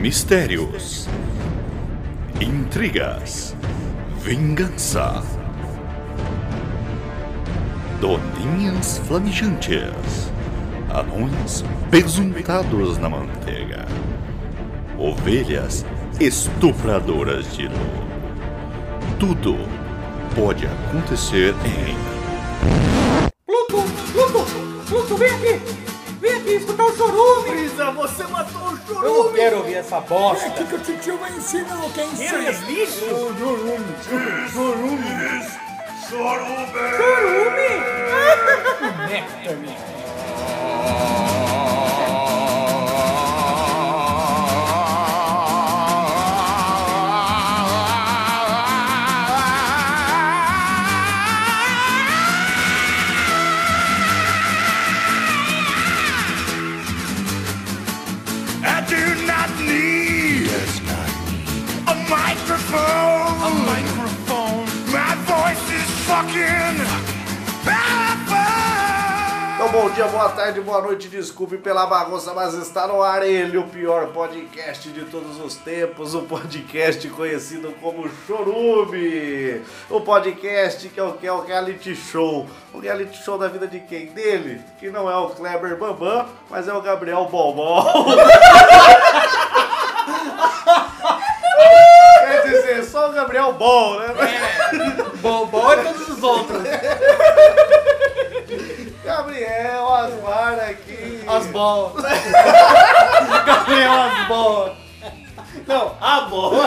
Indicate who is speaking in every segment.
Speaker 1: Mistérios, intrigas, vingança, doninhas flamijantes, anões pesuntados na manteiga, ovelhas estupradoras de luz. Tudo pode acontecer em
Speaker 2: Pluto, Pluto, Pluto, vem aqui! Vem aqui escutar o chorume! É,
Speaker 3: Isa, você matou o
Speaker 2: Eu não
Speaker 3: chorume!
Speaker 2: quero ouvir essa bosta!
Speaker 4: que o titio vai ensinar o que é ensino.
Speaker 2: lixo?
Speaker 3: Chorume!
Speaker 2: Chorume?
Speaker 3: I do not need a microphone. A microphone. My voice is fucking powerful.
Speaker 5: Então, bom dia, boa tarde, boa noite. Desculpe pela bagunça, mas está no ar ele, o pior podcast de todos os tempos, o podcast conhecido como Chorume. O podcast que é o que é o reality show. O reality show da vida de quem? Dele? Que não é o Kleber Bambam, mas é o Gabriel Bombom. Quer dizer, só o Gabriel Bom, né?
Speaker 2: Bobó e é todos os outros.
Speaker 5: Gabriel Osmar aqui.
Speaker 2: As bolas. Gabriel as bolas.
Speaker 5: Não, a bola.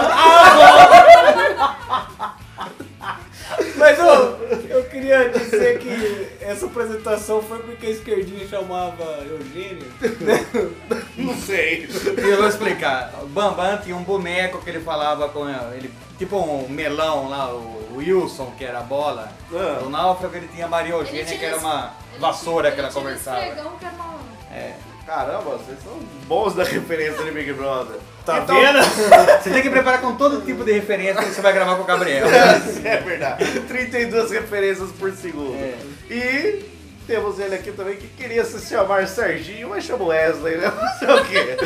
Speaker 4: Mas eu, eu queria dizer que essa apresentação foi porque a esquerdinha chamava Eugênio.
Speaker 5: Não sei.
Speaker 2: Eu vou explicar. O Bambam tinha um boneco que ele falava com ele. Tipo um melão lá, o Wilson, que era a bola.
Speaker 5: Ah.
Speaker 2: O náufrago ele tinha a Maria
Speaker 6: Ele
Speaker 2: Eugênia,
Speaker 6: tinha
Speaker 2: que era
Speaker 6: es-
Speaker 2: uma
Speaker 6: ele
Speaker 2: vassoura
Speaker 6: tinha-
Speaker 2: que ela
Speaker 6: ele tinha um
Speaker 2: conversava.
Speaker 6: esfregão que era uma-
Speaker 5: Caramba, vocês são bons da referência de Big Brother. Tá
Speaker 2: Você tem que preparar com todo tipo de referência que você vai gravar com o Gabriel.
Speaker 5: é verdade. 32 referências por segundo.
Speaker 2: É.
Speaker 5: E temos ele aqui também que queria se chamar Serginho, mas chamou Wesley, né? Não sei o quê.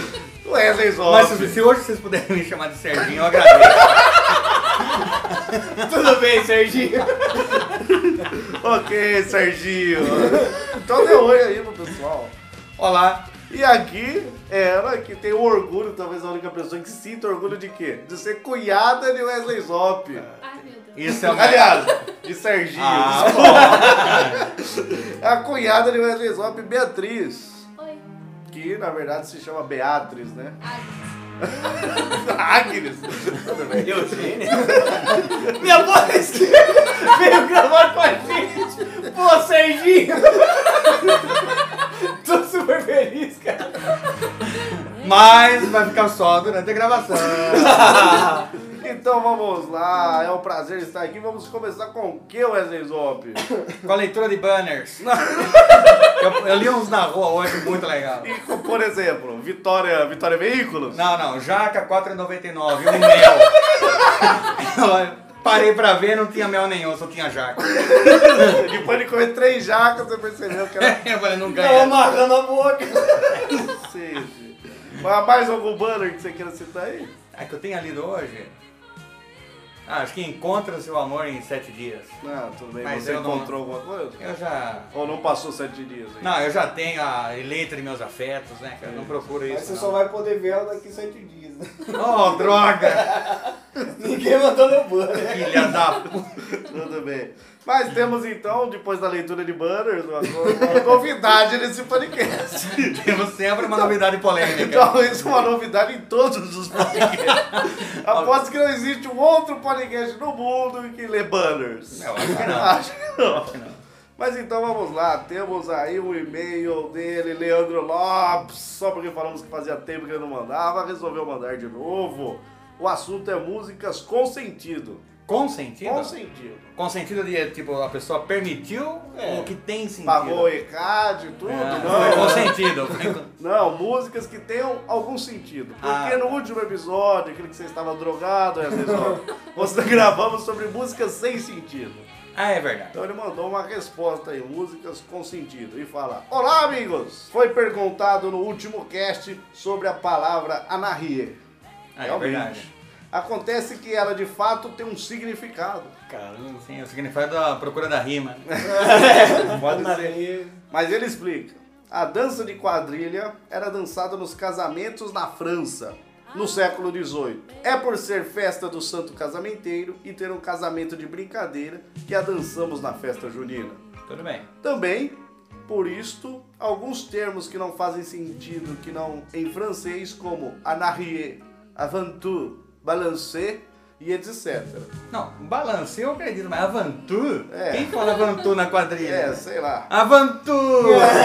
Speaker 5: Wesley
Speaker 2: Mas
Speaker 5: Zop.
Speaker 2: se, se hoje vocês puderem me chamar de Serginho, eu agradeço.
Speaker 4: Tudo bem, Serginho.
Speaker 5: ok, Serginho. então dê oi aí pro pessoal.
Speaker 2: Olá,
Speaker 5: E aqui é ela que tem o orgulho, talvez a única pessoa que sinta orgulho de quê? De ser cunhada de Wesley Zop.
Speaker 6: Ai, meu Deus.
Speaker 2: isso é o
Speaker 5: Aliás, de Serginho.
Speaker 2: Ah,
Speaker 5: A cunhada de Wesley Zop, Beatriz.
Speaker 6: Oi.
Speaker 5: Que na verdade se chama Beatriz, né?
Speaker 6: Ai,
Speaker 5: Agnes! Tudo bem.
Speaker 4: Eugênio?
Speaker 2: Minha voz veio gravar com a
Speaker 4: Pô, Serginho! Tô super feliz, cara.
Speaker 2: Mas vai ficar só durante a gravação.
Speaker 5: Então vamos lá, é um prazer estar aqui. Vamos começar com o que, Wesley Zop?
Speaker 2: com a leitura de banners. Eu, eu li uns na rua hoje, muito legal.
Speaker 5: E, com, por exemplo, Vitória, Vitória Veículos?
Speaker 2: Não, não, jaca 4,99 e um mel. Eu parei pra ver, não tinha mel nenhum, só tinha jaca.
Speaker 5: Depois de comer três jacas, você percebeu que era
Speaker 2: Eu falei, não
Speaker 4: Tava
Speaker 2: ganha.
Speaker 4: amarrando a boca.
Speaker 5: cacete. Mas mais algum banner que você queira citar aí?
Speaker 2: Ah, que eu tenha lido hoje? Ah, acho que encontra o seu amor em sete dias.
Speaker 5: Não, tudo bem.
Speaker 2: Mas
Speaker 5: você
Speaker 2: eu não-
Speaker 5: encontrou alguma coisa?
Speaker 2: Eu já.
Speaker 5: Ou não passou sete dias aí?
Speaker 2: Não, eu já tenho a eleita de meus afetos, né? cara? Eu não procuro
Speaker 4: Mas
Speaker 2: isso.
Speaker 4: você
Speaker 2: não.
Speaker 4: só vai poder ver ela daqui sete dias. né?
Speaker 2: Oh, droga!
Speaker 4: Ninguém mandou meu banho.
Speaker 2: Filha da puta!
Speaker 5: Tudo bem. Mas temos então, depois da leitura de banners, uma, co- uma novidade nesse podcast.
Speaker 2: Temos sempre uma novidade polêmica.
Speaker 5: Então, isso é uma novidade em todos os podcasts. Aposto que não existe um outro podcast no mundo que lê banners.
Speaker 2: Eu acho que não.
Speaker 5: Acho que não. Mas então vamos lá, temos aí o e-mail dele, Leandro Lopes, só porque falamos que fazia tempo que ele não mandava, resolveu mandar de novo. O assunto é músicas com sentido.
Speaker 2: Com sentido?
Speaker 5: Com sentido.
Speaker 2: Com sentido de, tipo, a pessoa permitiu
Speaker 4: É.
Speaker 2: o que tem sentido.
Speaker 5: Pagou o ECAD, tudo,
Speaker 2: Ah,
Speaker 5: né?
Speaker 2: foi
Speaker 5: não.
Speaker 2: com sentido. foi com-
Speaker 5: Não, músicas que tenham algum sentido. Porque
Speaker 2: Ah.
Speaker 5: no último episódio, aquele que você estava drogado, é, pessoal, nós gravamos sobre músicas sem sentido.
Speaker 2: Ah, é verdade.
Speaker 5: Então ele mandou uma resposta aí, músicas com sentido, e fala: Olá, amigos! Foi perguntado no último cast sobre a palavra anarrie.
Speaker 2: Ah, é
Speaker 5: realmente.
Speaker 2: verdade.
Speaker 5: Acontece que ela de fato tem um significado.
Speaker 4: Caramba.
Speaker 2: Sim, o significado da procura da rima. né?
Speaker 5: Pode
Speaker 4: Ana
Speaker 5: ser.
Speaker 4: Rê.
Speaker 5: Mas ele explica. A dança de quadrilha era dançada nos casamentos na França, no século XVIII. É por ser festa do santo casamenteiro e ter um casamento de brincadeira que a dançamos na festa junina.
Speaker 2: Tudo bem.
Speaker 5: Também, por isto, alguns termos que não fazem sentido que não em francês, como anarrier, aventure, balancer e etc.
Speaker 2: Não, balance eu acredito, mas Avantu?
Speaker 5: É.
Speaker 2: Quem fala Avantu na quadrilha?
Speaker 5: É, sei É. lá.
Speaker 2: Avantu!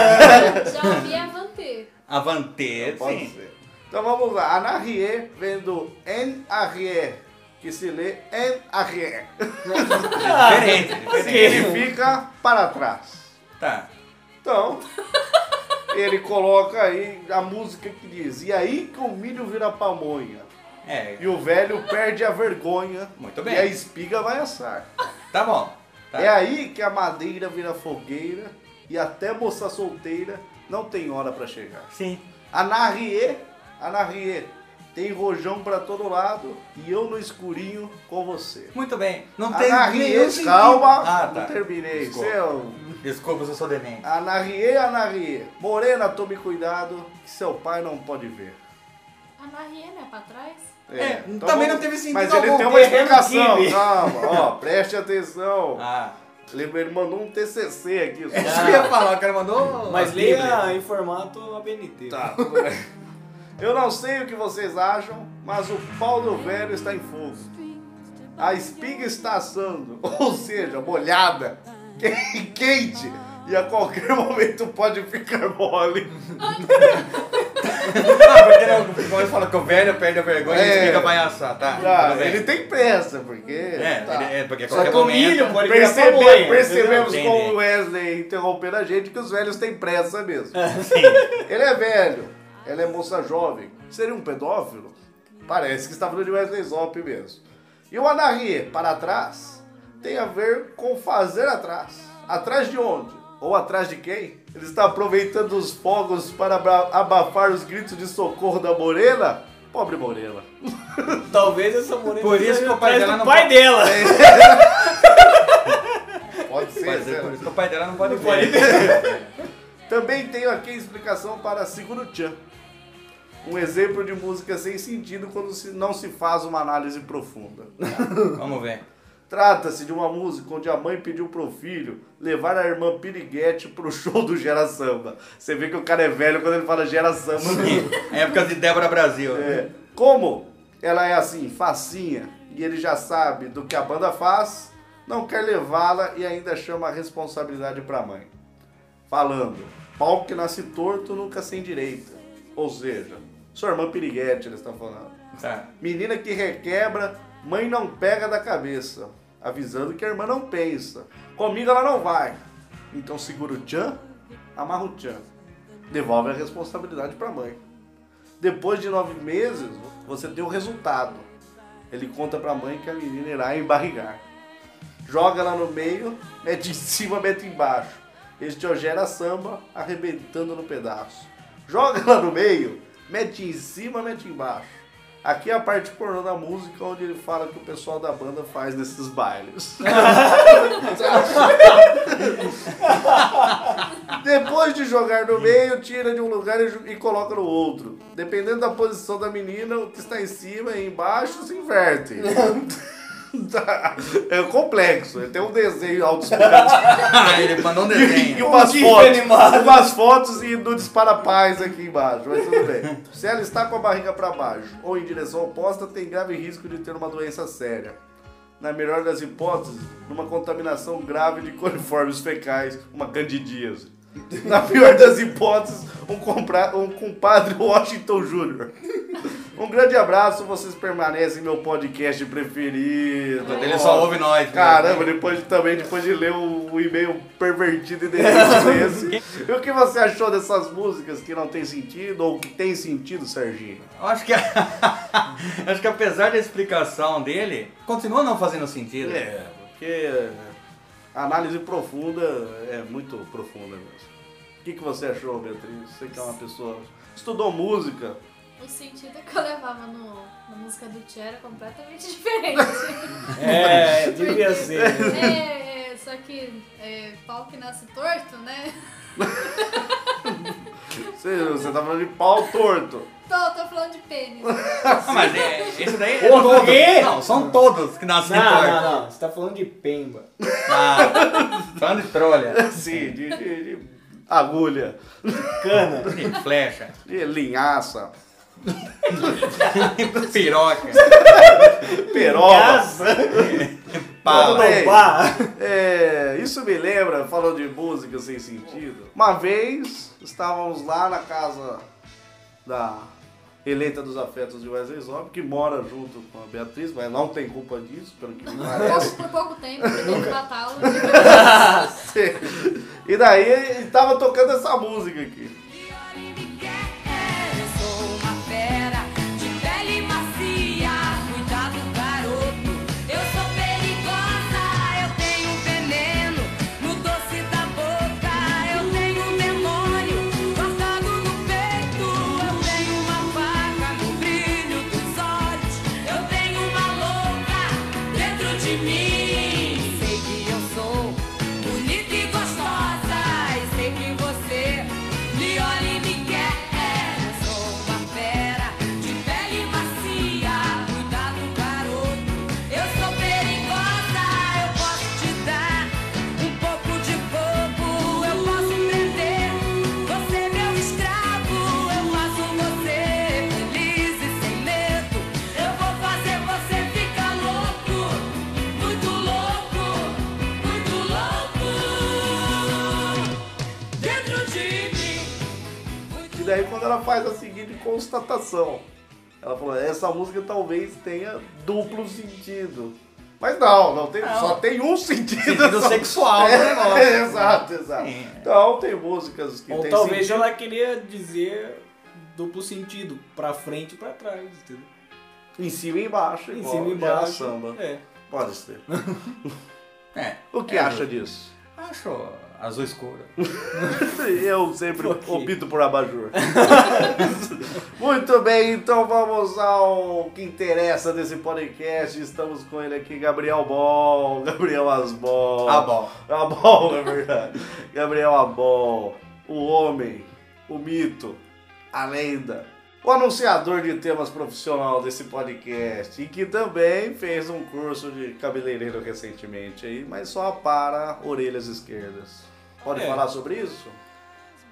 Speaker 6: Já ouvi Avante.
Speaker 2: Avante,
Speaker 5: Pode
Speaker 2: sim.
Speaker 5: ser. Então vamos lá. Anarrier vem do en arrière, que se lê en arrière.
Speaker 2: Diferente, diferente.
Speaker 5: Significa para trás.
Speaker 2: Tá.
Speaker 5: Então, ele coloca aí a música que diz: E aí que o milho vira pamonha.
Speaker 2: É,
Speaker 5: E o velho perde a vergonha.
Speaker 2: Muito bem.
Speaker 5: E a espiga vai assar.
Speaker 2: tá bom. Tá.
Speaker 5: É aí que a madeira vira fogueira e até moça solteira não tem hora pra chegar.
Speaker 2: Sim.
Speaker 5: Anarriê, Anarriê, tem rojão pra todo lado e eu no escurinho com você.
Speaker 2: Muito bem. Não tem
Speaker 5: Anarriê,
Speaker 2: nenhum sentido.
Speaker 5: calma,
Speaker 2: Ah, tá.
Speaker 5: não terminei.
Speaker 2: Desculpa.
Speaker 5: Seu
Speaker 2: Desculpa se eu sou demente.
Speaker 5: Anarriê, Anarriê, morena, tome cuidado que seu pai não pode ver. tá
Speaker 6: A Marie, né? Pra trás?
Speaker 2: É, também não teve sentido
Speaker 5: Mas ele
Speaker 2: algum,
Speaker 5: tem uma
Speaker 2: porque é Hello
Speaker 5: explicação,
Speaker 2: Kitty.
Speaker 5: calma, ó, preste atenção.
Speaker 2: Ah, É.
Speaker 5: Ele ele mandou um TCC aqui. só.
Speaker 2: isso que eu ia falar, o cara mandou.
Speaker 4: Mas
Speaker 2: a
Speaker 4: leia
Speaker 2: Bíblia.
Speaker 4: em formato ABNT.
Speaker 5: Tá, tudo bem. Eu não sei o que vocês acham, mas o pau do velho está em fogo. A espiga está assando, ou seja, molhada, que- quente, e a qualquer momento pode ficar mole.
Speaker 2: Ah, porque ele- o Boris fala que o velho perde a vergonha
Speaker 5: É.
Speaker 2: e fica palhaçada, tá?
Speaker 5: Tá,
Speaker 2: tudo bem.
Speaker 5: ele tem pressa, porque.
Speaker 2: É,
Speaker 5: tá.
Speaker 2: ele- é, porque a
Speaker 4: Só
Speaker 2: qualquer
Speaker 4: que o
Speaker 2: momento-
Speaker 4: milho pode virar
Speaker 5: Percebe-
Speaker 4: pamonha.
Speaker 5: percebemos
Speaker 2: entendeu?
Speaker 5: com
Speaker 2: Entendi.
Speaker 5: o Wesley interrompendo a gente que os velhos têm pressa mesmo.
Speaker 2: Sim.
Speaker 5: Ele é velho, ela é moça jovem. Seria um pedófilo? Parece que está falando de Wesley Zop mesmo. E o anarri, para trás, tem a ver com fazer atrás. Atrás de onde? Ou atrás de quem? Ele está aproveitando os fogos para abra- abafar os gritos de socorro da Morena? Pobre Morena.
Speaker 4: Talvez essa morena
Speaker 2: Por isso
Speaker 4: seja
Speaker 2: que o pai
Speaker 4: atrás
Speaker 2: dela
Speaker 4: do
Speaker 2: não
Speaker 7: tá-
Speaker 4: pai
Speaker 2: pode-
Speaker 4: dela.
Speaker 5: Pode ser,
Speaker 2: Mas
Speaker 5: sei
Speaker 2: é por
Speaker 5: lá.
Speaker 2: isso que o pai dela não pode
Speaker 4: Não
Speaker 2: ver.
Speaker 4: pode
Speaker 5: Também tenho aqui a explicação para Seguro Chan. Um exemplo de música sem sentido quando se- não se faz uma análise profunda.
Speaker 2: Vamos ver.
Speaker 5: Trata-se de uma música onde a mãe pediu pro filho levar a irmã Piriguete pro show do Gera Samba. Você vê que o cara é velho quando ele fala Gera Samba. né?
Speaker 2: É época de Débora Brasil.
Speaker 5: É. Como ela é assim, facinha, e ele já sabe do que a banda faz, não quer levá-la e ainda chama a responsabilidade pra mãe. Falando, pau que nasce torto nunca sem direita. Ou seja, sua irmã Piriguete, ele está falando.
Speaker 2: Tá.
Speaker 5: Menina que requebra, mãe não pega da cabeça. Avisando que a irmã não pensa. Comigo ela não vai. Então segura o tchan, amarra o tchan. Devolve a responsabilidade pra mãe. Depois de nove meses, você tem o resultado. Ele conta pra mãe que a menina irá embarrigar. Joga lá no meio, mete em cima, mete embaixo. Este é o gera samba, arrebentando no pedaço. Joga lá no meio, mete em cima, mete embaixo. Aqui é a parte pornô da música, onde ele fala que o pessoal da banda faz nesses bailes. Depois de jogar no meio, tira de um lugar e, jo- e coloca no outro. Dependendo da posição da menina, o que está em cima e embaixo se inverte. Tá. É complexo, ele tem um desenho autoexplicativo
Speaker 2: Ah, ele mandou um
Speaker 5: e
Speaker 2: desenho.
Speaker 5: umas
Speaker 4: gif
Speaker 5: fotos,
Speaker 4: animado.
Speaker 5: umas fotos e nudes para paz aqui embaixo, mas tudo bem. Se ela está com a barriga para baixo ou em direção oposta, tem grave risco de ter uma doença séria. Na melhor das hipóteses, numa contaminação grave de coliformes fecais, uma candidíase. Na pior das hipóteses, um, compra, um compadre Washington Jr. Um grande abraço, vocês permanecem meu podcast preferido.
Speaker 2: Ele só ouve nós. né?
Speaker 5: Caramba, depois de- também depois de ler o, o e-mail pervertido e decente desse. E o que você achou dessas músicas que não tem sentido ou que tem sentido, Serginho?
Speaker 2: Eu Acho que, acho que apesar da explicação dele, continua não fazendo sentido.
Speaker 5: É, porque a análise profunda é muito profunda mesmo. O que, que você achou, Beatriz? Você que é uma pessoa. Estudou música,
Speaker 6: O sentido que eu levava no, na música do Tchê era completamente diferente.
Speaker 4: É, devia ser.
Speaker 6: é, é, só que é, pau que nasce torto, né?
Speaker 5: Você, você tá falando de pau torto.
Speaker 6: Tô, tô falando de pênis.
Speaker 2: Não, mas é, esse daí é
Speaker 4: Porra,
Speaker 2: todos.
Speaker 4: quê?
Speaker 2: Não, são todos que nascem em
Speaker 4: Não,
Speaker 2: torto.
Speaker 4: não,
Speaker 7: É,
Speaker 4: não. Você tá falando de pemba.
Speaker 2: Ah, falando de trolha,
Speaker 5: Assim, de, de- de agulha,
Speaker 4: Cana.
Speaker 2: de flecha,
Speaker 5: de linhaça,
Speaker 2: de piroca,
Speaker 5: peroba.
Speaker 2: pala.
Speaker 5: Ei,
Speaker 4: Pá.
Speaker 5: É, isso me lembra, falando de música sem sentido. Uma vez estávamos lá na casa da eleita dos afetos de Wesley Zop, que mora junto com a Beatriz, mas não tem culpa disso, pelo que me parece.
Speaker 6: Pouco, por pouco tempo, tentei matá-lo.
Speaker 5: e daí ele tava tocando essa música aqui.
Speaker 8: Sou uma fera de pele macia, cuidado garoto. Eu sou perigosa, eu tenho veneno no doce da boca. Eu tenho um demônio guardado no peito. Eu tenho uma faca no brilho dos olhos. Eu tenho uma louca dentro de mim. Sei que eu sou bonita e gostosa, e sei que você me olha e me quer. Eu sou uma fera de pele macia, cuidado garoto. Eu sou perigosa, eu posso te dar um pouco de fogo. Eu posso prender você, meu escravo. Eu faço você feliz e sem medo. Eu vou fazer você ficar louco, muito louco, muito louco. Dentro de mim.
Speaker 5: E daí quando ela faz a seguinte constatação, ela falou, essa música talvez tenha duplo sentido. Mas não, não tem, só tem um sentido.
Speaker 2: Sentido
Speaker 5: só-
Speaker 2: sexual do
Speaker 5: É,
Speaker 2: negócio.
Speaker 5: é, exato, exato.
Speaker 2: Sim.
Speaker 5: Então tem músicas que
Speaker 4: Ou
Speaker 5: tem
Speaker 4: talvez
Speaker 5: sentido.
Speaker 4: ela queria dizer duplo sentido, pra frente e pra trás, entendeu?
Speaker 5: Em cima e embaixo,
Speaker 4: Em
Speaker 5: igual
Speaker 4: cima e
Speaker 5: já
Speaker 4: embaixo.
Speaker 5: samba.
Speaker 4: É.
Speaker 5: Pode ser.
Speaker 2: É,
Speaker 5: O que
Speaker 2: é,
Speaker 5: acha disso?
Speaker 2: Acho azul escuro.
Speaker 5: Eu sempre
Speaker 4: Ok.
Speaker 5: opto por abajur. Muito bem, então vamos ao que interessa desse podcast. Estamos com ele aqui, Gabriel Bol, Gabriel Asbol.
Speaker 2: Ah, bom.
Speaker 5: Abol, É na verdade. Gabriel Abol, o homem, o mito, a lenda. O anunciador de temas profissional desse podcast e que também fez um curso de cabeleireiro recentemente aí, mas só para orelhas esquerdas. Pode
Speaker 4: É.
Speaker 5: falar sobre isso?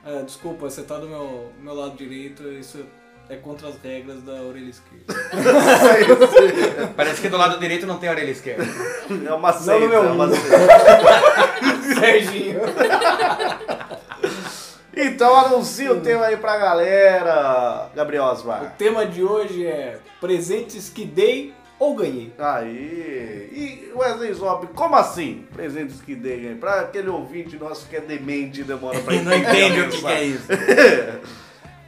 Speaker 4: É, desculpa, você tá do meu, meu lado direito, isso é contra as regras da orelha esquerda.
Speaker 2: Parece que do lado direito não tem orelha esquerda.
Speaker 5: É uma seita,
Speaker 4: meu
Speaker 5: é uma
Speaker 4: mundo.
Speaker 5: seita.
Speaker 4: Serginho.
Speaker 5: Então anuncia o tema aí pra galera, Gabriel
Speaker 4: O
Speaker 5: Osmar.
Speaker 4: tema de hoje é presentes que dei ou ganhei.
Speaker 5: Aí, e Wesley Zop, como assim? Presentes que dei aí, pra aquele ouvinte nosso que é demente e demora pra
Speaker 2: E não
Speaker 5: entender.
Speaker 2: entende o que, que
Speaker 5: sabe?
Speaker 2: é isso.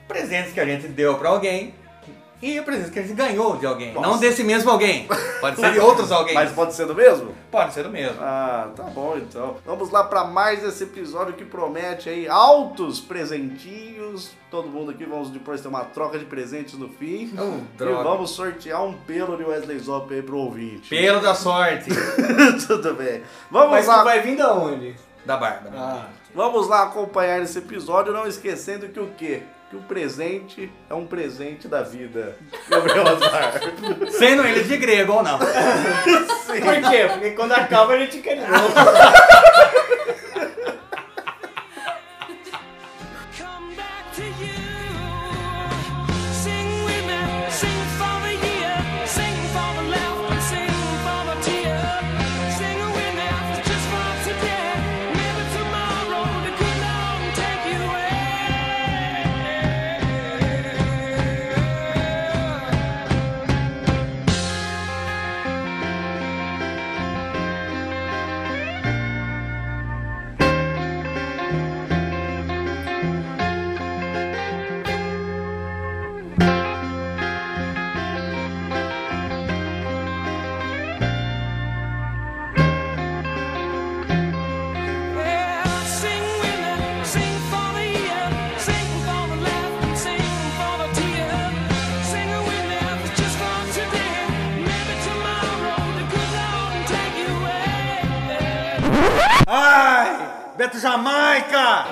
Speaker 2: Presentes que a gente deu pra alguém e presentes que a gente ganhou de alguém.
Speaker 5: Nossa.
Speaker 2: Não desse mesmo alguém. Pode ser de outros alguém.
Speaker 5: Mas pode ser do mesmo?
Speaker 2: pode ser do mesmo.
Speaker 5: Ah, tá bom então. Vamos lá pra mais esse episódio que promete aí altos presentinhos. Todo mundo aqui, vamos depois ter uma troca de presentes no fim.
Speaker 2: Oh,
Speaker 5: E
Speaker 2: droga.
Speaker 5: vamos sortear um pelo de Wesley Zop aí pro ouvinte.
Speaker 2: Pelo da sorte.
Speaker 5: Tudo bem. Vamos
Speaker 4: Mas
Speaker 5: lá.
Speaker 4: tu vai vir da onde?
Speaker 2: da Bárbara.
Speaker 4: Ah,
Speaker 5: Vamos lá acompanhar esse episódio, não esquecendo que o quê? Que o presente é um presente da vida. Gabriel Azar.
Speaker 2: Sendo ele de grego ou não.
Speaker 4: por quê? Porque quando acaba a gente quer de novo.
Speaker 8: Come back to you. Sing with me, sing for the year, sing for the laugh, and sing for the tear. Sing with me, just for today. Maybe tomorrow the good Lord will take you away.
Speaker 2: Ai, Beto Jamaica!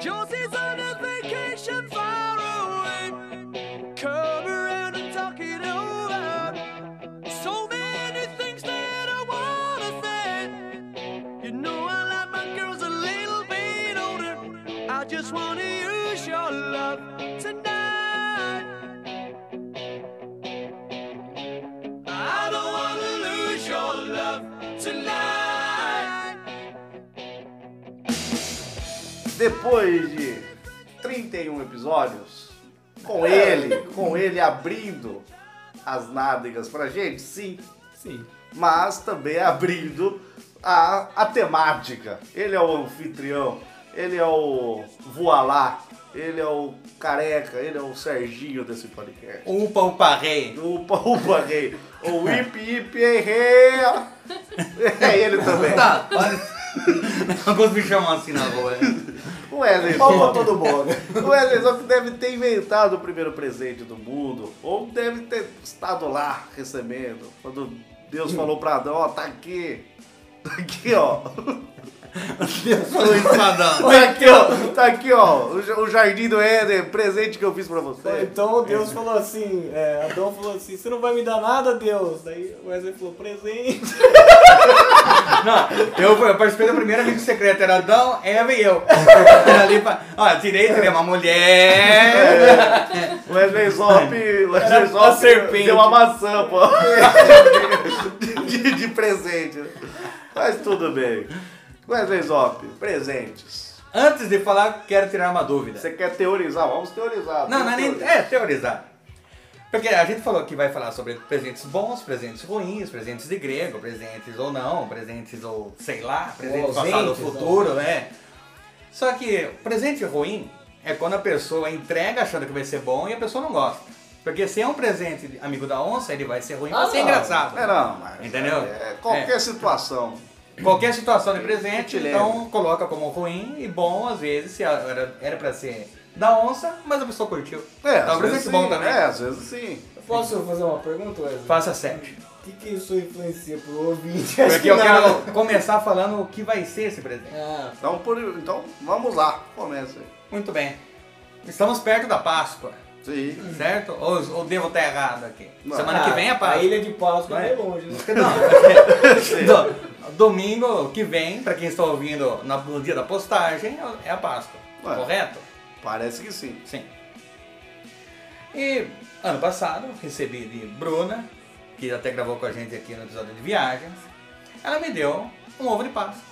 Speaker 7: Josie's on a vacation far away. Come around and talk it over. So many things that I wanna say. You know I like my girls a little bit older. I just wanna use your love tonight. I don't wanna lose your love tonight.
Speaker 5: Depois de 31 episódios, com ele, com ele abrindo as nádegas pra gente, sim,
Speaker 4: Sim.
Speaker 5: mas também abrindo a, a temática. Ele é o anfitrião, ele é o voalá, ele é o careca, ele é o Serginho desse podcast.
Speaker 2: Upa, upa, rei.
Speaker 5: Upa, upa, rei. O whip, hip, ei, rei. É ele também.
Speaker 2: Tá, olha. Alguns me chamam assim na rua.
Speaker 5: O Wesley
Speaker 4: Palma
Speaker 5: Zop.
Speaker 4: tá todo mundo.
Speaker 5: O Wesley Zop deve ter inventado o primeiro presente do mundo. Ou deve ter estado lá recebendo. Quando Deus falou pra Adão, ó, tá aqui. Tá aqui, ó.
Speaker 2: Luiz Padão.
Speaker 5: Tá aqui, ó. Tá aqui, ó. O ja- O Jardim do Éden, presente que eu fiz pra
Speaker 4: Ou
Speaker 5: você.
Speaker 4: Então Deus falou assim, é, Adão falou assim, você não vai me dar nada, Deus. Daí o Wesley falou, presente.
Speaker 2: Não, eu, eu participei da primeira amigo secreto, era Adão, Eva e eu. Era ali pra, ó, tirei, tirei uma mulher.
Speaker 5: O Wesley Zop, o Wesley
Speaker 4: a
Speaker 5: Zop
Speaker 4: serpente.
Speaker 5: deu uma maçã, pô. de, de presente. Mas tudo bem. Wesley Zop, presentes.
Speaker 2: Antes de falar, quero tirar uma dúvida.
Speaker 5: Você quer teorizar? Vamos teorizar.
Speaker 2: Não, não é
Speaker 5: Vamos
Speaker 2: nem.
Speaker 5: teorizar.
Speaker 2: É, teorizar. Porque a gente falou que vai falar sobre presentes bons, presentes ruins, presentes de grego, presentes ou não, presentes ou sei lá, presente
Speaker 4: Ou
Speaker 2: passado ou
Speaker 4: ausentes,
Speaker 2: futuro, né? Só que presente ruim é quando a pessoa entrega achando que vai ser bom e a pessoa não gosta. Porque se é um presente de amigo da onça, ele vai ser ruim, vai ser engraçado.
Speaker 5: É, não, mas.
Speaker 2: Entendeu?
Speaker 5: é, qualquer situação.
Speaker 2: Qualquer situação de presente,
Speaker 5: Te lembra.
Speaker 2: então coloca como ruim e bom, às vezes, se era, era pra ser da onça, mas a pessoa curtiu.
Speaker 5: É,
Speaker 2: então,
Speaker 5: às vezes
Speaker 2: presente
Speaker 5: sim.
Speaker 2: bom também.
Speaker 5: É, às vezes sim.
Speaker 4: Posso fazer uma pergunta, Wesley?
Speaker 2: Faça sete.
Speaker 4: O que, que isso influencia pro ouvinte? Acho
Speaker 2: Porque
Speaker 4: que
Speaker 2: eu
Speaker 4: nada.
Speaker 2: quero começar falando o que vai ser esse presente.
Speaker 4: Ah,
Speaker 5: Então, por- então vamos lá. Começa aí.
Speaker 2: Muito bem. Estamos perto da Páscoa,
Speaker 5: Sim.
Speaker 2: certo? Ou, ou devo estar errado aqui?
Speaker 5: Hum. Não. Ah,
Speaker 2: Semana que vem é
Speaker 4: ah, A
Speaker 2: Páscoa.
Speaker 4: ilha de Páscoa
Speaker 2: Vai.
Speaker 4: é meio longe, né?
Speaker 2: Do- domingo que vem, pra quem está ouvindo na- no dia da postagem, é a Páscoa.
Speaker 5: Ué.
Speaker 2: Correto?
Speaker 5: Parece que sim.
Speaker 2: Sim. E ano passado recebi de Bruna, que até gravou com a gente aqui no episódio de viagens, ela me deu um ovo de Páscoa.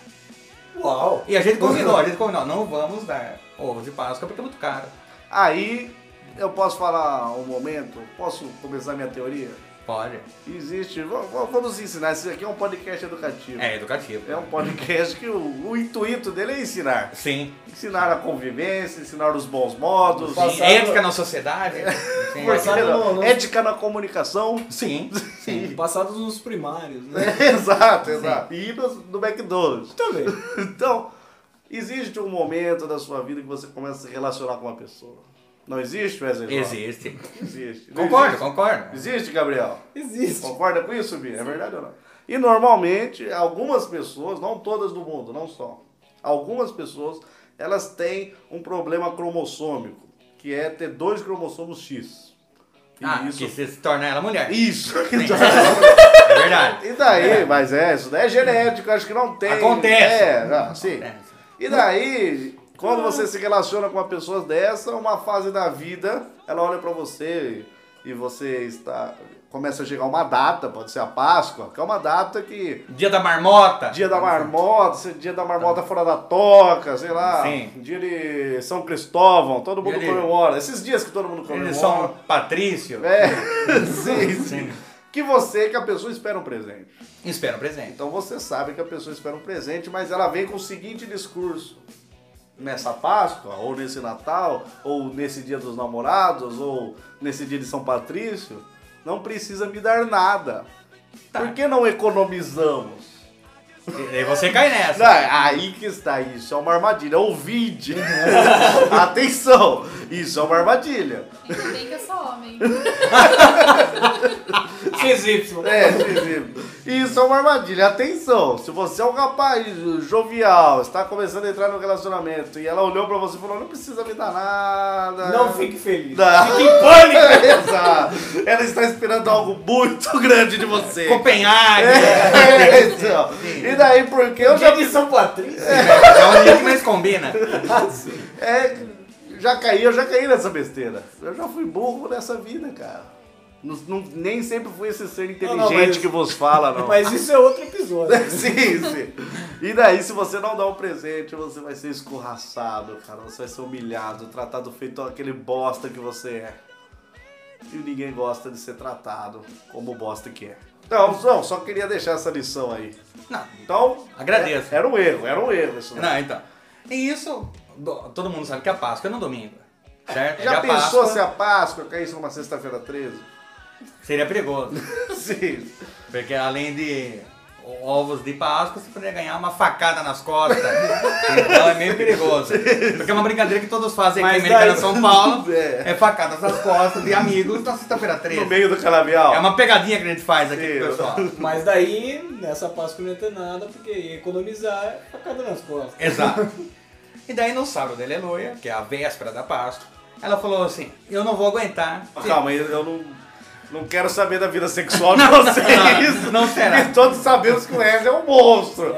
Speaker 4: Uau!
Speaker 2: E a gente combinou, a gente combinou, não vamos dar ovo de Páscoa porque é muito caro.
Speaker 5: Aí eu posso falar um momento? Posso começar minha teoria?
Speaker 2: Pode.
Speaker 5: Existe. v- v- Vamos ensinar. Esse aqui é um podcast educativo.
Speaker 2: É educativo.
Speaker 5: É um podcast que o, o intuito dele é ensinar.
Speaker 2: Sim.
Speaker 5: Ensinar a convivência, ensinar os bons modos.
Speaker 2: Sim.
Speaker 4: Passado-
Speaker 2: Ética na sociedade.
Speaker 5: É.
Speaker 2: Sim.
Speaker 5: Porque
Speaker 4: Passado
Speaker 5: não-
Speaker 4: no-
Speaker 5: Ética na comunicação.
Speaker 2: Sim. Sim.
Speaker 4: Passados nos primários, né?
Speaker 5: exato, exato. E ir no, no McDonald's.
Speaker 4: Também.
Speaker 5: Então, existe um momento da sua vida que você começa a se relacionar com uma pessoa. Não existe, Wesley? Zop?
Speaker 2: Existe.
Speaker 5: Existe. Não
Speaker 2: Concordo,
Speaker 5: existe?
Speaker 2: concordo.
Speaker 5: Existe, Gabriel?
Speaker 4: Existe.
Speaker 5: Concorda com isso, Bia? É verdade ou não? E normalmente, algumas pessoas, não todas do mundo, não só, algumas pessoas, elas têm um problema cromossômico, que é ter dois cromossomos X. E
Speaker 2: Ah, que se se torna ela mulher.
Speaker 5: Isso.
Speaker 2: Sim. É verdade.
Speaker 5: E daí, mas é, isso daí é genético, acho que não tem.
Speaker 2: Acontece.
Speaker 5: É, não, sim.
Speaker 2: Acontece.
Speaker 5: E daí, quando você se relaciona com uma pessoa dessa, uma fase da vida, ela olha pra você e você está. Começa a chegar uma data, pode ser a Páscoa, que é uma data que.
Speaker 2: Dia da marmota.
Speaker 5: Dia da marmota, se- dia da marmota fora da toca, sei lá.
Speaker 2: Tá. Sim.
Speaker 5: Dia de São Cristóvão, todo mundo
Speaker 2: Dia de-
Speaker 5: comemora. Esses dias que todo mundo comemora.
Speaker 2: Eles são Patrício.
Speaker 5: É, sim, sim. que você, que a pessoa espera um presente.
Speaker 2: Espera um presente.
Speaker 5: Então você sabe que a pessoa espera um presente, mas ela vem com o seguinte discurso. Nessa Páscoa, ou nesse Natal, ou nesse Dia dos Namorados, ou nesse Dia de São Patrício, não precisa me dar nada. Por que não economizamos?
Speaker 2: E aí você cai
Speaker 5: Não, é
Speaker 2: nessa.
Speaker 5: aí que está isso, é uma armadilha. Ouvinte! Atenção! Isso é uma armadilha.
Speaker 6: Ainda bem que eu sou homem.
Speaker 4: XY.
Speaker 5: É, Felipe, isso é uma armadilha. Atenção, se você é um rapaz jovial, está começando a entrar no relacionamento e ela olhou pra você e falou: não precisa me dar nada.
Speaker 4: Ah. Não fique feliz.
Speaker 5: Não.
Speaker 4: Fique em pânico.
Speaker 5: Exato. Ela está esperando algo muito grande de você.
Speaker 2: Copenhague.
Speaker 5: É, então. E daí, porque eu já
Speaker 4: Dia de São Patrício.
Speaker 2: É um dia que mais combina.
Speaker 5: É, já caí, eu já caí nessa besteira. Eu já fui burro nessa vida, cara. Não- não- nem sempre fui esse ser inteligente
Speaker 4: Não, não, mas-
Speaker 5: que vos fala, não.
Speaker 4: Mas isso é outro episódio.
Speaker 5: sim, sim. E daí, se você não dá um presente, você vai ser escorraçado, cara. Você vai ser humilhado, tratado feito aquele bosta que você é. E ninguém gosta de ser tratado como bosta que é. Então, não, só queria deixar essa lição aí.
Speaker 2: Não,
Speaker 5: Então,
Speaker 2: Agradeço.
Speaker 5: é- Era um erro, era um erro isso.
Speaker 2: não, então. E isso, do- todo mundo sabe que a Páscoa é no domingo. Certo?
Speaker 5: Já
Speaker 2: é a
Speaker 5: pensou
Speaker 2: Páscoa
Speaker 5: se a Páscoa caísse numa sexta-feira 13?
Speaker 2: Seria perigoso.
Speaker 5: Sim.
Speaker 2: Porque além de ovos de Páscoa, você poderia ganhar uma facada nas costas. então é meio perigoso. Porque é uma brincadeira que todos fazem aqui em
Speaker 4: Mas
Speaker 2: Americana
Speaker 4: daí-
Speaker 2: São Paulo.
Speaker 5: É.
Speaker 2: É. facadas nas costas de amigos na sexta-feira
Speaker 5: No
Speaker 2: 13.
Speaker 5: meio do canavial.
Speaker 2: É uma pegadinha que a gente faz aqui
Speaker 5: Sim.
Speaker 2: pro pessoal.
Speaker 4: Mas daí, nessa Páscoa não entra nada, porque economizar é facada nas costas.
Speaker 2: Exato. E daí no sábado de Aleluia, que é a véspera da Páscoa, ela falou assim, eu não vou aguentar.
Speaker 5: Ah, Calma, eu eu não, não quero saber da vida sexual de vocês.
Speaker 2: não, não será.
Speaker 5: E todos sabemos que o Wesley é um monstro.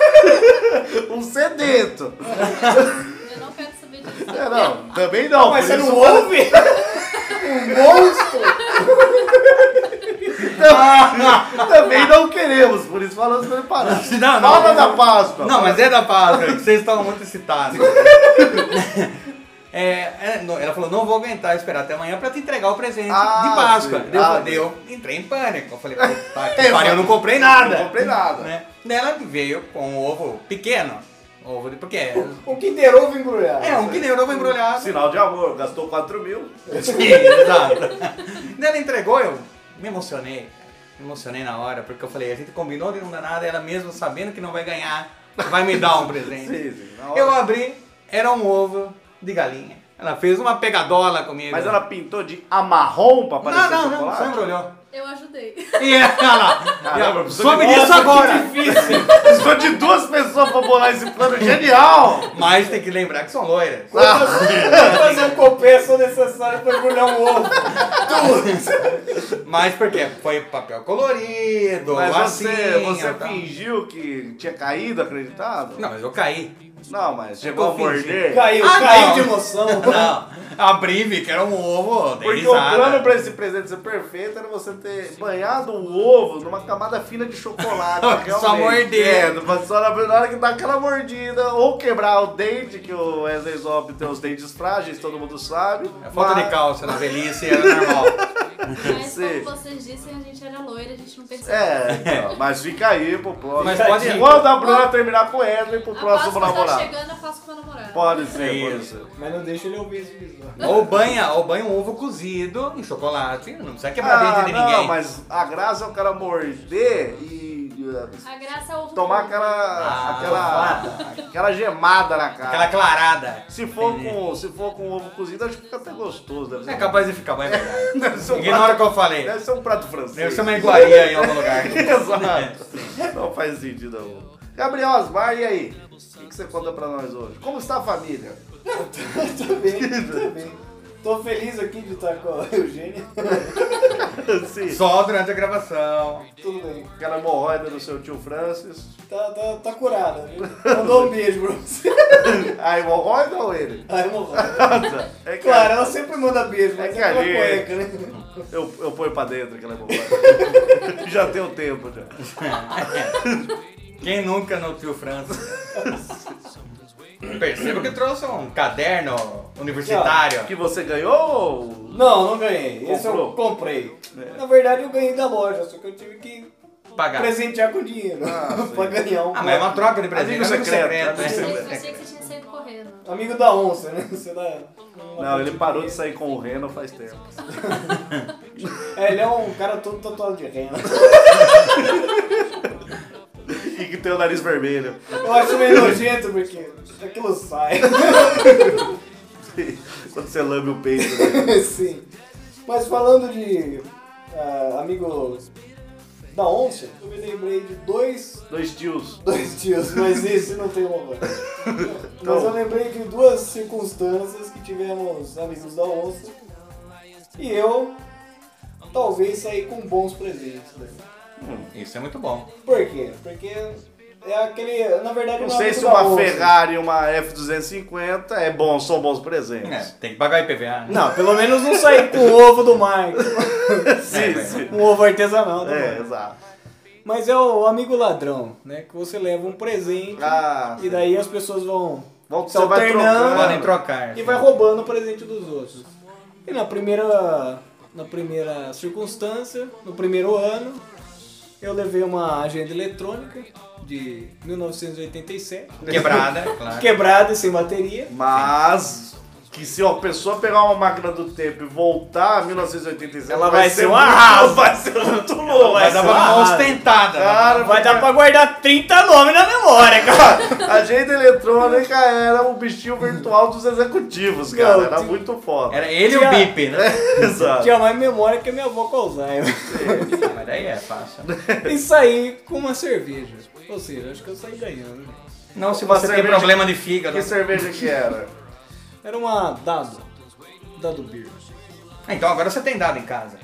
Speaker 5: um sedento.
Speaker 6: Eu não quero saber disso.
Speaker 5: É, não, também não.
Speaker 4: Mas
Speaker 5: por
Speaker 4: você
Speaker 5: isso
Speaker 4: não
Speaker 5: eu-
Speaker 4: ouve?
Speaker 5: Também não queremos, por isso falamos pra ele parar.
Speaker 2: Não, não,
Speaker 5: Fala
Speaker 2: não.
Speaker 5: da Páscoa.
Speaker 2: Não, mas é da Páscoa, que vocês estão muito excitados. É, é, não, ela falou, não vou aguentar esperar até amanhã pra te entregar o presente
Speaker 5: Ah,
Speaker 2: de Páscoa.
Speaker 5: sim.
Speaker 2: Daí eu
Speaker 5: Ah,
Speaker 2: falei,
Speaker 5: sim.
Speaker 2: daí eu entrei em pânico. Eu falei, puta que pariu, eu não comprei nada.
Speaker 5: Não comprei nada.
Speaker 2: Né? Daí ela veio com um ovo pequeno. Ovo de... Porque é,
Speaker 4: O Kinder Ovo embrulhado.
Speaker 2: é um que nem ovo embrulhado.
Speaker 5: Sinal de amor, gastou 4 mil.
Speaker 2: Sim, exato. Daí ela entregou, eu me emocionei. Me emocionei na hora, porque eu falei, a gente combinou de não dar nada, ela mesmo sabendo que não vai ganhar, vai me dar um presente.
Speaker 5: Sim, sim, na hora.
Speaker 2: Eu abri, era um ovo de galinha. Ela fez uma pegadola comigo.
Speaker 5: Mas ela pintou de amarrom pra
Speaker 2: Não,
Speaker 5: parecer
Speaker 2: não, não,
Speaker 5: chocolate?
Speaker 2: só embrulhou.
Speaker 6: Eu ajudei.
Speaker 2: E ela, e
Speaker 5: Caramba,
Speaker 2: ela
Speaker 5: precisa
Speaker 2: soube
Speaker 5: de-
Speaker 2: disso
Speaker 5: Nossa, que
Speaker 2: agora.
Speaker 5: Precisou de duas pessoas pra bolar esse plano genial.
Speaker 2: Mas tem que lembrar que são loiras.
Speaker 5: Ah,
Speaker 4: Quantas encompensa são necessárias é pra embrulhar um ovo?
Speaker 2: Mas porque foi papel colorido, assim,
Speaker 5: Mas você,
Speaker 2: massinha,
Speaker 5: você
Speaker 2: tal.
Speaker 5: fingiu que tinha caído, acreditado?
Speaker 2: tá. Não, mas eu caí.
Speaker 5: Não, mas chegou
Speaker 2: Eu
Speaker 5: a morder.
Speaker 4: Caiu,
Speaker 2: Ah,
Speaker 4: caiu
Speaker 2: não.
Speaker 4: de emoção.
Speaker 2: Não, abri, vi que era um ovo. dei
Speaker 5: Porque o
Speaker 2: risada.
Speaker 5: plano pra esse presente ser perfeito era você ter banhado o ovo numa camada fina de chocolate.
Speaker 2: Só
Speaker 5: realmente.
Speaker 2: morder.
Speaker 5: É, mas só na na hora que dá aquela mordida, ou quebrar o dente, que o Wesley Zop tem os dentes frágeis, todo mundo sabe.
Speaker 2: É falta
Speaker 5: mas-
Speaker 2: de calça na velhice, era normal.
Speaker 6: Mas
Speaker 5: Sim.
Speaker 6: como vocês dissem, a gente era loira, a gente não percebeu.
Speaker 5: É, então, mas fica aí pro próximo.
Speaker 2: Mas pode ir.
Speaker 5: Quando a Bruna terminar com o Wesley pro
Speaker 6: a
Speaker 5: próximo
Speaker 6: Páscoa tá
Speaker 5: namorado.
Speaker 6: chegando, eu faço com meu namorado.
Speaker 5: Pode ser, pode
Speaker 2: Isso.
Speaker 5: ser.
Speaker 4: Mas não deixa ele ouvir esse episódio.
Speaker 2: ou banha, ou banha um ovo cozido em chocolate. Não precisa quebrar
Speaker 5: Ah,
Speaker 2: dente de
Speaker 5: não,
Speaker 2: ninguém.
Speaker 5: mas a graça é o cara morder e uh,
Speaker 6: A graça é o ovo
Speaker 5: tomar
Speaker 6: cru.
Speaker 5: aquela,
Speaker 2: Ah,
Speaker 5: aquela, aquela gemada na cara.
Speaker 2: Aquela clarada.
Speaker 5: Se for com, se for com ovo cozido, acho que fica até gostoso. Deve ser.
Speaker 2: É capaz de ficar, mas é verdade.
Speaker 5: Deve ser um
Speaker 2: Ignora o
Speaker 5: prato,
Speaker 2: que eu falei.
Speaker 5: deve ser um prato francês.
Speaker 2: Deve ser uma iguaria em algum lugar.
Speaker 5: Exato. Não faz sentido algum. Gabriel Osmar, e aí? O que que você conta pra nós hoje? Como está a família?
Speaker 4: Tá bem, tá bem. Tô feliz aqui de estar com a Eugênia.
Speaker 5: Sim.
Speaker 2: Só durante a gravação.
Speaker 4: Tudo bem.
Speaker 5: Aquela hemorroida do seu tio Francis.
Speaker 4: Tá, tá, tá curada, viu? Mandou um beijo pra você.
Speaker 5: A hemorroida ou ele?
Speaker 4: Ai, morreu.
Speaker 5: É que-
Speaker 4: Claro, ela sempre manda beijo,
Speaker 5: É
Speaker 4: mas
Speaker 5: que
Speaker 4: é aquela
Speaker 5: ali-
Speaker 4: cueca, né?
Speaker 5: Eu, eu ponho pra dentro aquela hemorroida. já deu tempo já.
Speaker 2: Quem nunca no Tio França? Perceba que trouxe um caderno universitário.
Speaker 5: Que você ganhou?
Speaker 4: Não, não ganhei. Esse eu
Speaker 5: Comprou?
Speaker 4: comprei. Na verdade, eu ganhei da loja, só que eu tive que
Speaker 2: Pagar.
Speaker 4: presentear com dinheiro pra ganhar um.
Speaker 2: Ah, mas é uma troca de presente.
Speaker 5: Amigo
Speaker 2: amigo
Speaker 5: secreto,
Speaker 2: secreto,
Speaker 5: amigo
Speaker 2: né?
Speaker 5: secreto.
Speaker 6: Eu achei que você tinha saído correndo.
Speaker 4: Amigo da onça, né? Sei lá.
Speaker 5: Não, ele parou de sair com o Reno faz tempo.
Speaker 4: É, ele é um cara todo tatuado de rena.
Speaker 5: E que tem o nariz vermelho.
Speaker 4: Eu acho meio nojento porque aquilo sai.
Speaker 5: Quando você lame o peito. né?
Speaker 4: Sim. Mas falando de ah, amigo da onça, eu me lembrei de dois,
Speaker 5: Dois tios.
Speaker 4: dois tios, mas esse não tem louvor.
Speaker 5: Então.
Speaker 4: Mas eu lembrei de duas circunstâncias que tivemos amigos da onça e eu talvez saí com bons presentes. Né?
Speaker 2: Isso é muito bom.
Speaker 4: Por quê? Porque é aquele. Na verdade,
Speaker 5: Não
Speaker 4: é um
Speaker 5: sei
Speaker 4: amigo
Speaker 5: se
Speaker 4: da
Speaker 5: uma
Speaker 4: onça.
Speaker 5: Ferrari e uma F250 é bom, são bons presentes.
Speaker 2: É, tem que pagar o IPVA. né?
Speaker 4: Não, pelo menos não saí com o ovo do Marco.
Speaker 5: Sim,
Speaker 2: É,
Speaker 5: sim.
Speaker 4: Um ovo artesanal do
Speaker 5: É,
Speaker 4: Marco.
Speaker 5: exato.
Speaker 4: Mas é o amigo ladrão, né? Que você leva um presente
Speaker 5: Ah,
Speaker 4: e daí as pessoas vão
Speaker 5: Volta,
Speaker 4: se
Speaker 5: você vai
Speaker 4: alternando
Speaker 5: trocando.
Speaker 2: Podem trocar.
Speaker 4: e vai roubando o presente dos outros. E na primeira, na primeira circunstância, no primeiro ano, eu levei uma agenda eletrônica de 1987,
Speaker 2: Quebrada, claro.
Speaker 4: quebrada e sem bateria.
Speaker 5: Mas que se a pessoa pegar uma máquina do tempo e voltar a 1987,
Speaker 4: Ela vai ser um
Speaker 5: muito-
Speaker 4: arraso.
Speaker 5: Vai ser muito louco.
Speaker 2: Mas dá pra dar uma ostentada. né?
Speaker 5: Cara,
Speaker 4: Vai dar pra guardar 30 nomes na memória, cara.
Speaker 5: Agenda eletrônica era o bichinho virtual dos executivos, cara.
Speaker 4: Não,
Speaker 5: Era
Speaker 4: tinha-
Speaker 5: muito foda.
Speaker 2: Era ele e
Speaker 4: Tinha-
Speaker 2: o Bip, né?
Speaker 5: Exato.
Speaker 4: Tinha mais memória que a minha avó com Alzheimer.
Speaker 2: Mas daí é fácil.
Speaker 4: E saí com uma cerveja. Ou seja, acho que eu saí ganhando.
Speaker 2: Não se
Speaker 5: Uma
Speaker 2: você tem
Speaker 5: cerveja-
Speaker 2: problema de fígado. né?
Speaker 5: Que cerveja que era?
Speaker 4: Era uma dado. Dado beer.
Speaker 2: Ah, Então agora você tem dado em casa.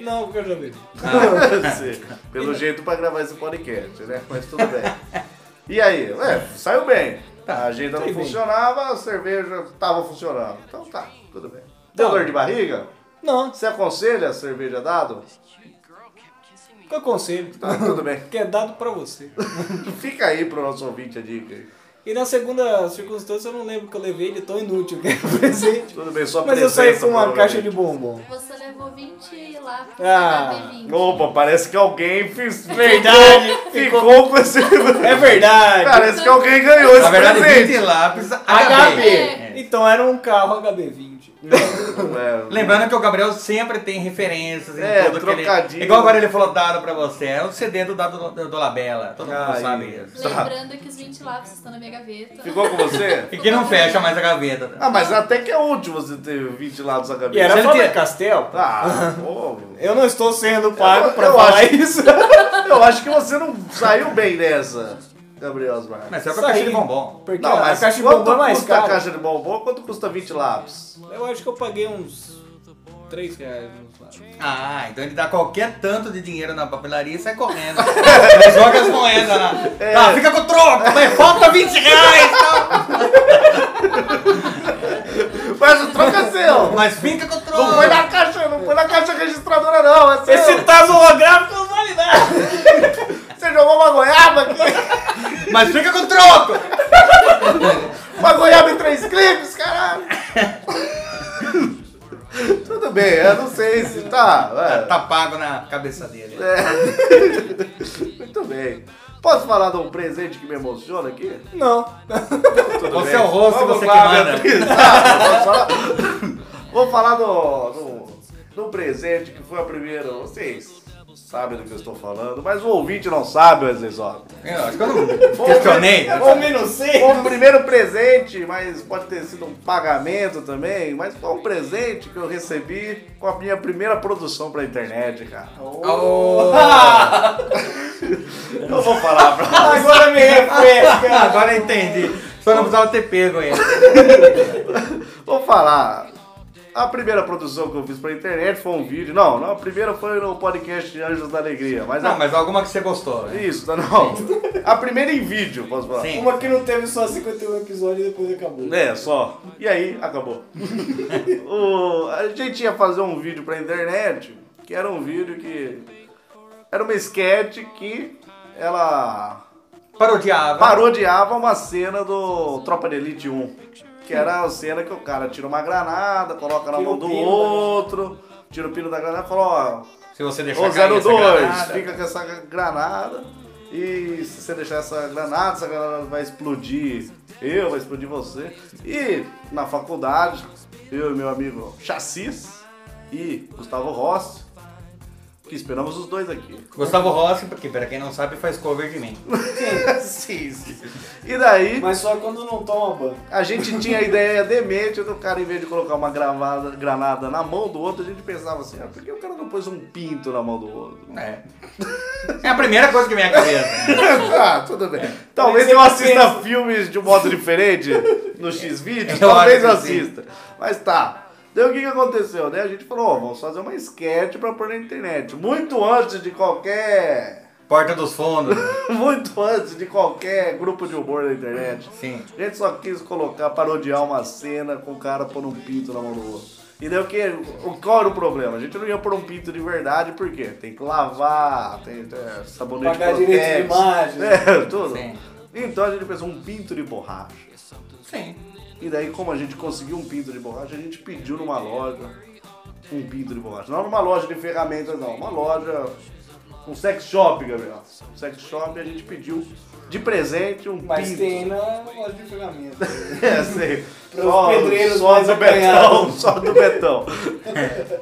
Speaker 4: Não, porque eu já bebi.
Speaker 5: Sim. Pelo jeito pra gravar esse podcast, né? Mas tudo bem. E aí? É, saiu bem. A agenda não
Speaker 4: saiu Tá. bem.
Speaker 5: funcionava, a cerveja tava funcionando. Então tá, tudo bem. Deu
Speaker 4: Então-
Speaker 5: dor de barriga?
Speaker 4: Não,
Speaker 5: Você aconselha a cerveja dado?
Speaker 4: que eu aconselho.
Speaker 5: Tá, tudo bem.
Speaker 4: Que é dado pra você.
Speaker 5: Fica aí pro nosso ouvinte a dica. aí.
Speaker 4: E na segunda circunstância eu não lembro que eu levei ele tão inútil que era o presente.
Speaker 5: Tudo bem, só
Speaker 4: Mas eu saí
Speaker 5: presença,
Speaker 4: com uma caixa de
Speaker 5: provavelmente.
Speaker 4: bombom.
Speaker 6: Você levou 20 lá pra
Speaker 4: Ah.
Speaker 6: pagar 20.
Speaker 5: Opa, parece que alguém fez...
Speaker 4: Verdade,
Speaker 5: Ficou, com esse...
Speaker 4: É verdade.
Speaker 5: Parece que alguém ganhou esse
Speaker 2: Na verdade,
Speaker 5: presente.
Speaker 2: 20 lápis É. HB.
Speaker 4: HB. Então era um carro HB20.
Speaker 2: Lembrando que o Gabriel sempre tem referências em
Speaker 5: É,
Speaker 2: tudo que
Speaker 5: trocadinho.
Speaker 2: ele... Igual agora ele falou dado pra você. É o CD do dado do, do Labela. Todo mundo
Speaker 5: Aí.
Speaker 2: sabe isso.
Speaker 6: Lembrando que os 20 lápis estão na minha gaveta.
Speaker 5: tá. Ficou com você?
Speaker 2: E que não fecha mais a gaveta.
Speaker 5: Ah, mas até que é útil você ter 20 lados a cabeça.
Speaker 4: E era
Speaker 2: Se ele
Speaker 4: Faber
Speaker 2: tem-
Speaker 4: Castel.
Speaker 5: Ah, pô.
Speaker 4: Eu não estou sendo pago pra
Speaker 5: eu
Speaker 4: falar
Speaker 5: acho-
Speaker 4: isso.
Speaker 5: Eu acho que você não saiu bem nessa, Gabriel Osmar.
Speaker 2: Mas é pra caixa de bombom.
Speaker 4: Porque
Speaker 5: Não, mas
Speaker 4: a caixa de
Speaker 5: quanto
Speaker 4: bombom é mais
Speaker 5: custa a
Speaker 4: cara.
Speaker 5: caixa de bombom? Quanto custa 20 lápis?
Speaker 4: Eu acho que eu paguei uns 3 reais. não sei.
Speaker 2: Ah, então ele dá qualquer tanto de dinheiro na papelaria e sai correndo. Ele joga as moedas lá.
Speaker 5: É.
Speaker 2: Ah, fica com o troco, mas falta 20 reais. Tá?
Speaker 5: Mas o troco é seu!
Speaker 2: Mas fica com o troco.
Speaker 5: Não foi na caixa, não foi na caixa registradora não, é seu.
Speaker 4: Esse taso holográfico não vale nada.
Speaker 5: Você jogou uma goiaba aqui,
Speaker 2: Mas fica com o troco.
Speaker 5: uma goiaba em três clipes, caralho! Tudo bem, eu não sei se tá... é.
Speaker 2: Tá pago na cabeça dele.
Speaker 5: Muito bem. Posso falar de um presente que me emociona aqui?
Speaker 4: Não.
Speaker 2: Você é o rosto,
Speaker 5: Vamos
Speaker 2: você né?
Speaker 5: lá,
Speaker 2: que manda.
Speaker 5: Beatriz. Ah, Vou falar do, do, do presente que foi a primeira. Vocês sabem do que eu estou falando, mas o ouvinte não sabe, Wesley Zotto.
Speaker 2: Eu É, acho que eu não questionei.
Speaker 4: Homem não sei.
Speaker 5: Foi o primeiro presente, mas pode ter sido um pagamento também, mas foi um presente que eu recebi com a minha primeira produção pra internet, cara. Eu vou falar pra
Speaker 4: Agora me refresca.
Speaker 2: Ah, Agora eu entendi. Só não precisava ter pego ele.
Speaker 5: Vou falar. A primeira produção que eu fiz pra internet foi um vídeo. Não, não, a primeira foi no podcast de Anjos da Alegria. Mas a-
Speaker 2: Não, mas alguma que você gostou, né?
Speaker 5: Isso, não, não. A primeira em vídeo, posso falar.
Speaker 2: Sim.
Speaker 4: Uma que não teve só 51 episódios e depois acabou.
Speaker 5: É, só. E aí, acabou. O- a gente ia fazer um vídeo pra internet, que era um vídeo que. Era uma sketch que ela
Speaker 2: Parodiava.
Speaker 5: parodiava uma cena do Tropa de Elite 1. Que era a cena que o cara tira uma granada, coloca na
Speaker 4: Tira
Speaker 5: mão
Speaker 4: o
Speaker 5: do
Speaker 4: pino da
Speaker 5: outro, tira o pino da granada e fala, ó,
Speaker 2: Se você deixar
Speaker 5: Ô
Speaker 2: cair essa
Speaker 5: 02,
Speaker 2: granada.
Speaker 5: fica com essa granada. E se você deixar essa granada, essa granada vai explodir eu, vai explodir você. E na faculdade, eu e meu amigo Chassis e Gustavo Rossi, que esperamos os dois aqui.
Speaker 2: Gustavo Rossi, porque pra quem não sabe, faz cover de mim.
Speaker 5: sim, sim. E daí,
Speaker 4: Mas só quando não toma banho.
Speaker 5: a gente tinha a ideia demente do cara, em vez de colocar uma gravada, granada na mão do outro, a gente pensava assim, ah, por que o cara não pôs um pinto na mão do outro?
Speaker 2: É. É a primeira coisa que vem à cabeça. né?
Speaker 5: ah, tudo bem. Talvez eu assista filmes de um modo diferente no X-Vídeos,
Speaker 2: Eu
Speaker 5: talvez eu
Speaker 2: acho que sim.
Speaker 5: assista. Mas tá. Daí o que, que aconteceu, né? A gente falou, ó, vamos fazer uma sketch pra pôr na internet. Muito antes de qualquer...
Speaker 2: Porta dos fundos. né?
Speaker 5: Muito antes de qualquer grupo de humor na internet.
Speaker 2: Sim.
Speaker 5: A gente só quis colocar, parodiar uma cena com o cara pôr um pinto na mão do outro. E daí o que? O, qual era o problema? A gente não ia pôr um pinto de verdade, por quê? Tem que lavar, tem, é, sabonete
Speaker 4: Pagar
Speaker 5: Protex,
Speaker 4: direito de imagem.
Speaker 5: É, tudo.
Speaker 2: Sim.
Speaker 5: Então a gente pensou um pinto de borracha.
Speaker 2: Sim.
Speaker 5: E daí, como a gente conseguiu um pinto de borracha, a gente pediu numa loja um pinto de borracha. Não numa loja de ferramentas, não. Uma loja. Um sex shop, Gabriel. Um sex shop e a gente pediu de presente um
Speaker 4: Mas
Speaker 5: pinto.
Speaker 4: tem na loja de ferramenta.
Speaker 5: É, sei.
Speaker 4: Pros
Speaker 5: Só,
Speaker 4: pedreiros
Speaker 5: só
Speaker 4: mais
Speaker 5: do Betão,
Speaker 4: acanhados.
Speaker 5: só do Betão.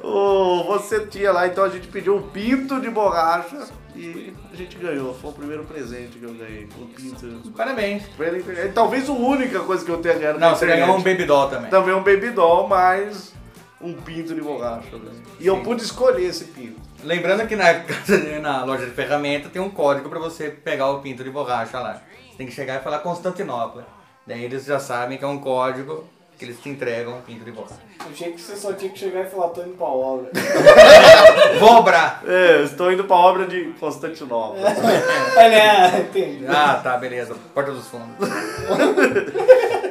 Speaker 5: o, você tinha lá, então a gente pediu um pinto de borracha e a gente ganhou. Foi o primeiro presente que eu ganhei. Um pinto.
Speaker 2: Parabéns.
Speaker 5: Pela internet. E Talvez a única coisa que eu tenha ganhado. na
Speaker 2: Não, você
Speaker 5: internet.
Speaker 2: ganhou um baby doll também.
Speaker 5: Também um baby doll, mas um pinto de borracha. né? E eu pude escolher esse pinto.
Speaker 2: Lembrando que na, casa de- na loja de ferramenta tem um código pra você pegar o pinto de borracha lá. Você tem que chegar e falar Constantinopla. Daí eles já sabem que é um código que eles te entregam um pinto de borracha.
Speaker 4: Eu achei que você só tinha que chegar e falar, tô indo pra obra.
Speaker 2: Vobra!
Speaker 5: É, eu estou indo pra obra de Constantinopla.
Speaker 4: Olha, é, entendi.
Speaker 2: Ah, tá, beleza. Porta dos fundos.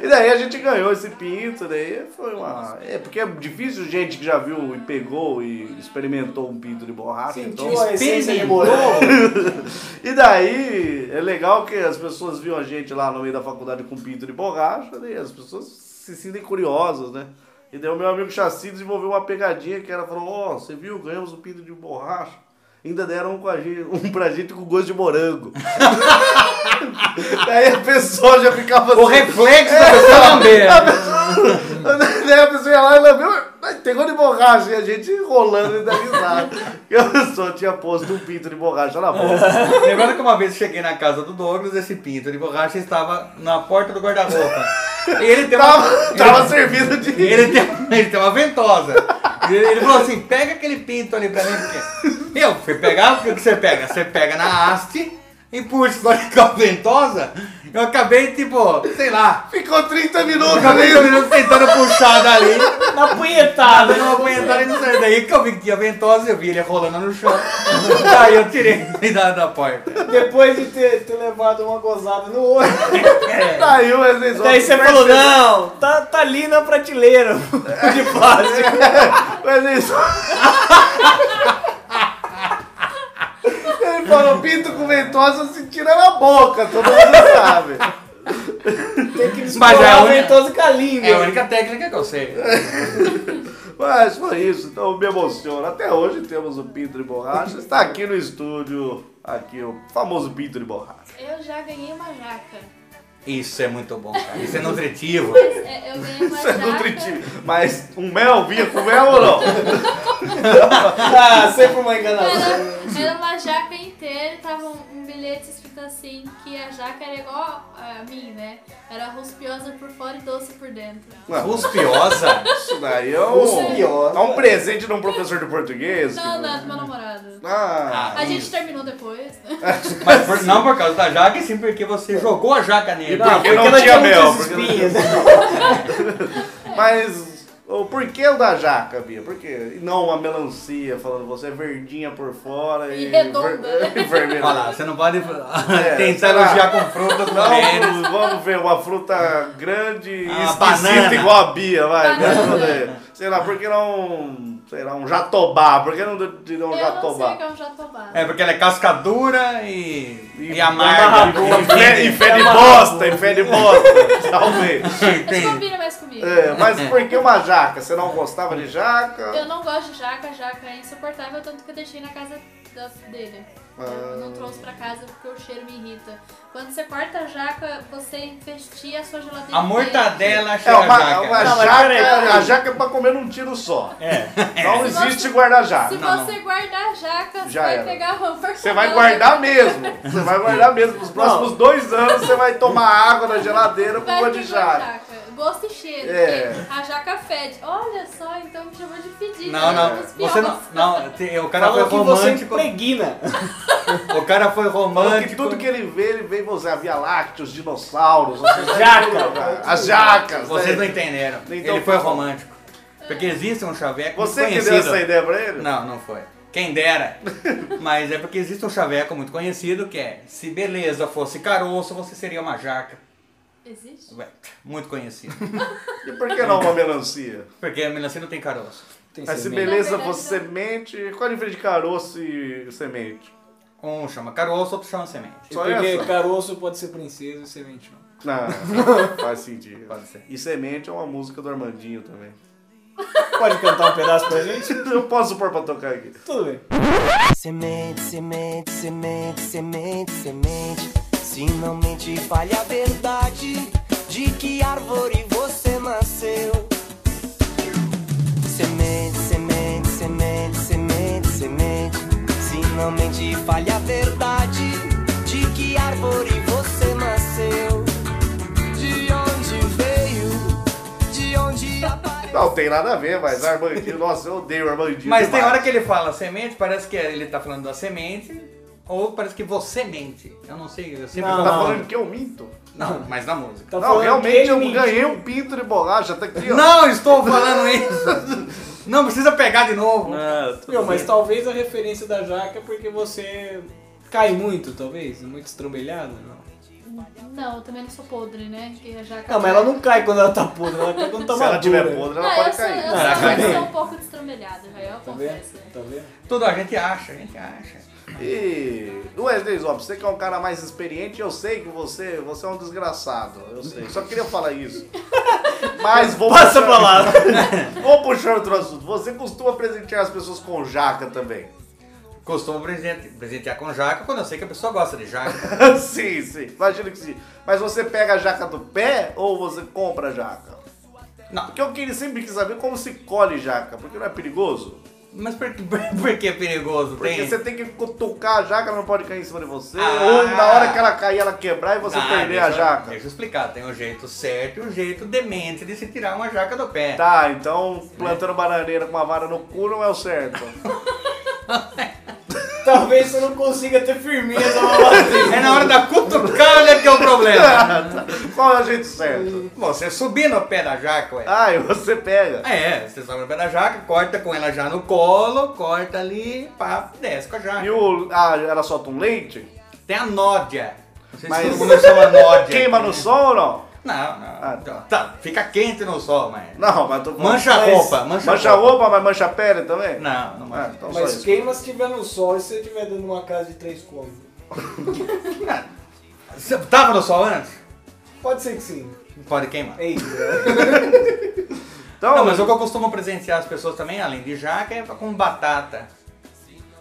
Speaker 5: E daí a gente ganhou esse pinto, daí foi uma. É porque é difícil gente que já viu e pegou e experimentou um pinto de borracha. Então...
Speaker 4: Sentiu a essência de
Speaker 2: Spinning.
Speaker 4: morango.
Speaker 5: E daí é legal que as pessoas viam a gente lá no meio da faculdade com pinto de borracha, daí as pessoas se sentem curiosas, né? E daí o meu amigo Chassi desenvolveu uma pegadinha que ela falou: Ó, você viu, ganhamos um pinto de borracha. Ainda deram um, com a gente, um pra gente com gosto de morango. Daí a pessoa já ficava
Speaker 2: O
Speaker 5: assim.
Speaker 2: reflexo da pessoa lamber.
Speaker 5: Daí a pessoa ia lá e lambeu, "Ai, tem gosto de borracha, e a gente rolando e dando risada. E a pessoa tinha posto um pinto de borracha na boca.
Speaker 2: Lembrando que uma vez eu cheguei na casa do Douglas, esse pinto de borracha estava na porta do guarda-roupa. E Ele tem uma,
Speaker 5: Tava, tava servindo de.
Speaker 2: ele, ele tem, ele tem uma ventosa. E Ele falou assim: pega aquele pinto ali pra mim. Porque... Eu fui pegar, porque o que você pega? Você pega na haste e puxa pra ligar a ventosa. Eu acabei, tipo, sei lá,
Speaker 5: Ficou 30 minutos
Speaker 2: acabei
Speaker 5: ali.
Speaker 2: dominando, tentando puxar dali.
Speaker 4: Na punhetada.
Speaker 2: Dando uma aguentada e não saiu daí que eu vi que tinha ventosa eu vi ele rolando no chão. Aí eu tirei ele da, da porta.
Speaker 4: Depois de ter, ter levado uma gozada no olho.
Speaker 5: Saiu, mas vocês vão-
Speaker 4: Daí você falou, não, tá, tá ali na prateleira de plástico.
Speaker 5: Mas isso. Ele falou, pinto com ventosa se tira na boca, todo mundo sabe.
Speaker 4: Tem que
Speaker 2: Mas é a
Speaker 4: misturar o
Speaker 2: única-
Speaker 4: ventoso com a língua.
Speaker 2: É a única técnica que eu sei.
Speaker 5: Mas foi isso, então me emociona. Até hoje temos o pinto de borracha. Está aqui no estúdio, aqui o famoso pinto de borracha.
Speaker 6: Eu já ganhei uma jaca.
Speaker 2: Isso é muito bom, cara. Isso é nutritivo.
Speaker 6: Mas é, eu ganhei uma
Speaker 5: Isso é
Speaker 6: jaca.
Speaker 5: nutritivo. Mas um mel vinha com mel ou não?
Speaker 4: Ah, sempre uma enganação.
Speaker 6: Era, era uma jaca inteira e tava um, um bilhete escrito assim que a jaca era igual a mim, né? Era ruspiosa por fora e doce por dentro.
Speaker 5: Não,
Speaker 2: Cuspiosa?
Speaker 5: isso daí é
Speaker 4: Isso é
Speaker 5: um,
Speaker 4: pior,
Speaker 5: é um
Speaker 4: cara.
Speaker 5: presente de um professor de português.
Speaker 6: Não,
Speaker 5: tipo.
Speaker 6: não, é do meu namorado.
Speaker 5: Ah,
Speaker 6: A
Speaker 2: Ah,
Speaker 6: gente
Speaker 2: isso.
Speaker 6: terminou depois, né?
Speaker 2: Mas por- não por causa da jaca, e sim porque você jogou a jaca nele.
Speaker 5: porque não
Speaker 4: ela
Speaker 5: tinha
Speaker 4: muitas
Speaker 5: mel, porque não-
Speaker 4: espinhas.
Speaker 5: mas. O porquê o da jaca, Bia? Por quê? E não uma melancia, falando você é verdinha por fora e,
Speaker 6: E redonda,
Speaker 5: ver-
Speaker 6: né?
Speaker 5: e vermelha.
Speaker 2: Olha lá, você não pode
Speaker 5: É,
Speaker 2: tentar
Speaker 5: sei lá. É.
Speaker 2: elogiar com frutas mulheres.
Speaker 5: Não, vamos ver, uma fruta grande e
Speaker 2: Ah,
Speaker 5: esquisita
Speaker 2: banana.
Speaker 5: igual a Bia, vai.
Speaker 6: Banana.
Speaker 5: vamos ver. Sei lá, por que não, sei lá, um jatobá? Por que não tirar um
Speaker 6: Eu não sei o
Speaker 5: jatobá?
Speaker 6: que é um jatobá.
Speaker 2: É, porque ela é cascadura e, e, amarga.
Speaker 5: amargo. E fe- e fé de bosta, e fé de bosta. Talvez.
Speaker 6: Mas combina mais comigo.
Speaker 5: É, mas por que uma jaca? Você não gostava de jaca?
Speaker 6: Eu não gosto de jaca, jaca é insuportável, tanto que eu deixei na casa da- dele. Eu não trouxe pra casa porque o cheiro me irrita. Quando você corta a jaca, você infestia a sua geladeira.
Speaker 2: A
Speaker 6: inteira.
Speaker 2: mortadela
Speaker 5: É,
Speaker 2: cheira
Speaker 5: uma,
Speaker 2: a jaca.
Speaker 5: uma
Speaker 4: Não, mas
Speaker 5: jaca,
Speaker 4: peraí, peraí.
Speaker 5: a jaca é pra comer num tiro só. Não
Speaker 6: Se você-
Speaker 5: existe guardar
Speaker 6: Se
Speaker 5: jaca.
Speaker 2: Não,
Speaker 6: você guardar a jaca, você
Speaker 5: Já
Speaker 6: vai
Speaker 5: era.
Speaker 6: pegar uma mortadela.
Speaker 5: Você vai guardar mesmo. Você vai guardar mesmo. Nos próximos dois anos você vai tomar água na geladeira por
Speaker 6: Vai
Speaker 5: causa de
Speaker 6: ter
Speaker 5: jaca.
Speaker 6: jaca. Gosto e cheiro.
Speaker 5: É.
Speaker 6: porque A jaca fede. Olha só, então me chamou de fedida.
Speaker 2: Não, não.
Speaker 6: Os
Speaker 2: Você não.
Speaker 6: piores.
Speaker 2: Não, te- o cara foi
Speaker 4: Falou que você
Speaker 2: romântico.
Speaker 4: impregna.
Speaker 2: O cara foi
Speaker 5: Porque
Speaker 2: romântico.
Speaker 5: tudo que ele vê, ele vê você, a Via Láctea, os dinossauros, as jacas, as jacas.
Speaker 2: Vocês não
Speaker 5: né?
Speaker 2: entenderam.
Speaker 5: Então,
Speaker 2: ele foi
Speaker 5: por favor.
Speaker 2: romântico. Porque existe um chaveco
Speaker 5: Você
Speaker 2: muito
Speaker 5: que
Speaker 2: conhecido.
Speaker 5: deu essa ideia pra ele?
Speaker 2: Não, não foi. Quem dera. Mas é porque existe um chaveco muito conhecido que é se beleza fosse caroço, você seria uma jaca.
Speaker 6: Existe?
Speaker 2: Ué, Muito conhecido.
Speaker 5: E por que não uma melancia?
Speaker 2: Porque a melancia não tem caroço.
Speaker 4: Tem
Speaker 5: Mas se
Speaker 4: semente.
Speaker 5: beleza
Speaker 6: Na verdade,
Speaker 5: fosse semente, qual a diferença de caroço e semente?
Speaker 2: Um chama caroço, outro chama semente.
Speaker 5: Só
Speaker 4: Porque
Speaker 5: essa?
Speaker 4: caroço pode ser princesa e semente não.
Speaker 5: Não, faz sentido.
Speaker 2: Pode ser.
Speaker 5: E semente é uma música do Armandinho também.
Speaker 4: Pode cantar um pedaço pra gente?
Speaker 5: Eu posso pôr pra tocar aqui.
Speaker 4: Tudo bem.
Speaker 9: Semente, semente, semente, semente, semente. Finalmente fale a verdade de que árvore você nasceu. Semente, semente, semente, semente, semente. Finalmente fale a verdade de que árvore você nasceu. De onde veio? De onde apareceu?
Speaker 5: Não tem nada a ver, mas Armandinho, nossa, eu odeio Armandinho.
Speaker 2: Mas tem
Speaker 5: demais.
Speaker 2: hora que ele fala semente, parece que ele tá falando da semente, ou parece que você mente. Eu não sei, eu sempre
Speaker 5: Tá
Speaker 4: Não.
Speaker 5: falando que eu minto?
Speaker 2: Não, mas na música.
Speaker 4: Tá
Speaker 5: Não,
Speaker 4: falando
Speaker 5: realmente
Speaker 4: que
Speaker 5: eu
Speaker 4: ele
Speaker 5: ganhei
Speaker 4: mentiu.
Speaker 5: um pinto de borracha, tá aqui, ó.
Speaker 2: Não estou falando isso! Não precisa pegar de novo!
Speaker 4: Meu, mas talvez a referência da jaca é porque você cai muito, talvez? Muito estrambelhado, não?
Speaker 6: Não, eu também não sou podre, né? Que a jaca
Speaker 4: Não, mas ela não cai quando ela tá podre, ela cai quando tá
Speaker 5: Se ela
Speaker 4: madura.
Speaker 5: tiver podre,
Speaker 6: Não,
Speaker 5: ela
Speaker 6: eu
Speaker 5: pode
Speaker 6: sou, eu
Speaker 5: cair.
Speaker 6: sou,
Speaker 2: Ela cai
Speaker 6: eu
Speaker 2: bem.
Speaker 6: sou um pouco destrambelhada, já, eu
Speaker 4: Tá vendo?
Speaker 6: confesso. né?
Speaker 4: Tá vendo?
Speaker 2: Tudo a gente acha, a gente acha.
Speaker 5: E o Wesley Zop, você que é um cara mais experiente, eu sei que você, você é um desgraçado, eu sei. Só queria falar isso. Mas vou puxar-
Speaker 4: Passa pra lá.
Speaker 5: Vou puxar outro assunto. Você costuma presentear as pessoas com jaca também?
Speaker 2: Costumo presente- presentear com jaca quando eu sei que a pessoa gosta de jaca.
Speaker 5: sim, sim. Imagino que sim. Mas você pega a jaca do pé ou você compra a jaca?
Speaker 2: Não,
Speaker 5: Porque eu queria, sempre quis saber como se colhe jaca, porque não é perigoso.
Speaker 2: mas por, que- por que é perigoso?
Speaker 5: Porque
Speaker 2: Tem-
Speaker 5: você tem que cutucar a jaca, ela não pode cair em cima de você.
Speaker 2: Ah.
Speaker 5: Ou na hora que ela cair, ela quebrar e você
Speaker 2: Ah,
Speaker 5: perder
Speaker 2: deixa,
Speaker 5: a jaca.
Speaker 2: Deixa eu explicar, tem o jeito certo e o jeito demente de se tirar uma jaca do pé.
Speaker 5: Tá, então plantando bananeira com uma vara no cu não é o certo.
Speaker 4: Talvez você não consiga ter firmeza na hora.
Speaker 2: É na hora da cutucada que é o problema.
Speaker 5: Qual é o jeito certo?
Speaker 2: Você subir no pé da jaca, ué.
Speaker 5: Ah, e você pega.
Speaker 2: É, você sobe no pé da jaca, corta com ela já no colo, corta ali, pá, desce com a jaca.
Speaker 5: E o. Ah, ela solta um leite?
Speaker 2: Tem a nódia. Não sei
Speaker 5: Mas-
Speaker 2: se todo mundo chama nódia.
Speaker 5: Queima no sol ou não?
Speaker 2: Não, não.
Speaker 5: Ah,
Speaker 2: tá. Tá, fica quente no sol, mas...
Speaker 5: Não, mas tô falando-
Speaker 2: Mancha a
Speaker 4: Mas-
Speaker 2: roupa, mancha,
Speaker 5: Mancha
Speaker 2: a
Speaker 5: a
Speaker 2: roupa.
Speaker 5: roupa, mas mancha a pele também?
Speaker 2: Não, não
Speaker 5: Ah,
Speaker 2: mancha.
Speaker 5: então só
Speaker 4: Mas
Speaker 5: isso.
Speaker 4: queima se tiver no sol e se você estiver dentro de uma casa de três cômodos.
Speaker 2: Você tava no sol antes?
Speaker 4: Pode ser que sim.
Speaker 2: Pode queimar.
Speaker 4: É isso.
Speaker 5: Então,
Speaker 2: Não, mas o que eu costumo presentear as pessoas também, além de jaca, é com batata.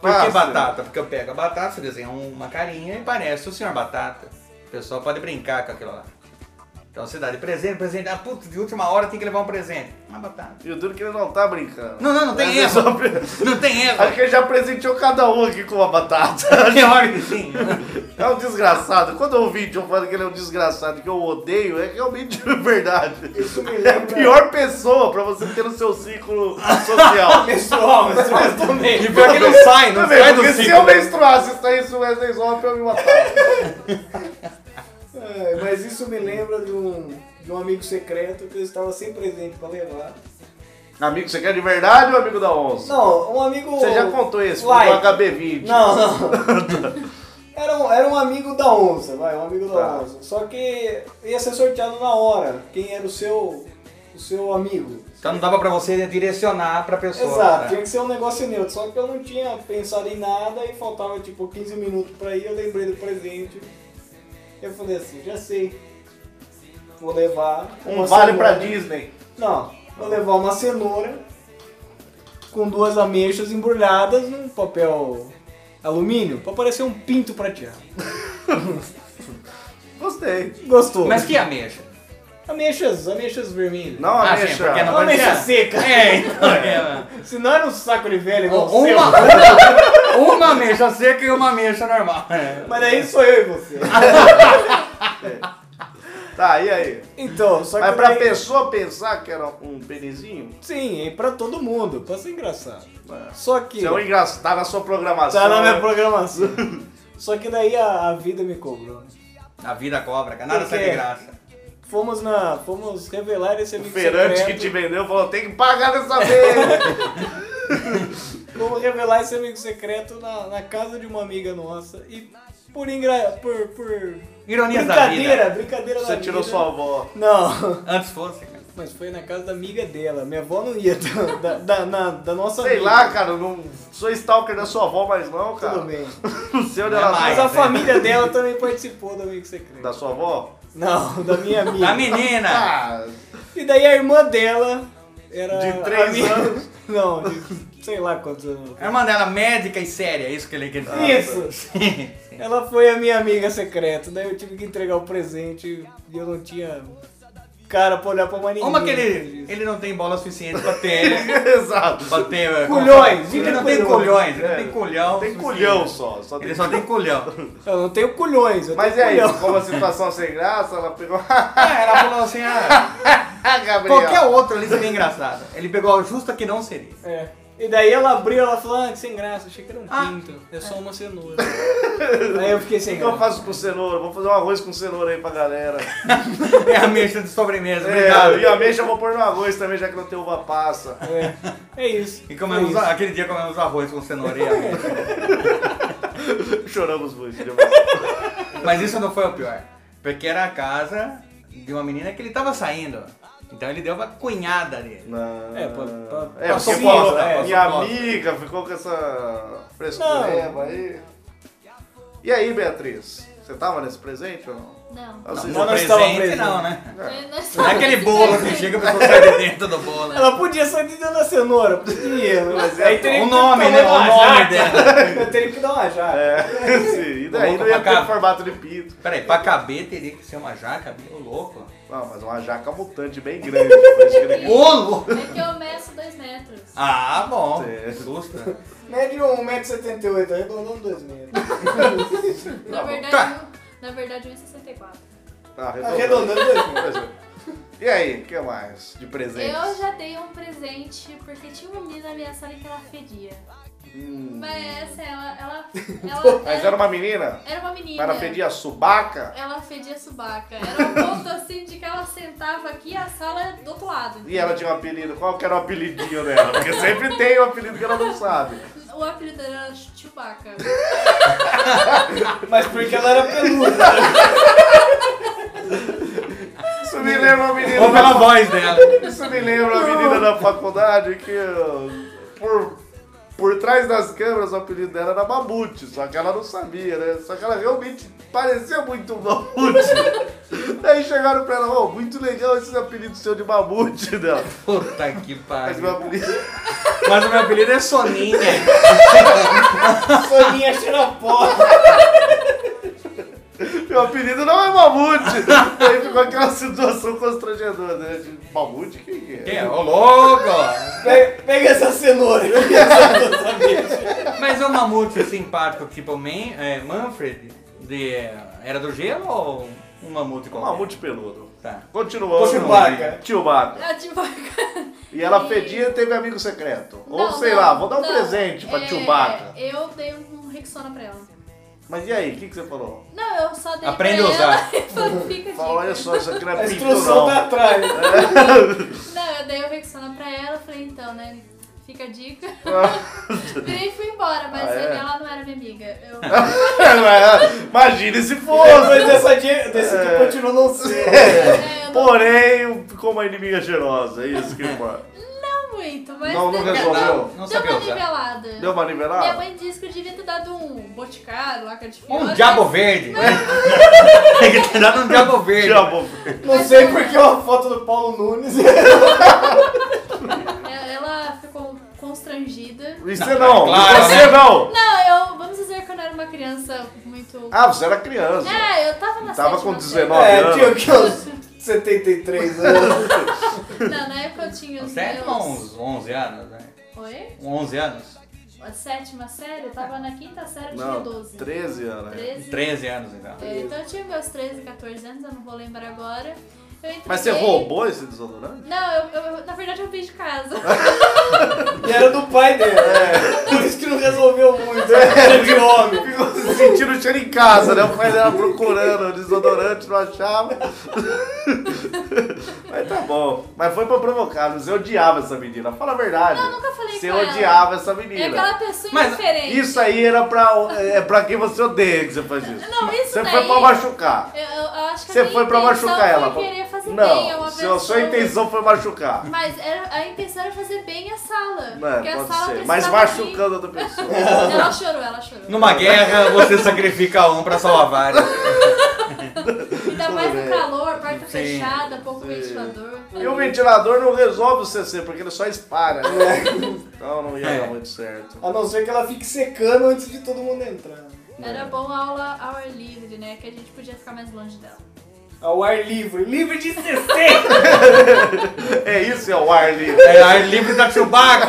Speaker 2: Por
Speaker 5: Ah,
Speaker 2: que
Speaker 5: sim.
Speaker 2: batata? Porque eu pego a batata, você desenha uma carinha e parece o senhor batata. O pessoal pode brincar com aquilo lá. Então você dá de presente, presente. Ah, putz, de última hora tem que levar um presente. Uma batata.
Speaker 5: E o duro que ele não tá brincando.
Speaker 2: Não, não, não tem
Speaker 5: Mas
Speaker 2: erro.
Speaker 5: é só pre-
Speaker 2: Não tem erro.
Speaker 5: Acho que ele já presenteou cada um aqui com uma batata.
Speaker 2: Pior que sim.
Speaker 5: É um desgraçado. Quando eu ouvi o John falando que ele é um desgraçado, que eu odeio, é realmente verdade.
Speaker 4: Isso me
Speaker 5: É a
Speaker 4: lembra-
Speaker 5: pior pessoa pra você ter no seu círculo social.
Speaker 4: Pessoal, mas eu também.
Speaker 2: E pior que não sai, não
Speaker 5: Também,
Speaker 2: sai do
Speaker 5: porque se
Speaker 2: ciclo.
Speaker 5: eu menstruasse isso aí, se o Wesley Zop, eu me matava.
Speaker 4: É, mas isso me lembra de um, de um amigo secreto que eu estava sem presente pra levar.
Speaker 5: Amigo, você quer de verdade ou amigo da onça?
Speaker 4: Não, um amigo.
Speaker 5: Você já contou esse, foi
Speaker 4: Like.
Speaker 5: do HB20.
Speaker 4: Não, não. Era um, era um amigo da onça, vai, um amigo da
Speaker 5: Tá.
Speaker 4: onça. Só que ia ser sorteado na hora, quem era o seu, o seu amigo.
Speaker 2: Então não dava pra você direcionar pra pessoa.
Speaker 4: Exato,
Speaker 2: né?
Speaker 4: tinha que ser um negócio neutro. Só que eu não tinha pensado em nada e faltava tipo 15 minutos pra ir, eu lembrei do presente. Eu falei assim, já sei. Vou levar.
Speaker 5: Um
Speaker 4: uma
Speaker 5: vale pra
Speaker 4: cenoura.
Speaker 5: Disney.
Speaker 4: Não, vou levar uma cenoura com duas ameixas embrulhadas num papel alumínio pra parecer um pinto prateado.
Speaker 5: Gostei.
Speaker 4: Gostou?
Speaker 2: Mas que é? ameixa?
Speaker 4: Ameixas, ameixas vermelhas.
Speaker 5: Não,
Speaker 2: Ah,
Speaker 5: ameixa.
Speaker 2: sim, porque não
Speaker 4: Uma
Speaker 2: pode
Speaker 4: ameixa
Speaker 2: ser.
Speaker 4: seca.
Speaker 2: É, então, é.
Speaker 4: Se não era um saco de velho igual o seu.
Speaker 2: Uma, uma, uma ameixa seca e uma ameixa normal.
Speaker 4: Mas aí sou eu e você.
Speaker 5: Tá, e aí?
Speaker 4: Então, só que.
Speaker 5: Mas pra
Speaker 4: daí-
Speaker 5: pessoa pensar que era um penizinho,
Speaker 4: Sim, e pra todo mundo, pra ser engraçado. Só que.
Speaker 5: você é um engraçado, tá na sua programação.
Speaker 4: Tá na minha
Speaker 5: né?
Speaker 4: programação. Só que daí a, a vida me cobrou.
Speaker 2: A vida cobra, cara. Nada
Speaker 4: Por quê?
Speaker 2: sai de graça.
Speaker 4: Fomos na. Fomos revelar esse
Speaker 5: O
Speaker 4: amigo
Speaker 5: feirante que
Speaker 4: secreto.
Speaker 5: te vendeu falou, tem que pagar dessa vez.
Speaker 4: Fomos revelar esse amigo secreto na, na casa de uma amiga nossa. E por engra. por. por.
Speaker 2: Ironias da
Speaker 4: brincadeira,
Speaker 2: vida.
Speaker 4: brincadeira da
Speaker 5: Você tirou
Speaker 4: vida.
Speaker 5: sua avó.
Speaker 4: Não.
Speaker 2: Antes fosse, cara.
Speaker 4: Mas foi na casa da amiga dela. Minha avó não ia da, da, da, na- da nossa
Speaker 5: Sei
Speaker 4: amiga.
Speaker 5: lá, cara, não sou stalker da sua avó mais não, cara.
Speaker 4: Tudo bem.
Speaker 5: Não sei onde
Speaker 2: Não é
Speaker 5: ela
Speaker 2: mais.
Speaker 4: Mas
Speaker 5: tá.
Speaker 4: a família dela também participou do amigo secreto.
Speaker 5: Da sua avó?
Speaker 4: Não, da minha amiga.
Speaker 2: A menina.
Speaker 5: Ah,
Speaker 4: E daí a irmã dela era.
Speaker 5: De três
Speaker 4: a minha-
Speaker 5: anos?
Speaker 4: Não, de sei lá quantos anos.
Speaker 2: A irmã dela, médica e séria, é isso que ele quer dizer. Ah,
Speaker 4: Isso.
Speaker 2: Sim.
Speaker 4: É. Ela foi a minha amiga secreta, daí eu tive que entregar o presente e eu não tinha cara pra olhar pra mais ninguém.
Speaker 2: Uma que ele, ele não tem bola suficiente pra ter.
Speaker 5: exato.
Speaker 2: pra ter
Speaker 4: Culhões,
Speaker 2: Ele
Speaker 4: diga
Speaker 2: não tem
Speaker 4: culhões.
Speaker 2: colhões, ele
Speaker 5: É.
Speaker 2: não tem colhão.
Speaker 5: Tem
Speaker 2: suficiente.
Speaker 5: colhão só. só
Speaker 2: Ele só tem colhão.
Speaker 4: Eu não tenho culhões, eu
Speaker 5: Mas e
Speaker 4: tenho
Speaker 5: aí,
Speaker 4: culhão.
Speaker 5: como a situação sem graça, ela pegou.
Speaker 2: Ah, ela falou assim, ah,
Speaker 5: Ah, Gabriel.
Speaker 2: qualquer um. outro ali seria engraçado. Ele pegou a justa que não seria.
Speaker 4: É. E daí ela abriu, ela falou, ah, que sem graça, achei que era um
Speaker 2: Ah.
Speaker 4: pinto, é só uma cenoura. aí eu fiquei sem
Speaker 5: O que eu
Speaker 4: graça.
Speaker 5: faço com cenoura? Vou fazer um arroz com cenoura aí pra galera.
Speaker 2: É a mexa de sobremesa,
Speaker 5: É, e
Speaker 2: obrigado.
Speaker 5: a ameixa eu vou pôr no arroz também, já que não tem uva passa.
Speaker 4: É, é isso.
Speaker 2: E comemos,
Speaker 4: é isso.
Speaker 2: aquele dia comemos arroz com cenoura e ameixa.
Speaker 5: Choramos muito. né?
Speaker 2: Mas isso não foi o pior. Porque era a casa de uma menina que ele tava saindo. Então ele deu uma cunhada dele.
Speaker 5: Não.
Speaker 4: É, pra- pra-
Speaker 5: É,
Speaker 4: pra
Speaker 5: porque
Speaker 4: sim,
Speaker 5: pô,
Speaker 4: é,
Speaker 5: minha
Speaker 2: só posso.
Speaker 5: amiga ficou com essa frescureba aí. E aí, Beatriz? Você tava nesse presente ou não? Assim,
Speaker 6: Não.
Speaker 5: Ou seja,
Speaker 4: Não, não estava
Speaker 2: presente
Speaker 4: presente.
Speaker 2: não, né?
Speaker 6: Não assim,
Speaker 2: Não é aquele bolo que chega e a pessoa sai de dentro do bolo. né?
Speaker 4: Ela podia sair de dentro da cenoura, podia. Mas aí teria
Speaker 2: o
Speaker 4: que
Speaker 2: nome,
Speaker 4: dar
Speaker 2: né?
Speaker 4: uma
Speaker 2: O nome
Speaker 4: jaca.
Speaker 2: dela.
Speaker 4: Eu teria que dar uma jaca.
Speaker 5: É, sim, e daí
Speaker 2: Vou
Speaker 5: não ia
Speaker 2: colocar-
Speaker 5: ter formato de pinto.
Speaker 2: Peraí, pra caber teria que ser uma jaca, ô louco.
Speaker 5: Não, mas uma jaca mutante bem grande. depois que ele-
Speaker 2: Ô louco!
Speaker 6: É que eu meço 2 metros.
Speaker 2: Ah, bom.
Speaker 5: Sim.
Speaker 2: Justa.
Speaker 4: Mede 1,78m, arredondando 2 metros.
Speaker 6: Na
Speaker 2: tá.
Speaker 6: verdade, um- na verdade 1,64.
Speaker 5: Ah, arredondando.
Speaker 4: arredondando 2 metros.
Speaker 5: E aí, o que mais de presente?
Speaker 6: Eu já dei um presente porque tinha uma menina na minha sala que ela fedia. Mas essa, ela. ela, ela
Speaker 5: Mas era uma menina?
Speaker 6: era uma menina.
Speaker 5: Para pedir a subaca?
Speaker 6: Ela fedia subaca. Era um ponto assim de que ela sentava aqui e a sala é do outro lado.
Speaker 5: E ela tinha um apelido. Qual que era o apelidinho dela? Porque sempre tem um apelido que ela não sabe.
Speaker 6: O apelido dela era Chewbacca.
Speaker 4: Mas porque ela era peluda.
Speaker 5: Isso me lembra uma menina.
Speaker 2: Ou
Speaker 5: da
Speaker 2: pela voz dela.
Speaker 5: Isso me lembra a menina da faculdade que ó, por, por trás das câmeras o apelido dela era Mamute, só que ela não sabia, né? Só que ela realmente parecia muito um Mamute. Daí chegaram pra ela, ô, muito legal esse apelido seu de Mamute dela.
Speaker 2: Puta que
Speaker 5: Mas meu
Speaker 2: pariu.
Speaker 5: apelido
Speaker 2: Mas o meu apelido é Soninha.
Speaker 4: Soninha xerapó.
Speaker 5: Meu apelido não é Mamute! Aí ficou aquela situação constrangedora, né? De, Mamute, quem que é?
Speaker 2: Que é? Ô louco!
Speaker 4: Pega, pega essa cenoura.
Speaker 2: Mas é um mamute simpático, tipo Man, é, Manfred, de, é, era do gelo ou um mamute
Speaker 5: Um
Speaker 2: qualquer?
Speaker 5: Mamute peludo.
Speaker 2: Tá.
Speaker 5: Continuando.
Speaker 4: Chewbacca.
Speaker 5: Tio Baca.
Speaker 6: A Chewbacca.
Speaker 5: E ela fedia e teve amigo secreto. Ou
Speaker 6: Não,
Speaker 5: sei
Speaker 6: não,
Speaker 5: lá, vou dar um
Speaker 6: não.
Speaker 5: presente pra
Speaker 6: É,
Speaker 5: Chewbacca.
Speaker 6: Eu dei um Rexona pra ela.
Speaker 5: Mas e aí, o que, que você falou?
Speaker 6: Não, eu só dei
Speaker 2: Aprende a
Speaker 6: pra ela
Speaker 2: usar.
Speaker 6: e falei, fica a
Speaker 5: Uhum. Fala, olha
Speaker 6: dica.
Speaker 5: só, isso aqui não
Speaker 4: A tá-
Speaker 5: é pinto
Speaker 4: instrução tá
Speaker 5: não.
Speaker 4: atrás.
Speaker 6: Não, eu dei o Rexona pra ela dela, eu falei, então, né? Fica a dica. Virei e fui embora, mas
Speaker 5: Ah, é? Ah,
Speaker 6: ela não era minha amiga. Eu...
Speaker 5: Imagina é. se fosse!
Speaker 4: Mas dessa dia, desse
Speaker 5: É.
Speaker 4: dia continua não sendo.
Speaker 6: é, eu não,
Speaker 5: Porém, ficou uma inimiga cheirosa, é isso que importa.
Speaker 6: não muito, mas
Speaker 5: Não, não resolveu.
Speaker 2: Não
Speaker 6: deu
Speaker 2: sabia
Speaker 6: uma
Speaker 2: usar.
Speaker 6: nivelada.
Speaker 5: Deu uma
Speaker 6: Minha
Speaker 5: nivelada?
Speaker 6: mãe disse que eu devia ter dado um boticário lá, que era de
Speaker 2: Um
Speaker 6: fiote,
Speaker 2: diabo
Speaker 6: mas-
Speaker 2: verde. Tem que ter dado um diabo verde.
Speaker 5: Diabo.
Speaker 4: Não sei porque uma foto do Paulo Nunes.
Speaker 6: Ela- É, Ela ficou constrangida.
Speaker 5: Você não,
Speaker 2: claro,
Speaker 5: você
Speaker 2: né?
Speaker 5: não!
Speaker 6: Não, eu. Vamos dizer que eu não era uma criança muito.
Speaker 5: Ah, você era criança.
Speaker 6: É, eu tava na
Speaker 5: Tava
Speaker 6: sétima
Speaker 5: com
Speaker 6: série.
Speaker 5: 19.
Speaker 4: É, tinha que uns 73 anos.
Speaker 6: Não, na época eu tinha os
Speaker 2: Você é
Speaker 6: meus.
Speaker 2: uns 11 anos, né?
Speaker 6: Oi?
Speaker 2: 11 anos?
Speaker 6: A sétima série, eu tava na quinta série, eu tinha
Speaker 5: Não,
Speaker 6: 12.
Speaker 5: 13 anos.
Speaker 6: 13.
Speaker 2: 13 anos, então.
Speaker 6: É, então eu tinha meus 13, 14 anos, eu não vou lembrar agora. Eu
Speaker 5: Mas você
Speaker 6: entreguei-
Speaker 5: roubou esse desodorante?
Speaker 6: Não, eu, eu- na verdade eu vim de casa.
Speaker 4: E era do pai dele. Por isso que não resolveu muito. Era de homem.
Speaker 5: Ficou É, tipo, sentindo o cheiro em casa, né? O pai dela procurando o desodorante, não achava. Mas tá bom. Mas foi pra provocar, você odiava essa menina. Fala a verdade.
Speaker 6: Não, eu nunca falei
Speaker 5: Você
Speaker 6: com ela.
Speaker 5: odiava essa
Speaker 6: É
Speaker 5: menina.
Speaker 6: aquela pessoa
Speaker 2: Mas
Speaker 6: indiferente.
Speaker 5: Isso aí era pra, é, pra quem você odeia que você faz isso.
Speaker 6: Não, isso
Speaker 5: Você
Speaker 6: daí-
Speaker 5: foi pra machucar.
Speaker 6: Eu, eu acho que a
Speaker 5: Você
Speaker 6: minha
Speaker 5: foi pra
Speaker 6: intenção
Speaker 5: machucar ela.
Speaker 6: Foi querer fazer
Speaker 5: não,
Speaker 6: bem a uma
Speaker 5: sua,
Speaker 6: pessoa.
Speaker 5: sua intenção foi machucar.
Speaker 6: Mas era, a intenção era fazer bem a sala.
Speaker 5: Não, é,
Speaker 6: porque a
Speaker 5: pode
Speaker 6: sala
Speaker 5: ser.
Speaker 6: precisava
Speaker 5: Mas
Speaker 6: de mim.
Speaker 5: machucando outra pessoa.
Speaker 6: Ela chorou, ela chorou.
Speaker 2: Numa guerra, você sacrifica um pra salvar vários.
Speaker 6: Ainda mais no
Speaker 5: Sim.
Speaker 6: calor, porta
Speaker 2: né? Sim.
Speaker 6: fechada, pouco ventilador.
Speaker 5: E o ventilador não resolve o CC, porque ele só espalha.
Speaker 4: É.
Speaker 5: né? Então não ia
Speaker 2: É.
Speaker 5: dar muito certo.
Speaker 4: A não ser que ela fique secando antes de todo mundo entrar.
Speaker 6: Era bom a aula ao ar livre, né? Que a gente podia ficar mais longe dela.
Speaker 4: Ao ar livre. Livre de CC.
Speaker 5: É isso, é o ar livre.
Speaker 2: É ar livre da Chewbacca.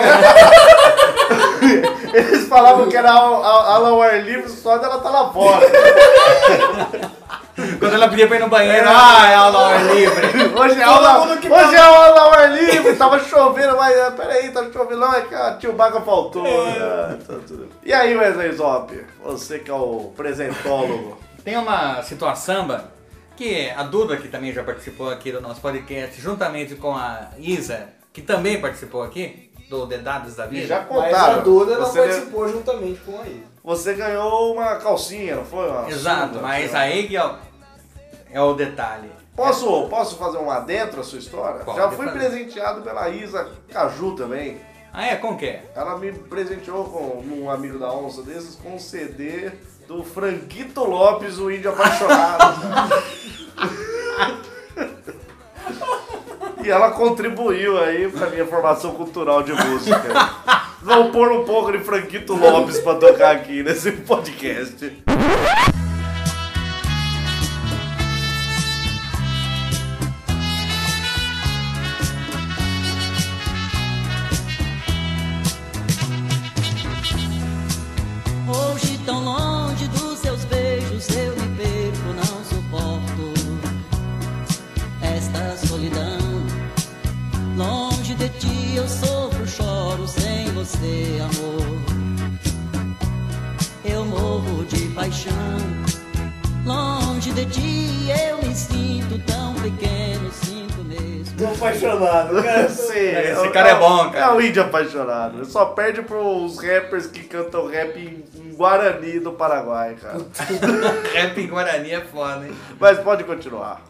Speaker 5: Eles falavam que era ao- ao- aula ao ar livre só dela tá lá fora.
Speaker 2: Quando ela pedia pra ir no banheiro, ah, é aula ao ar livre.
Speaker 5: Hoje é aula,
Speaker 4: mundo que
Speaker 5: hoje é aula ao ar livre, tava chovendo, mas ah, peraí, tá chovendo, não, é que a tio Baca faltou.
Speaker 4: É.
Speaker 5: né? Tá tudo. E aí, Wesley Zop, você que é o presentólogo.
Speaker 2: Tem uma situação samba que a Duda, que também já participou aqui do nosso podcast, juntamente com a Isa, que também participou aqui, do Dedados da Vida.
Speaker 5: E já
Speaker 4: Mas
Speaker 5: contaram.
Speaker 4: a Duda não
Speaker 5: você,
Speaker 4: participou juntamente com a Isa.
Speaker 5: você ganhou uma calcinha, não foi? Uma
Speaker 2: Exato,
Speaker 5: sunga,
Speaker 2: mas
Speaker 5: sei lá.
Speaker 2: aí que é o, é o detalhe.
Speaker 5: Posso, posso fazer um adentro à sua história?
Speaker 2: Pode
Speaker 5: Já fui
Speaker 2: fazer.
Speaker 5: presenteado pela Isa Caju também.
Speaker 2: Ah, é? Como que é?
Speaker 5: Ela me presenteou com um amigo da onça desses com um CD do Franquito Lopes, o índio apaixonado. e ela contribuiu aí pra minha formação cultural de música. Vamos pôr um pouco de Franquito Lopes pra tocar aqui nesse podcast.
Speaker 8: Hoje tão longe dos seus beijos eu me perco, não suporto esta solidão. Longe de ti eu sofro, choro sem você, amor. Eu morro de paixão. Longe de ti eu me sinto tão pequeno, sinto mesmo.
Speaker 4: Tô apaixonado, cara.
Speaker 5: Esse
Speaker 2: cara é bom, cara.
Speaker 5: É um índio apaixonado. Só perde pros rappers que cantam rap em, em Guarani do Paraguai, cara.
Speaker 2: Rap em Guarani é foda, hein?
Speaker 5: Mas pode continuar.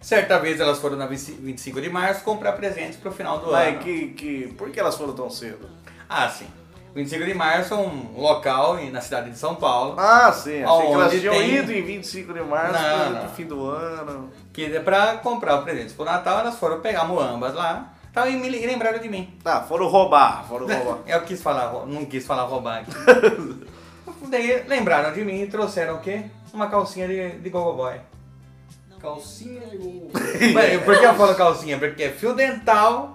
Speaker 2: Certa vez elas foram na 20 25 de março comprar presentes pro final do ano.
Speaker 5: Mas que, que. Por que elas foram tão cedo?
Speaker 2: Ah, sim. 25 de março é um local em- na cidade de São Paulo,
Speaker 5: Ah, sim. Achei que elas
Speaker 2: Aonde
Speaker 5: tinham
Speaker 2: tem-
Speaker 5: ido em 25 de março,
Speaker 2: Não,
Speaker 5: coisa
Speaker 2: não.
Speaker 5: do fim do ano.
Speaker 2: que é pra comprar presentes pro Natal, elas foram pegar muambas lá tal, e me li- e lembraram de mim.
Speaker 5: Tá, foram roubar, foram roubar.
Speaker 2: Eu quis falar, rou- não quis falar roubar aqui. Daí lembraram de mim e trouxeram o quê? Uma calcinha de, de Gogo Boy.
Speaker 4: Calcinha de ovo.
Speaker 2: Mas Por que eu falo calcinha? Porque é fio dental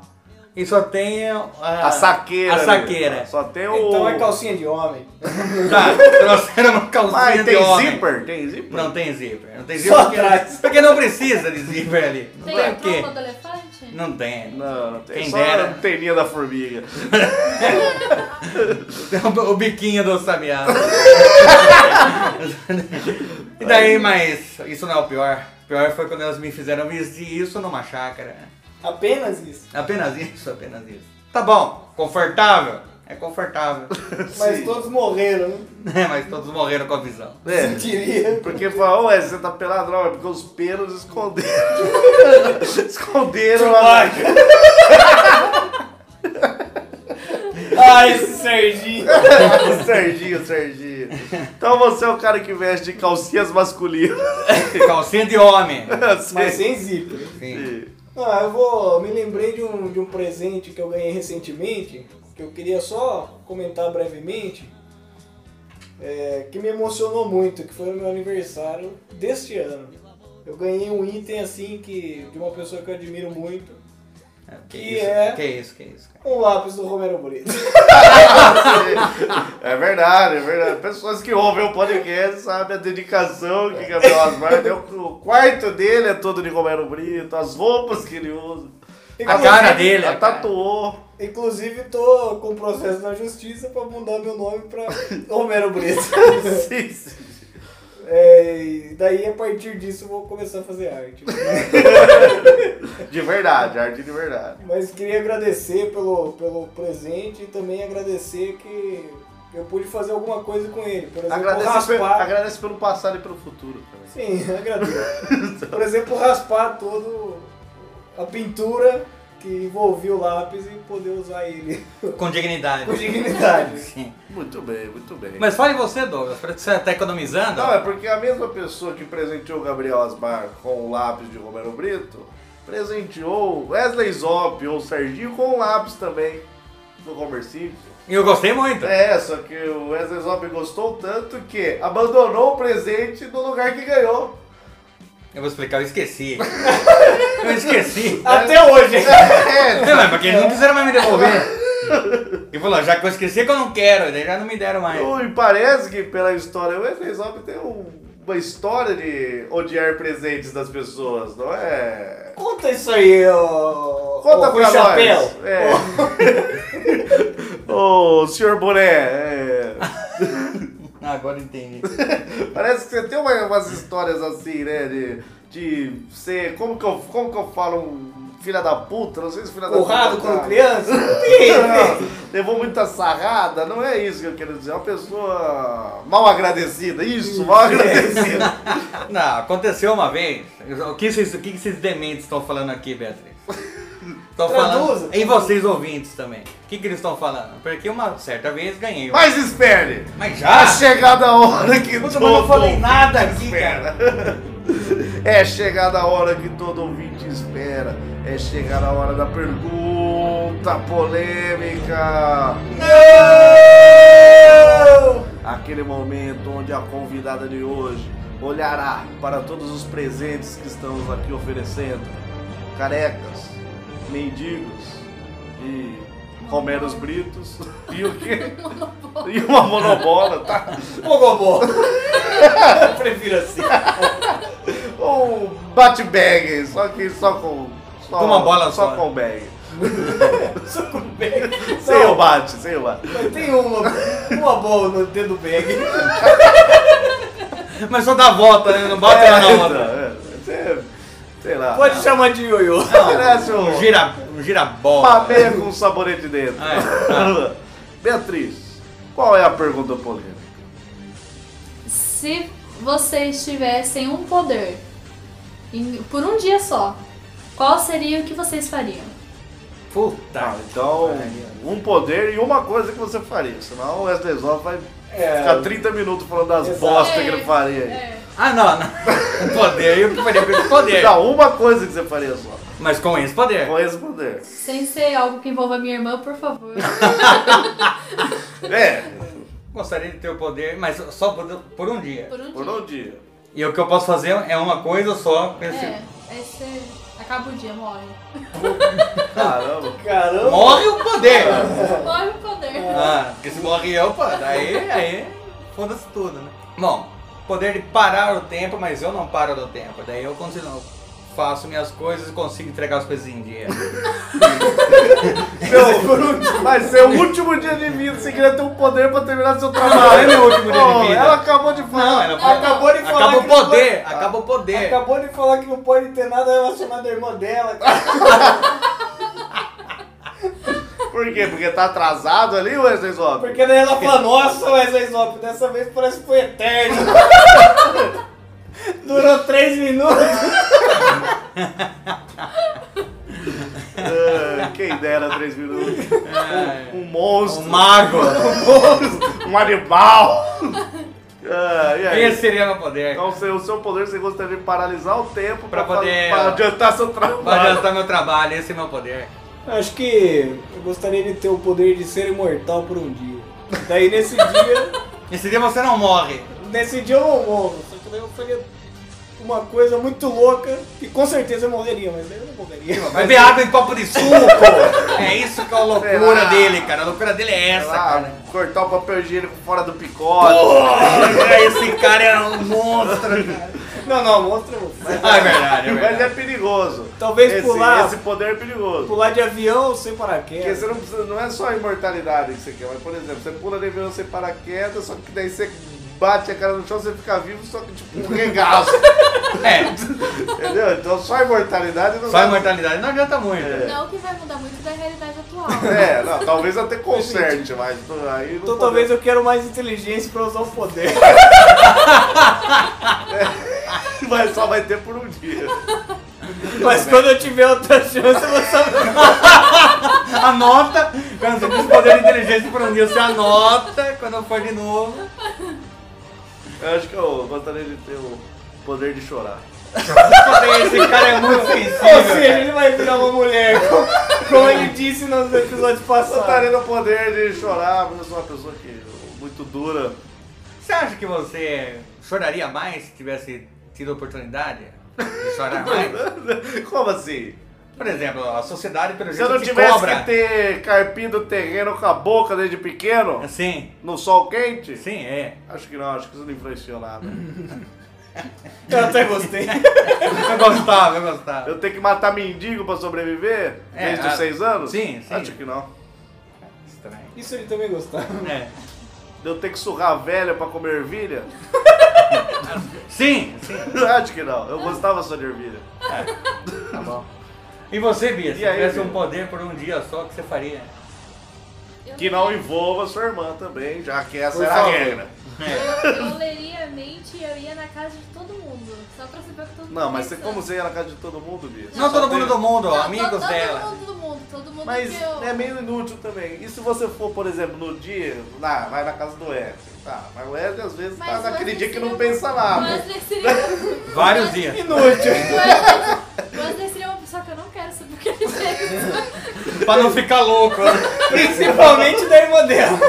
Speaker 2: e só tem a,
Speaker 5: É, A saqueira.
Speaker 2: A
Speaker 5: ali.
Speaker 2: saqueira.
Speaker 5: Só tem o.
Speaker 4: Então é calcinha de homem.
Speaker 2: Tá, trouxeram uma calcinha
Speaker 5: Mas
Speaker 2: um de
Speaker 5: tem
Speaker 2: homem.
Speaker 5: zíper? Tem zíper?
Speaker 2: Não tem zíper. Não tem
Speaker 4: Só
Speaker 2: zíper porque,
Speaker 4: atrás.
Speaker 2: porque não precisa de zíper ali. Não
Speaker 6: Tem
Speaker 2: tem
Speaker 6: a
Speaker 2: o quê?
Speaker 6: tromba do elefante?
Speaker 2: Não tem.
Speaker 5: Não, não tem.
Speaker 2: Quem
Speaker 5: só
Speaker 2: dera.
Speaker 5: a anteninha da formiga.
Speaker 2: Tem o o biquinho do Samiá. e daí, mas isso não é o pior. O pior foi quando elas me fizeram vestir isso numa chácara.
Speaker 4: Apenas isso.
Speaker 2: Apenas isso, apenas isso. Tá bom, confortável? É confortável.
Speaker 4: Mas todos morreram, né?
Speaker 2: É, Mas todos morreram com a visão.
Speaker 5: É.
Speaker 4: Diria.
Speaker 5: Porque falou, ué, você tá pelado, não, é porque os pelos esconderam. esconderam a.
Speaker 4: Ai, esse Serginho.
Speaker 5: o Serginho, o Serginho. Então você é o cara que veste calcinhas masculinas.
Speaker 2: Calcinha um de homem.
Speaker 4: Mas sem zíper.
Speaker 2: Sim.
Speaker 4: Ah, eu vou. Me lembrei de um, de um presente que eu ganhei recentemente, que eu queria só comentar brevemente, é, que me emocionou muito, que foi o meu aniversário deste ano. Eu ganhei um item assim que de uma pessoa que eu admiro muito,
Speaker 2: É, Que
Speaker 4: Que
Speaker 2: isso,
Speaker 4: é?
Speaker 2: que isso, que isso. cara.
Speaker 4: um lápis do Romero Brito.
Speaker 5: É verdade, é verdade. Pessoas que ouvem o podcast sabem a dedicação que Gabriel Asmar deu. O quarto dele é todo de Romero Brito, as roupas que ele usa.
Speaker 2: A cara dele.
Speaker 5: Ela
Speaker 2: a cara.
Speaker 5: tatuou.
Speaker 4: Inclusive tô com processo na justiça pra mudar meu nome pra Romero Brito.
Speaker 5: Sim, sim.
Speaker 4: É, e daí a partir disso eu vou começar a fazer arte.
Speaker 5: De verdade, arte de verdade.
Speaker 4: Mas queria agradecer pelo, pelo presente e também agradecer que eu pude fazer alguma coisa com ele. Por exemplo,
Speaker 5: Agradece, pe-
Speaker 4: raspar.
Speaker 5: agradece pelo passado e pelo futuro também.
Speaker 4: Sim, agradeço. por exemplo, raspar todo a pintura que envolvia o lápis e poder usar ele
Speaker 2: Com dignidade.
Speaker 4: com dignidade.
Speaker 2: Sim.
Speaker 5: Muito bem, muito bem.
Speaker 2: Mas fale você, Douglas. Parece que você tá economizando.
Speaker 5: Não,
Speaker 4: Ah.
Speaker 5: é porque a mesma pessoa que presenteou o Gabriel Asmar com o lápis de Romero Brito presenteou Wesley Zop ou Serginho com o lápis também no Comercinho.
Speaker 2: E eu gostei muito.
Speaker 5: É, só que o Wesley Zop gostou tanto que abandonou o presente no lugar que ganhou.
Speaker 2: Eu vou explicar, eu esqueci. eu esqueci.
Speaker 4: Até hoje!
Speaker 5: É,
Speaker 2: Não, é porque eles não quiseram mais me devolver. E falou, já que eu esqueci que eu não quero, daí já não me deram mais.
Speaker 5: Então, E parece que pela história, o Wesley Zop tem um- uma história de odiar presentes das pessoas, não é?
Speaker 4: Conta isso aí, ô.
Speaker 5: Conta pra
Speaker 4: ô, Rui chapéu.
Speaker 5: nós. É. Ô, senhor Boné, é.
Speaker 2: Ah, agora eu entendi.
Speaker 5: Parece que você tem uma- umas histórias assim, né? De, de ser. Como que, eu, como que eu falo um filha da puta? Não sei se filha da
Speaker 4: Honrado
Speaker 5: puta.
Speaker 4: quando
Speaker 5: tá-
Speaker 4: criança?
Speaker 5: Não, Levou muita sarrada, não é isso que eu quero dizer. É uma pessoa mal agradecida, isso, mal agradecida.
Speaker 2: Não, aconteceu uma vez. O que, vocês, o que esses dementes estão falando aqui, Beatriz? Estão falando.
Speaker 4: Traduza.
Speaker 2: E vocês ouvintes também. O que, que eles estão falando? Porque uma certa vez ganhei. um-
Speaker 5: Mas espere!
Speaker 2: Mas
Speaker 5: A
Speaker 2: já?
Speaker 5: chegada a hora que
Speaker 2: Ah! Puta, mas
Speaker 5: todo
Speaker 2: eu não falei
Speaker 5: ouvinte
Speaker 2: nada aqui,
Speaker 5: espera. É chegada a hora que todo ouvinte espera. É chegada a hora da pergunta polêmica. Não! Aquele momento onde a convidada de hoje olhará para todos os presentes que estamos aqui oferecendo. Carecas, mendigos e Romeros Britos e o quê? E uma monobola, tá?
Speaker 4: Pogobó. Prefiro assim.
Speaker 5: Ou bate bag, só que só com. Só,
Speaker 2: Com uma bola
Speaker 5: só.
Speaker 2: só.
Speaker 5: com bag.
Speaker 4: Só com bag.
Speaker 5: Sem
Speaker 4: Não,
Speaker 5: o bate, sem o bate.
Speaker 4: mas tem uma, uma boa no dedo do bag.
Speaker 2: Mas só dá a né? volta, né? Não bate lá na outra.
Speaker 5: é, é, sei lá.
Speaker 4: então. Pode chamar de ioiô.
Speaker 5: Parece um
Speaker 2: Um gira, um girabola.
Speaker 5: papel com um sabonete dentro.
Speaker 2: Ah,
Speaker 5: Beatriz, qual é a pergunta polêmica?
Speaker 6: Se vocês tivessem um poder em- por um dia só, qual seria o que vocês fariam?
Speaker 5: Tá,
Speaker 4: Ah,
Speaker 2: Puta.
Speaker 5: então, um poder e uma coisa que você faria. Senão o Wesley Zop vai
Speaker 4: É.
Speaker 5: ficar 30 minutos falando das
Speaker 4: Exato.
Speaker 5: bostas que ele faria aí.
Speaker 2: Ah, não, não. Poder, eu que faria com esse poder.
Speaker 5: Não, uma coisa que você faria só.
Speaker 2: Mas com esse poder.
Speaker 5: Com esse poder.
Speaker 6: Sem ser algo que envolva minha irmã, por favor.
Speaker 5: É,
Speaker 2: Gostaria de ter o poder, mas só por, por um dia.
Speaker 6: Por um
Speaker 5: por
Speaker 6: dia.
Speaker 5: um dia.
Speaker 2: E o que eu posso fazer é uma coisa só. com esse-
Speaker 6: É, aí você acaba o dia, morre.
Speaker 5: Caramba.
Speaker 4: Caramba.
Speaker 2: Morre o poder!
Speaker 6: Morre o poder.
Speaker 2: Ah, porque se morre eu, pô, daí, aí, foda-se tudo, né? Bom, poder de parar o tempo, mas eu não paro do tempo. Daí eu continuo, faço minhas coisas e consigo entregar as coisas em dia.
Speaker 5: Meu, por um dia. Vai ser o último dia de vida. Você queria ter um poder pra terminar seu trabalho.
Speaker 2: Não é meu último dia de
Speaker 5: Oh,
Speaker 2: vida.
Speaker 5: Ela acabou de falar.
Speaker 2: Não, ela
Speaker 4: Acabou de falar
Speaker 2: Acaba o
Speaker 4: que não
Speaker 2: poder, acaba o poder.
Speaker 4: Acabou de falar que não pode ter nada relacionado à irmã dela.
Speaker 5: Por quê? Porque tá atrasado ali, Wesley Zop?
Speaker 4: Porque daí ela fala, nossa, Wesley Zop, dessa vez parece que foi eterno. Durou três minutos.
Speaker 5: Ah, quem dera três minutos.
Speaker 2: É.
Speaker 5: Um
Speaker 2: Um
Speaker 5: monstro,
Speaker 2: mago.
Speaker 5: um animal. Ah, e aí?
Speaker 2: Esse seria meu poder.
Speaker 5: Então, seu, o seu poder, você gostaria de paralisar o tempo
Speaker 2: Pra
Speaker 5: pra, fa-
Speaker 2: poder-
Speaker 5: pra adiantar seu trabalho.
Speaker 2: Pra adiantar meu trabalho, esse é meu poder.
Speaker 4: Acho que eu gostaria de ter o poder de ser imortal por um dia. Daí nesse dia,
Speaker 2: Esse dia você não morre.
Speaker 4: nesse dia eu não morro. Só que daí eu faria uma coisa muito louca, que com certeza eu morreria, mas daí eu não morreria.
Speaker 2: Beber água em copo de suco. é isso que é a loucura
Speaker 5: Será?
Speaker 2: dele, cara. A loucura dele é
Speaker 5: Sei
Speaker 2: essa,
Speaker 5: lá,
Speaker 2: cara.
Speaker 5: Ah, cortar o papel higiênico fora do picote.
Speaker 2: Esse cara é um monstro, cara.
Speaker 4: Não, não, mostra você.
Speaker 2: Ah, é verdade, é
Speaker 5: Mas
Speaker 2: verdade.
Speaker 5: é perigoso.
Speaker 4: Talvez
Speaker 5: esse,
Speaker 4: pular-
Speaker 5: Esse poder é perigoso.
Speaker 4: Pular de avião sem
Speaker 5: Porque
Speaker 4: paraquedas.
Speaker 5: você não, precisa, não é só a imortalidade que você quer, mas por exemplo, você pula de avião sem paraquedas, só que daí você bate a cara no chão, você fica vivo, só que tipo um regaço.
Speaker 2: É,
Speaker 5: entendeu? Então só a imortalidade não
Speaker 2: só a
Speaker 5: dá-
Speaker 2: imortalidade não adianta muito.
Speaker 6: Não que vai mudar muito da realidade atual.
Speaker 5: É, não, talvez até conserte, mas aí não
Speaker 4: Então
Speaker 5: podemos-
Speaker 4: talvez eu quero mais inteligência pra usar o poder.
Speaker 5: mas só vai ter por um dia.
Speaker 4: Mas quando eu tiver outra chance, eu vou saber.
Speaker 2: Anota, quando você precisa poder de inteligência por um dia, você anota quando eu for de novo.
Speaker 5: Eu acho que eu gostaria de ter o poder de chorar.
Speaker 2: Esse cara é muito
Speaker 4: Ou
Speaker 2: sensível.
Speaker 4: seja, ele vai virar uma mulher, como, como ele disse nos episódios
Speaker 5: Eu
Speaker 4: passados.
Speaker 5: gostaria do poder de chorar, mas eu sou uma pessoa que muito dura.
Speaker 2: Você acha que você choraria mais se tivesse tido a oportunidade de chorar mais?
Speaker 5: Como assim?
Speaker 2: Por exemplo, a sociedade, pelo
Speaker 5: Se eu
Speaker 2: jeito,
Speaker 5: não
Speaker 2: te
Speaker 5: tivesse
Speaker 2: cobra.
Speaker 5: que ter carpido o terreno com a boca desde pequeno,
Speaker 2: Sim,
Speaker 5: no sol quente,
Speaker 2: É sim, é.
Speaker 5: acho que não, acho que isso não influenciou nada.
Speaker 4: Eu até gostei.
Speaker 2: Eu gostava, eu gostava.
Speaker 5: Eu tenho que matar mendigo pra sobreviver
Speaker 2: É,
Speaker 5: desde os
Speaker 2: a-
Speaker 5: seis anos?
Speaker 2: sim, sim.
Speaker 5: Acho que não.
Speaker 2: Estranho.
Speaker 4: Isso ele também gostava.
Speaker 2: É.
Speaker 5: Eu tenho que surrar velha pra comer ervilha?
Speaker 2: Sim, sim.
Speaker 5: acho que não. Eu gostava só de ervilha.
Speaker 2: Tá bom. E você, Bia, se
Speaker 5: E aí,
Speaker 2: tivesse
Speaker 5: Bia?
Speaker 2: um poder por um dia só, o que você faria?
Speaker 6: Eu
Speaker 5: Que não
Speaker 6: leria-
Speaker 5: envolva sua irmã também, já que essa
Speaker 4: Por
Speaker 5: era a
Speaker 4: favor.
Speaker 5: regra.
Speaker 6: Eu, eu leria a mente e Então, eu ia na casa de todo mundo. Só pra saber o que todo mundo
Speaker 5: Não, mas você,
Speaker 6: pensa.
Speaker 5: como você ia na casa de todo mundo, Bia?
Speaker 2: Não todo mundo do mundo,
Speaker 6: Não,
Speaker 2: amigos
Speaker 6: todo,
Speaker 2: dela.
Speaker 6: Todo mundo do mundo, todo mundo
Speaker 5: Mas
Speaker 6: que eu...
Speaker 5: é meio inútil também. E se você for, por exemplo, no dia, lá, vai na casa do Wesley. Tá, mas o Wesley às vezes tá
Speaker 6: Mas
Speaker 5: naquele
Speaker 6: Wesley
Speaker 5: dia que
Speaker 6: seria
Speaker 5: não
Speaker 6: um-
Speaker 5: pensa nada.
Speaker 6: Wesley seria...
Speaker 2: Vários dias.
Speaker 4: Inútil.
Speaker 6: Wesley- Wesley seria uma pessoa que eu não quero saber o que ele fez.
Speaker 2: pra não ficar louco.
Speaker 4: Principalmente da irmã dela.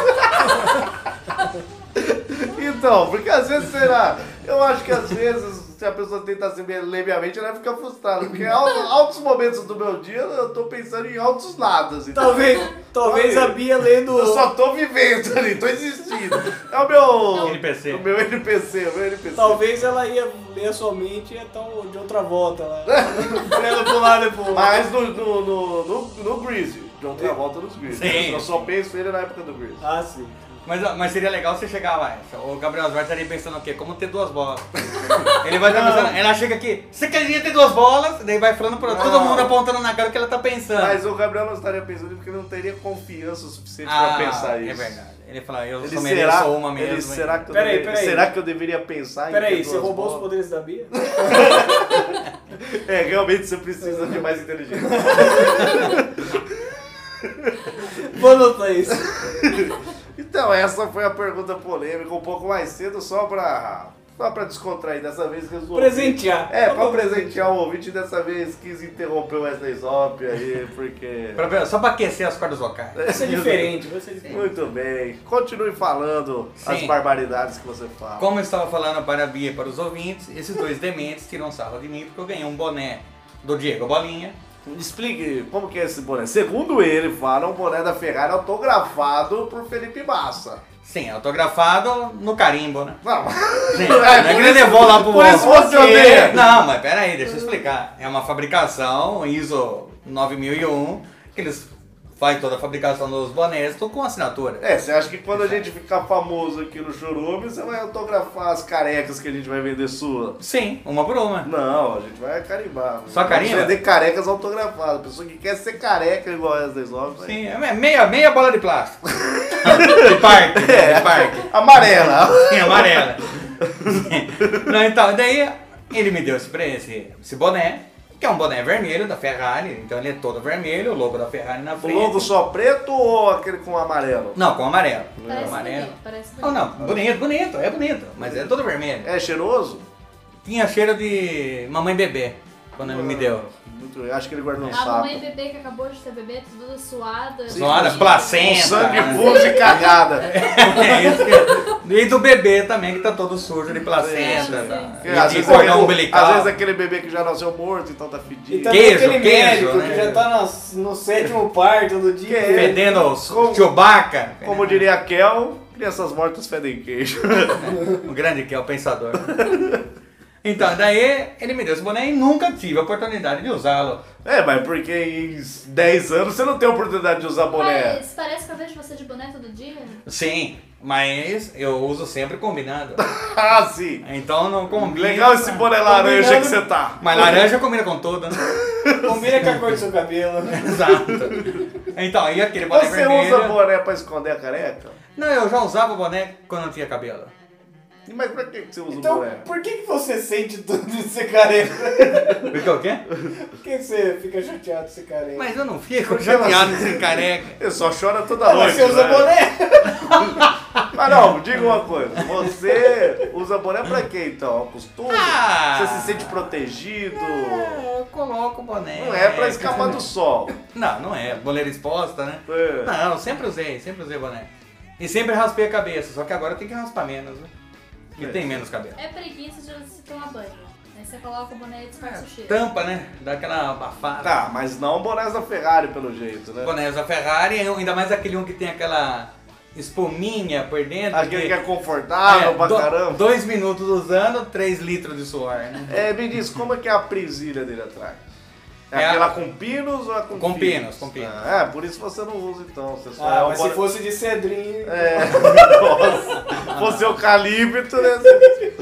Speaker 5: Então, porque às vezes será. Eu acho que às vezes, se a pessoa tenta ser meio levemente, ela fica frustrada. Porque altos, altos momentos do meu dia eu tô pensando em altos lados. entendeu?
Speaker 4: Talvez, talvez a Bia lendo.
Speaker 5: Eu só tô vivendo ali, tô existindo. É o meu.
Speaker 2: NPC.
Speaker 5: O meu NPC, o meu NPC.
Speaker 4: Talvez ela ia ler sua mente e ia tal de outra volta. Ela, pra ela pular depois.
Speaker 5: Mas no, no, no, no, no Greasy. John Travolta nos Greasy.
Speaker 2: Sim.
Speaker 5: Eu só penso ele na época do Greasy.
Speaker 4: Ah, sim.
Speaker 2: Mas, mas seria legal você chegar lá. O Gabriel Oswald estaria pensando o quê? Como ter duas bolas. Ele vai estar pensando. Ela chega aqui, você queria ter duas bolas? Daí vai falando pra todo
Speaker 5: Não.
Speaker 2: mundo apontando na cara o que ela tá pensando.
Speaker 5: Mas o Gabriel não estaria pensando porque ele não teria confiança o suficiente
Speaker 2: ah,
Speaker 5: um pra pensar isso.
Speaker 2: É verdade. Ele fala, eu
Speaker 5: Ele
Speaker 2: só mereço
Speaker 5: será,
Speaker 2: uma
Speaker 5: ele
Speaker 2: mesmo. hein?
Speaker 5: será, que eu
Speaker 4: Peraí,
Speaker 5: deveria,
Speaker 4: peraí.
Speaker 5: será que eu deveria pensar em
Speaker 4: Peraí,
Speaker 5: ter
Speaker 4: você
Speaker 5: duas
Speaker 4: roubou os
Speaker 5: bolas?
Speaker 4: poderes da Bia?
Speaker 5: É, realmente você precisa de mais inteligência.
Speaker 4: Vou anotar isso.
Speaker 5: Então, essa foi a pergunta polêmica, um pouco mais cedo, só pra, só pra descontrair. Dessa vez resolvi.
Speaker 4: Presentear.
Speaker 5: É, pra presentear o ouvinte, dessa vez quis interromper o Wesley Zop aí, porque...
Speaker 2: Pra ver, só pra aquecer as cordas vocais.
Speaker 4: Vai ser é diferente, vai ser diferente.
Speaker 5: Muito bem. Continue falando
Speaker 2: Sim.
Speaker 5: as barbaridades que você fala.
Speaker 2: Como eu estava falando para a Bia e para os ouvintes, esses dois dementes tiram sarro de mim porque eu ganhei um boné do Diego Bolinha.
Speaker 5: Explique como que é esse boné. Segundo ele, fala, é um boné da Ferrari autografado por Felipe Massa.
Speaker 2: Sim, autografado no carimbo, né?
Speaker 5: Não,
Speaker 2: Sim, não é que ele levou lá pro
Speaker 5: por isso você odeia.
Speaker 2: Não, mas pera aí, deixa eu explicar. É uma fabricação ISO 9001 que eles faz toda a fabricação dos bonés, tô com assinatura.
Speaker 5: É, você acha que quando a gente ficar famoso aqui no Chorume, você vai autografar as carecas que a gente vai vender sua?
Speaker 2: Sim, uma por uma.
Speaker 5: Não, a gente vai carimbar.
Speaker 2: Só carimba?
Speaker 5: Vamos vender carecas autografadas. A pessoa que quer ser careca igual a Wesley Zop.
Speaker 2: Sim, é meia, meia bola de plástico. É. de parque, de parque.
Speaker 5: Amarela.
Speaker 2: Sim, amarela. Não, então, daí ele me deu esse, pre- esse, esse boné, que é um boné vermelho da Ferrari, então ele é todo vermelho, o logo da Ferrari na
Speaker 5: O
Speaker 2: frente.
Speaker 5: logo só preto ou aquele com amarelo?
Speaker 2: Não, com amarelo.
Speaker 6: Parece
Speaker 2: amarelo.
Speaker 6: bonito, parece
Speaker 2: Não,
Speaker 6: bonito.
Speaker 2: não, bonito, bonito, é bonito, mas é todo vermelho.
Speaker 5: É cheiroso?
Speaker 2: Tinha cheiro de mamãe bebê quando ele me deu.
Speaker 5: Muito, eu acho que ele guardou um
Speaker 6: A
Speaker 5: sapo.
Speaker 6: mamãe bebê que acabou de ser bebê, toda suada.
Speaker 2: Suada,
Speaker 6: Gente,
Speaker 5: Com
Speaker 2: placenta.
Speaker 5: Um sangue
Speaker 4: Ah,
Speaker 5: puro e cagada.
Speaker 2: É isso que- E do bebê também, que tá todo sujo de placenta.
Speaker 6: Sim,
Speaker 2: tá?
Speaker 6: sim.
Speaker 5: Porque
Speaker 2: E de cordão
Speaker 5: aquele- às
Speaker 2: umbilical.
Speaker 5: vezes é aquele bebê que já nasceu morto, então tá fedido.
Speaker 4: E também
Speaker 2: Queijo,
Speaker 4: aquele
Speaker 2: queijo,
Speaker 4: médico
Speaker 2: né?
Speaker 4: que já tá nas- no sétimo parto do dia.
Speaker 5: Queijo.
Speaker 2: Fedendo os
Speaker 5: é Como-
Speaker 2: Chewbacca.
Speaker 5: Como diria a Kel, crianças mortas fedem queijo.
Speaker 2: O grande que é o pensador. Então, daí ele me deu esse boné e nunca tive a oportunidade de usá-lo.
Speaker 5: é, mas porque em 10 anos você não tem oportunidade de usar boné.
Speaker 6: Mas parece que eu vejo você de boné todo dia.
Speaker 2: Sim, mas eu uso sempre combinado.
Speaker 5: Ah, sim.
Speaker 2: Então não combina.
Speaker 5: Legal esse boné laranja
Speaker 4: Combinando.
Speaker 5: que você tá.
Speaker 2: Mas laranja combina com tudo, né?
Speaker 4: Combina com a cor do seu cabelo.
Speaker 2: Exato. Então, e aquele boné
Speaker 5: Você
Speaker 2: vermelho.
Speaker 5: usa boné pra esconder a careca?
Speaker 2: Não, eu já usava boné quando não tinha cabelo.
Speaker 5: Mas pra que que você usa o
Speaker 4: Então,
Speaker 5: boné?
Speaker 4: por que, que você sente tudo de ser careca?
Speaker 2: Porque o quê?
Speaker 4: Por que você fica chateado de ser careca?
Speaker 2: Mas eu não fico chateado sem careca.
Speaker 5: Você só chora toda
Speaker 4: Ah,
Speaker 5: noite.
Speaker 4: mas você usa
Speaker 5: né?
Speaker 4: boné?
Speaker 5: Mas não, diga uma coisa. Você usa boné pra quê então? Acostuma?
Speaker 2: Ah.
Speaker 5: Você se sente protegido?
Speaker 2: É, Eu coloco o boné.
Speaker 5: Não é pra escapar do sol.
Speaker 2: Não, não é. Boleira exposta, né?
Speaker 5: É.
Speaker 2: Não, sempre usei, sempre usei boné. E sempre raspei a cabeça, só que agora tem que raspar menos, né? Porque tem menos cabelo.
Speaker 6: É preguiça de se tomar banho. Aí você coloca o boné e
Speaker 2: É,
Speaker 5: É,
Speaker 6: disfarça o cheiro.
Speaker 2: Tampa, né? Dá aquela abafada.
Speaker 5: Tá, mas não bonés da Ferrari, pelo jeito, né?
Speaker 2: Bonés da Ferrari, ainda mais aquele um que tem aquela espuminha por dentro.
Speaker 5: Aquele que é
Speaker 2: é,
Speaker 5: confortável pra
Speaker 2: do-
Speaker 5: caramba.
Speaker 2: Dois minutos usando, três litros de suor, né?
Speaker 5: É, me diz, como é que é a presilha dele atrás? É,
Speaker 2: É
Speaker 5: aquela
Speaker 2: a-
Speaker 5: com pinos ou é com
Speaker 2: Com pinos, com pinos.
Speaker 5: Ah, é, por isso você não usa então. Você só é
Speaker 4: Ah,
Speaker 5: um
Speaker 4: mas
Speaker 5: boné-
Speaker 4: se fosse de cedrinho.
Speaker 5: É, nossa. Você é eucalipto, né? Você-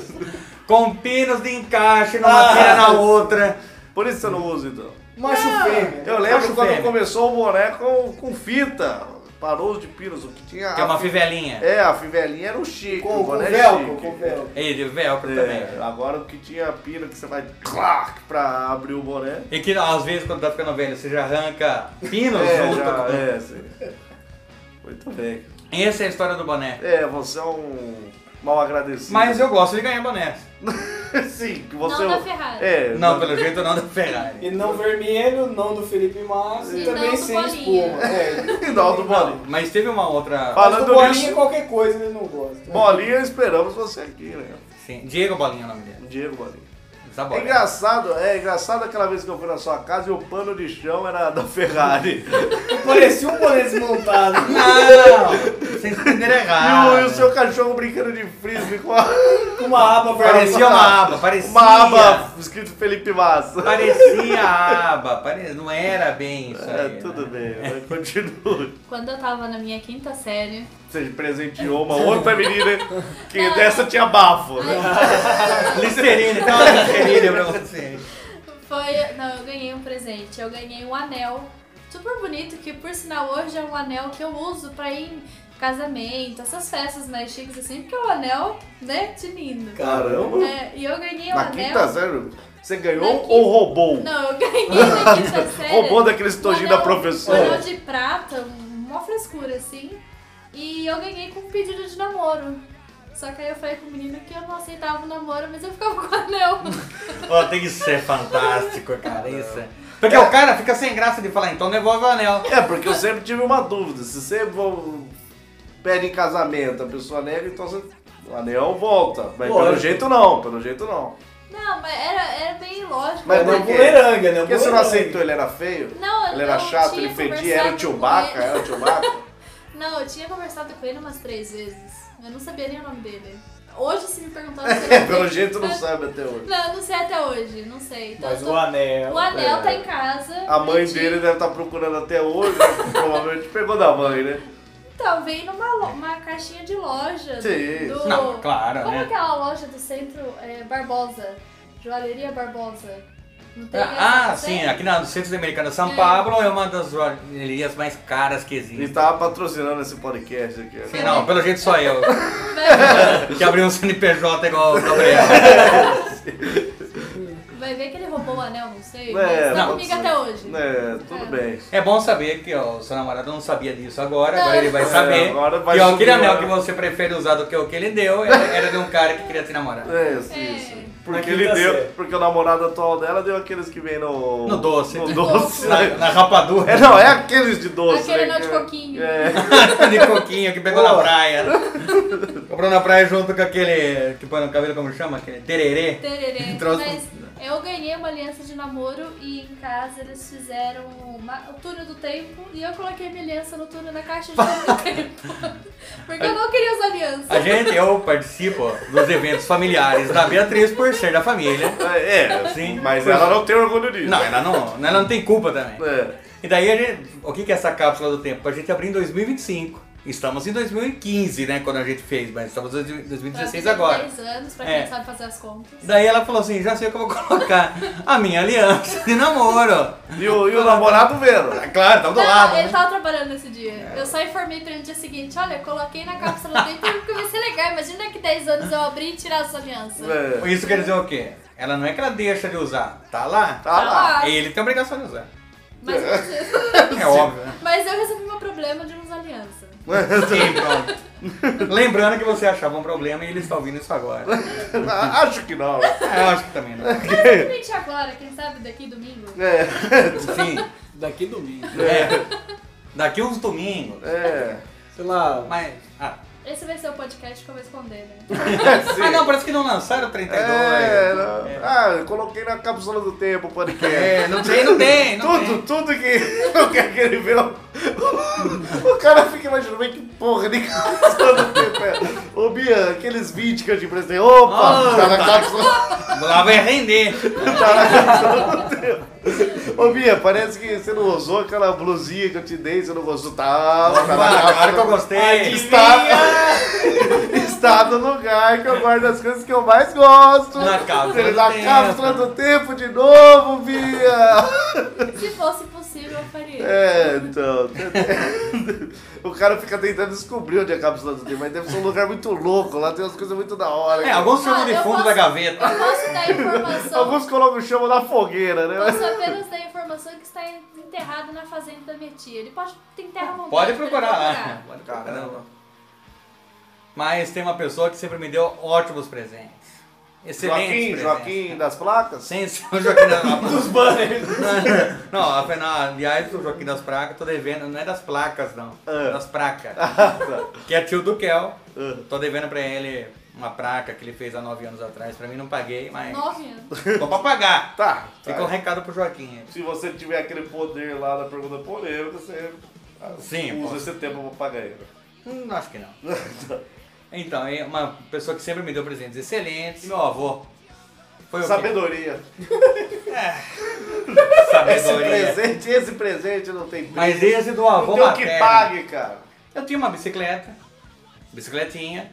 Speaker 2: Com pinos de encaixe,
Speaker 5: Ah.
Speaker 2: numa tira na outra.
Speaker 5: Por isso você não usa então.
Speaker 4: Macho fêmea.
Speaker 5: Eu lembro
Speaker 2: Acho
Speaker 5: quando
Speaker 2: fêmea.
Speaker 5: começou o boné com, com fita. Parou os de pinos, o que tinha.
Speaker 2: Que é uma
Speaker 5: a fi-
Speaker 2: fivelinha.
Speaker 5: É, a fivelinha era o chique.
Speaker 4: Com,
Speaker 5: o
Speaker 4: com
Speaker 5: boné
Speaker 4: velcro,
Speaker 5: né? chique.
Speaker 4: com velcro.
Speaker 2: E de velcro
Speaker 5: É,
Speaker 2: também.
Speaker 5: agora o que tinha pino que você vai clac pra abrir o boné.
Speaker 2: E que às vezes quando tá ficando velho, você já arranca pinos
Speaker 5: É,
Speaker 2: junto.
Speaker 5: já,
Speaker 2: com-
Speaker 5: é, sim. Muito bem.
Speaker 2: Essa é a história do boné.
Speaker 5: É, você é um mal agradecido.
Speaker 2: Mas eu gosto de ganhar bonés.
Speaker 5: Sim, que você.
Speaker 6: Não da Ferrari.
Speaker 5: É,
Speaker 2: Não, pelo jeito não da Ferrari.
Speaker 4: E não vermelho, não do Felipe Massa e,
Speaker 6: E
Speaker 4: também
Speaker 6: não do
Speaker 4: sem
Speaker 6: Bolinha.
Speaker 4: espuma. É.
Speaker 5: final do bolinho.
Speaker 2: Mas teve uma outra.
Speaker 5: Fala.
Speaker 4: Mas
Speaker 5: Falando
Speaker 4: do bolinha
Speaker 5: nisso-
Speaker 4: qualquer coisa eles não gostam.
Speaker 5: Bolinha, esperamos você aqui, né?
Speaker 2: Sim, Diego Bolinha é o nome dele.
Speaker 5: Diego Bolinha. É
Speaker 2: Zabora.
Speaker 5: engraçado, é engraçado aquela vez que eu fui na sua casa e o pano de chão era da Ferrari.
Speaker 4: Parecia um boné desmontado.
Speaker 2: Não! Vocês entenderam
Speaker 5: e, o, e
Speaker 2: errado.
Speaker 5: o seu cachorro brincando de frisbee com a-
Speaker 4: com uma aba vermelha.
Speaker 2: Parecia uma aba, parecia.
Speaker 5: uma aba escrito Felipe Massa.
Speaker 2: Parecia a aba, pare... não era bem isso aí.
Speaker 5: É, tudo
Speaker 2: né?
Speaker 5: bem, mas continue.
Speaker 6: Quando eu tava na minha quinta série,
Speaker 5: Você presenteou uma outra menina que dessa tinha bafo, né?
Speaker 2: Listerine, tem uma listerine pra você.
Speaker 6: foi. Não, eu ganhei um presente. Eu ganhei um anel super bonito, que por sinal hoje é um anel que eu uso pra ir em casamento, essas festas mais chiques assim, porque é um anel, né, de lindo.
Speaker 5: Caramba.
Speaker 6: É, e eu ganhei um
Speaker 5: Na
Speaker 6: anel.
Speaker 5: quinta série, você
Speaker 6: Na
Speaker 5: ganhou
Speaker 6: quinta-
Speaker 5: ou roubou?
Speaker 6: Não, eu ganhei na quinta série.
Speaker 5: Roubou daqueles tojinhos
Speaker 6: Um
Speaker 5: da
Speaker 6: anel-
Speaker 5: professora.
Speaker 6: Um anel de prata, uma frescura assim. E eu ganhei com um pedido de namoro. Só que aí eu falei com o menino que eu não aceitava o namoro, mas eu ficava com o anel.
Speaker 2: Ó, tem que ser fantástico, cara, isso. é- Porque o cara fica sem graça de falar, então devolve o anel.
Speaker 5: É, porque eu sempre tive uma dúvida. Se você vo- pede em casamento, a pessoa nega, então você... o anel volta. Mas pelo
Speaker 4: Lógico.
Speaker 5: jeito não, pelo jeito não.
Speaker 6: Não, mas era, era bem lógico.
Speaker 5: Mas
Speaker 4: É
Speaker 5: por
Speaker 4: uma
Speaker 5: quê?
Speaker 4: buleranga, né?
Speaker 5: Porque você não
Speaker 4: Buleranga.
Speaker 5: aceitou, ele era feio?
Speaker 6: Não,
Speaker 5: Ele era
Speaker 6: eu
Speaker 5: chato,
Speaker 6: tinha
Speaker 5: ele fedia, era o
Speaker 6: conversado com
Speaker 5: Chewbacca,
Speaker 6: ele.
Speaker 5: era o Chewbacca.
Speaker 6: Não, eu tinha conversado com ele umas três vezes. Eu não sabia nem o nome dele. hoje se me perguntar... eu não sei
Speaker 5: É, pelo
Speaker 6: dizer.
Speaker 5: jeito não sabe até hoje.
Speaker 6: Não, eu não sei até hoje, não sei. Então,
Speaker 4: Mas
Speaker 6: eu tô-
Speaker 4: o anel.
Speaker 6: o anel
Speaker 5: é.
Speaker 6: tá em casa.
Speaker 5: A mãe
Speaker 6: bonitinho.
Speaker 5: dele deve estar procurando até hoje, né? provavelmente pegou da mãe, né?
Speaker 6: Então, veio numa lo- uma caixinha de loja.
Speaker 5: Sim.
Speaker 6: Do...
Speaker 2: Não, claro,
Speaker 6: Como
Speaker 2: né?
Speaker 6: aquela loja do centro é, Barbosa? Joalheria Barbosa. Não tem essa,
Speaker 2: Ah,
Speaker 6: não
Speaker 2: sim,
Speaker 6: tem?
Speaker 2: aqui na, no centro americano de
Speaker 6: É.
Speaker 2: São Paulo é uma das joalherias mais caras que
Speaker 5: E
Speaker 2: existe.
Speaker 5: tava patrocinando esse podcast aqui. né?
Speaker 2: Não, pelo jeito só eu.
Speaker 6: Vai,
Speaker 2: que abriu um CNPJ igual o Gabriel.
Speaker 6: vai ver que ele roubou o anel, não sei.
Speaker 5: É,
Speaker 6: mas tá
Speaker 5: pode
Speaker 6: comigo
Speaker 5: ser.
Speaker 6: até hoje.
Speaker 5: É, tudo
Speaker 6: É.
Speaker 5: bem.
Speaker 2: É bom saber que ó, o seu namorado não sabia disso agora,
Speaker 6: Não.
Speaker 2: agora ele vai
Speaker 6: É,
Speaker 2: saber.
Speaker 5: agora vai
Speaker 2: e ó, aquele
Speaker 5: subir,
Speaker 2: anel
Speaker 5: né?
Speaker 2: que você prefere usar do que o que ele deu era, era de um cara que queria te namorar.
Speaker 5: É, isso,
Speaker 6: É.
Speaker 5: isso. Porque
Speaker 4: Aqui
Speaker 5: ele
Speaker 4: tá
Speaker 5: deu.
Speaker 4: certo.
Speaker 5: Porque o namorado atual dela deu aqueles que vem no.
Speaker 2: No doce.
Speaker 5: No
Speaker 2: De
Speaker 5: doce.
Speaker 6: coco.
Speaker 2: Na,
Speaker 5: né?
Speaker 2: na rapadura
Speaker 5: É, não, é aqueles de doce.
Speaker 6: Aquele
Speaker 5: né?
Speaker 6: anel de coquinho.
Speaker 5: É.
Speaker 2: de coquinho que pegou na praia. Comprou na praia junto com aquele que põe no cabelo, como chama? Aquele tererê.
Speaker 6: Tererê.
Speaker 2: Trouxe-
Speaker 6: Mas eu ganhei uma aliança de namoro e em casa eles fizeram uma- o túnel do tempo e eu coloquei minha aliança no túnel da caixa de túnel do tempo. Porque eu não queria usar aliança.
Speaker 2: A gente, eu participo dos eventos familiares da Beatriz por ser da família.
Speaker 5: É,
Speaker 2: Sim.
Speaker 5: mas ela não tem orgulho disso.
Speaker 2: Não, ela não, ela não tem culpa também.
Speaker 5: É.
Speaker 2: E daí, a gente, o que que é essa cápsula do tempo? A gente abriu em 2025. Estamos em 2015, né, quando a gente fez, mas estamos em 2016
Speaker 6: Pra mim,
Speaker 2: agora.
Speaker 6: 10 anos, pra
Speaker 2: É.
Speaker 6: quem sabe fazer as contas.
Speaker 2: Daí ela falou assim, já sei o que eu vou colocar, a minha aliança de namoro.
Speaker 5: E o, e o namorado vendo.
Speaker 2: Claro, tava do lado,
Speaker 6: ele
Speaker 2: né?
Speaker 6: tava trabalhando nesse dia.
Speaker 2: É.
Speaker 6: Eu só informei pra ele no dia seguinte: olha, coloquei na cápsula do tempo porque vai ser legal. Imagina daqui 10 anos eu abrir e tirar essa aliança.
Speaker 5: É.
Speaker 2: Isso quer dizer o quê? Ela não é que ela deixa de usar, tá lá.
Speaker 5: Tá lá.
Speaker 2: Ele tem obrigação de usar.
Speaker 6: Ah, Mas,
Speaker 2: É óbvio, né?
Speaker 6: mas eu resolvi meu problema de não usar aliança.
Speaker 2: Sim, pronto. Lembrando que você achava um problema e ele está ouvindo isso agora.
Speaker 6: Tá
Speaker 5: Ah, Acho que não. né?
Speaker 2: É, eu acho que também não.
Speaker 6: Principalmente agora, quem sabe daqui domingo.
Speaker 5: É,
Speaker 2: Sim,
Speaker 4: Daqui domingo.
Speaker 2: é. Daqui uns domingos.
Speaker 5: é.
Speaker 4: Sei lá,
Speaker 2: Mas. Ah,
Speaker 6: Esse vai ser o podcast que eu vou esconder, né?
Speaker 2: ah não, parece que não lançaram 32.
Speaker 5: É, não. Ah, eu coloquei na cápsula do tempo o podcast.
Speaker 2: É, não tem, não tem. Não
Speaker 5: Tudo, tudo que eu quero que ele vê. O cara fica imaginando bem que porra de cápsula do tempo é. Ô Bia, aqueles 20 que eu te emprestei. Opa,
Speaker 2: Ah,
Speaker 5: tá na cápsula.
Speaker 2: Tem. Lá vai render.
Speaker 5: Ô Bia, parece que você não usou aquela blusinha que eu te dei, você não gostou. Tá, tá na
Speaker 2: Ah, Claro que eu
Speaker 5: cápsula.
Speaker 2: gostei.
Speaker 5: Está, está Tá no lugar que eu guardo as coisas que eu mais gosto.
Speaker 2: Na cápsula
Speaker 5: Ele
Speaker 2: do
Speaker 5: Na
Speaker 2: tempo.
Speaker 5: cápsula do tempo de novo, Bia!
Speaker 6: Se fosse possível, eu faria.
Speaker 5: É, então. O cara fica tentando descobrir onde é a cápsula do tempo, mas deve ser um lugar muito louco, lá tem umas coisas muito da hora.
Speaker 2: É, alguns filmes
Speaker 6: Ah,
Speaker 2: de
Speaker 6: eu
Speaker 2: fundo
Speaker 6: posso-
Speaker 2: da gaveta.
Speaker 6: Eu posso dar informação.
Speaker 5: Alguns colocam o chão na fogueira, né?
Speaker 6: Posso apenas dar informação que está enterrado na fazenda da minha tia. Ele pode ter terra à vontade
Speaker 2: Pode
Speaker 6: pra ele
Speaker 2: procurar lá.
Speaker 6: procurar.
Speaker 2: Pode procurar. Mas tem uma pessoa que sempre me deu ótimos presentes.
Speaker 5: Joaquim,
Speaker 2: Excelente.
Speaker 5: Joaquim das placas?
Speaker 2: Sem ser o Joaquim das Placas. Não, afinal, aliás, o Joaquim das Placas, tô devendo, não é das placas, não.
Speaker 5: Ah.
Speaker 2: Das placas. que é tio do Kel. Tô devendo pra ele uma placa que ele fez há nove anos atrás. Pra mim não paguei, mas.
Speaker 6: Nove anos.
Speaker 2: Tô pra pagar.
Speaker 5: Tá,
Speaker 2: Fica um
Speaker 5: tá.
Speaker 2: recado pro Joaquim.
Speaker 5: Se você tiver aquele poder lá da pergunta polêmica, você
Speaker 2: Sim,
Speaker 5: usa
Speaker 2: pô.
Speaker 5: esse tempo pra pagar ele.
Speaker 2: Hum, acho que não. Então, é uma pessoa que sempre me deu presentes excelentes. Meu avô. Foi o quê?
Speaker 5: Sabedoria. Esse
Speaker 2: Sabedoria.
Speaker 5: presente, esse presente não tem preço.
Speaker 2: Mas esse do avô
Speaker 5: Não tem o que
Speaker 2: materno.
Speaker 5: pague, cara.
Speaker 2: Eu tinha uma bicicleta, bicicletinha,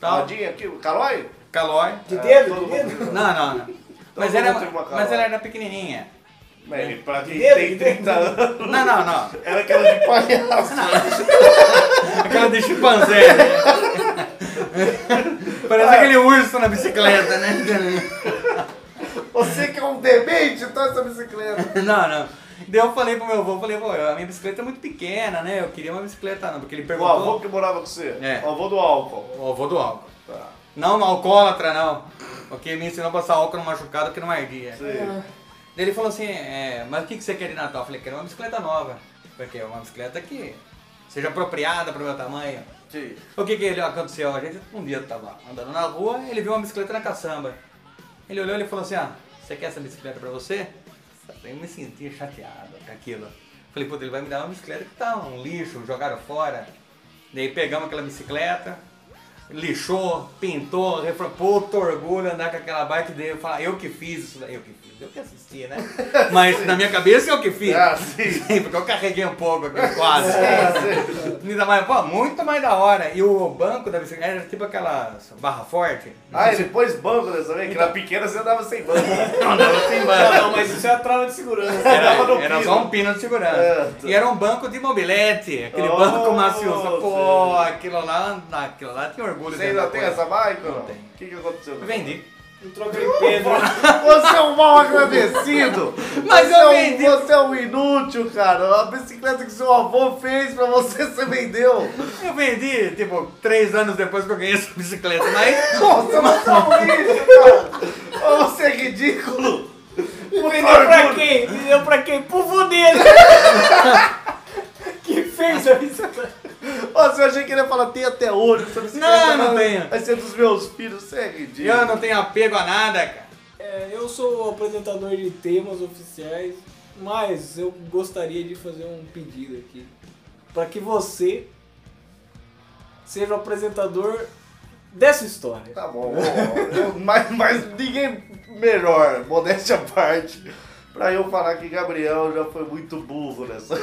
Speaker 2: tal,
Speaker 5: Rodinha aqui, o Calói?
Speaker 2: calói.
Speaker 4: de dedo,
Speaker 5: todo
Speaker 4: de dedo.
Speaker 2: Não, não, não. Mas
Speaker 5: mundo
Speaker 2: era,
Speaker 5: tem Então uma
Speaker 2: mas
Speaker 5: calói.
Speaker 2: ela era pequenininha.
Speaker 5: Mas pra quem
Speaker 4: Dedo,
Speaker 5: tem
Speaker 4: dedo.
Speaker 5: 30 anos,
Speaker 2: Não, não, não.
Speaker 5: era aquela de palhaço.
Speaker 2: Aquela de chimpanzé. né?
Speaker 5: Ah.
Speaker 2: Parece aquele urso na bicicleta, né?
Speaker 5: Você que é um demente, tá essa bicicleta.
Speaker 2: Não, não. Daí eu falei pro meu avô, falei, pô, a minha bicicleta é muito pequena, né? Eu queria uma bicicleta, não, porque ele
Speaker 5: O avô
Speaker 2: perguntou.
Speaker 5: que morava com você?
Speaker 2: É.
Speaker 5: O avô do álcool.
Speaker 2: O avô do álcool.
Speaker 5: Tá.
Speaker 2: Não, no alcoólatra, não. Porque me ensinou a passar álcool no machucado que não ardia.
Speaker 5: Sim.
Speaker 2: Daí ele falou assim, é, mas o que, que você quer de Natal? Eu falei, quero uma bicicleta nova. Porque é uma bicicleta que seja apropriada pro meu tamanho.
Speaker 5: Sim.
Speaker 2: O que que ele- aconteceu? A gente um dia tava andando na rua, ele viu uma bicicleta na caçamba. Ele olhou e falou assim, ah, você quer essa bicicleta pra você? Eu me sentia chateado com aquilo. Falei, puta, ele vai me dar uma bicicleta que tá um lixo, jogaram fora. Daí pegamos aquela bicicleta, lixou, pintou, refro... puto orgulho andar com aquela bike dele e falar, eu que fiz isso daí, eu que fiz, eu que assisti, né? Mas na minha cabeça eu que fiz.
Speaker 5: Ah, sim. É,
Speaker 2: Sim, porque eu carreguei um pouco aqui, quase. Ainda mais, pô, muito mais da hora. E o banco da bicicleta era tipo aquelas barra forte.
Speaker 5: Ah, ele pôs banco dessa vez, que na pequena você andava sem banco.
Speaker 2: Não, não, sem banco.
Speaker 4: Não, não, mas isso é a trava de segurança.
Speaker 2: Era,
Speaker 5: Tava no
Speaker 2: era
Speaker 5: pino.
Speaker 2: só um pino de segurança.
Speaker 5: É, tá.
Speaker 2: E era um banco de mobilete, aquele
Speaker 5: Oh,
Speaker 2: banco macioso. Pô,
Speaker 5: sei.
Speaker 2: aquilo lá, aquilo lá tinha orgulho.
Speaker 5: Você
Speaker 2: de andar
Speaker 5: ainda tem
Speaker 2: com
Speaker 5: essa bike ou não?
Speaker 2: Não tem.
Speaker 5: O que, que aconteceu?
Speaker 2: ela. Vendi.
Speaker 4: Não troca de pedra.
Speaker 5: Você é um mal agradecido!
Speaker 2: Mas
Speaker 5: você
Speaker 2: eu
Speaker 5: é um,
Speaker 2: vendi.
Speaker 5: Você é um inútil, cara! A bicicleta que seu avô fez pra você, você vendeu!
Speaker 2: Eu vendi, tipo, três anos depois que eu ganhei essa bicicleta, mas...
Speaker 5: Nossa, mas é um lixo, cara! Ô, Você é ridículo!
Speaker 4: Vendeu pra quem? Vendeu pra quem? Pro vô dele. que fez a bicicleta.
Speaker 5: Nossa, eu achei que ele ia falar, tem até hoje essa bicicleta.
Speaker 2: Não, não
Speaker 5: mas
Speaker 2: tenho.
Speaker 5: Vai ser dos meus filhos, você é
Speaker 2: E
Speaker 5: ridículo.
Speaker 2: eu não tenho apego a nada, cara.
Speaker 4: É, eu sou o apresentador de temas oficiais, mas eu gostaria de fazer um pedido aqui. Pra que você seja o apresentador dessa história.
Speaker 5: Tá bom, bom, eu- mas, mas ninguém melhor, modéstia à parte, pra eu falar que Gabriel já foi muito burro nessa.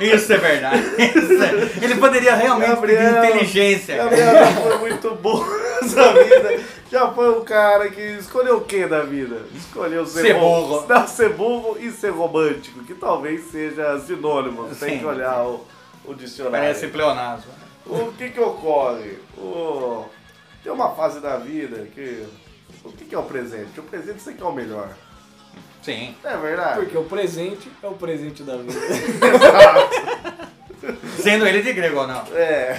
Speaker 2: Isso é verdade. Isso é- Ele poderia realmente
Speaker 5: Gabriel,
Speaker 2: ter inteligência. cara.
Speaker 5: Gabriel já foi muito burro nessa vida. Já foi um cara que escolheu o que na vida? Escolheu ser,
Speaker 2: Ser
Speaker 5: bom-
Speaker 2: burro.
Speaker 5: Não, ser burro e ser romântico, que talvez seja sinônimo. Tem
Speaker 2: Sim.
Speaker 5: que olhar o, o dicionário.
Speaker 2: Parece pleonasmo.
Speaker 5: O que que ocorre? O- Tem uma fase da vida que... O que que é o presente? O presente você quer o melhor.
Speaker 2: Sim.
Speaker 5: Não é verdade?
Speaker 4: Porque o presente é o presente da vida.
Speaker 2: Sendo ele de grego ou não.
Speaker 5: É,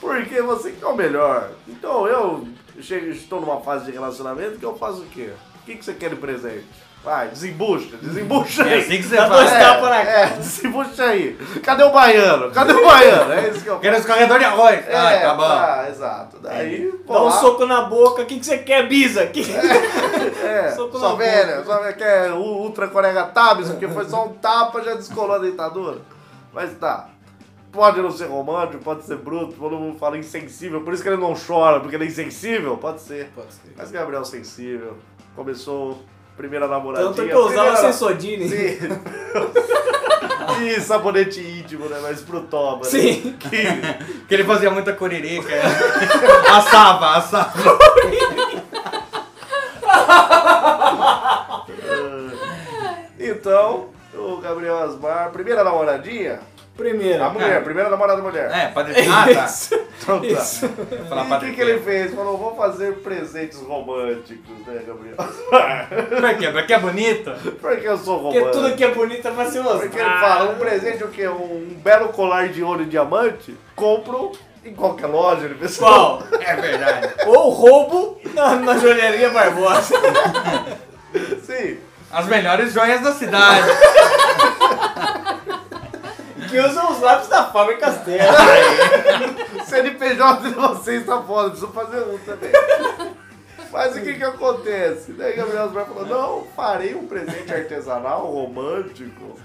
Speaker 5: porque você que é o melhor. Então eu chego, estou numa fase de relacionamento que eu faço o quê? O que, que você quer de presente? Vai, desembucha, desembucha aí.
Speaker 2: É assim que você
Speaker 5: Dois
Speaker 2: faz.
Speaker 5: tapas na cara. É, desembucha aí. Cadê o baiano? Cadê o baiano? É isso que eu
Speaker 2: Quero os corredores um de arroz.
Speaker 5: É,
Speaker 2: ah, tá bom.
Speaker 5: tá, exato. Daí, pô,
Speaker 4: Dá um
Speaker 5: lá-
Speaker 4: soco na boca, o que, que você quer, Bisa? Que...
Speaker 5: É,
Speaker 4: soco
Speaker 5: só
Speaker 4: na
Speaker 5: velha,
Speaker 4: boca.
Speaker 5: só velha que é o ultra corega Tabs, porque foi só um tapa já descolou a deitadura. Mas tá. Pode não ser romântico, pode ser bruto, todo mundo fala insensível, por isso que ele não chora, porque ele é insensível? Pode ser.
Speaker 4: Pode ser.
Speaker 5: Mas Gabriel é sensível, começou primeira namoradinha.
Speaker 4: Tanto é que eu usava
Speaker 5: primeira...
Speaker 4: sensodine.
Speaker 5: Sim. E sabonete íntimo, né? Mas pro Toba. né?
Speaker 4: Sim.
Speaker 5: Que-
Speaker 2: Porque ele fazia muita curirica. assava, assava.
Speaker 5: Então, o Gabriel Asmar, primeira namoradinha?
Speaker 4: Primeiro.
Speaker 5: A mulher, primeira namorada mulher.
Speaker 2: É, pode Ah, tá.
Speaker 4: Isso.
Speaker 5: Então tá.
Speaker 4: Isso.
Speaker 2: Vou
Speaker 5: E
Speaker 2: falar
Speaker 5: o
Speaker 2: pra
Speaker 5: que, que ele fez? Falou, vou fazer presentes românticos, né, Gabriel?
Speaker 2: Por quê? Porque é bonito?
Speaker 5: Porque eu sou
Speaker 4: Porque tudo
Speaker 5: romântico.
Speaker 4: que é bonito é pra se mostrar.
Speaker 5: Porque ele fala, um presente o quê? Um, um belo colar de ouro e diamante? Compro em qualquer loja, ele pessoal.
Speaker 4: Qual?
Speaker 2: É verdade.
Speaker 4: Ou roubo na, na joalheria Barbosa.
Speaker 5: Sim.
Speaker 2: As melhores joias da cidade.
Speaker 4: Que usam os lápis da Fábio Castelo.
Speaker 5: CNPJ de vocês tá foda, preciso fazer um também. Mas o que que acontece? Daí Gabriel Asmar falou, não, farei um presente artesanal, romântico.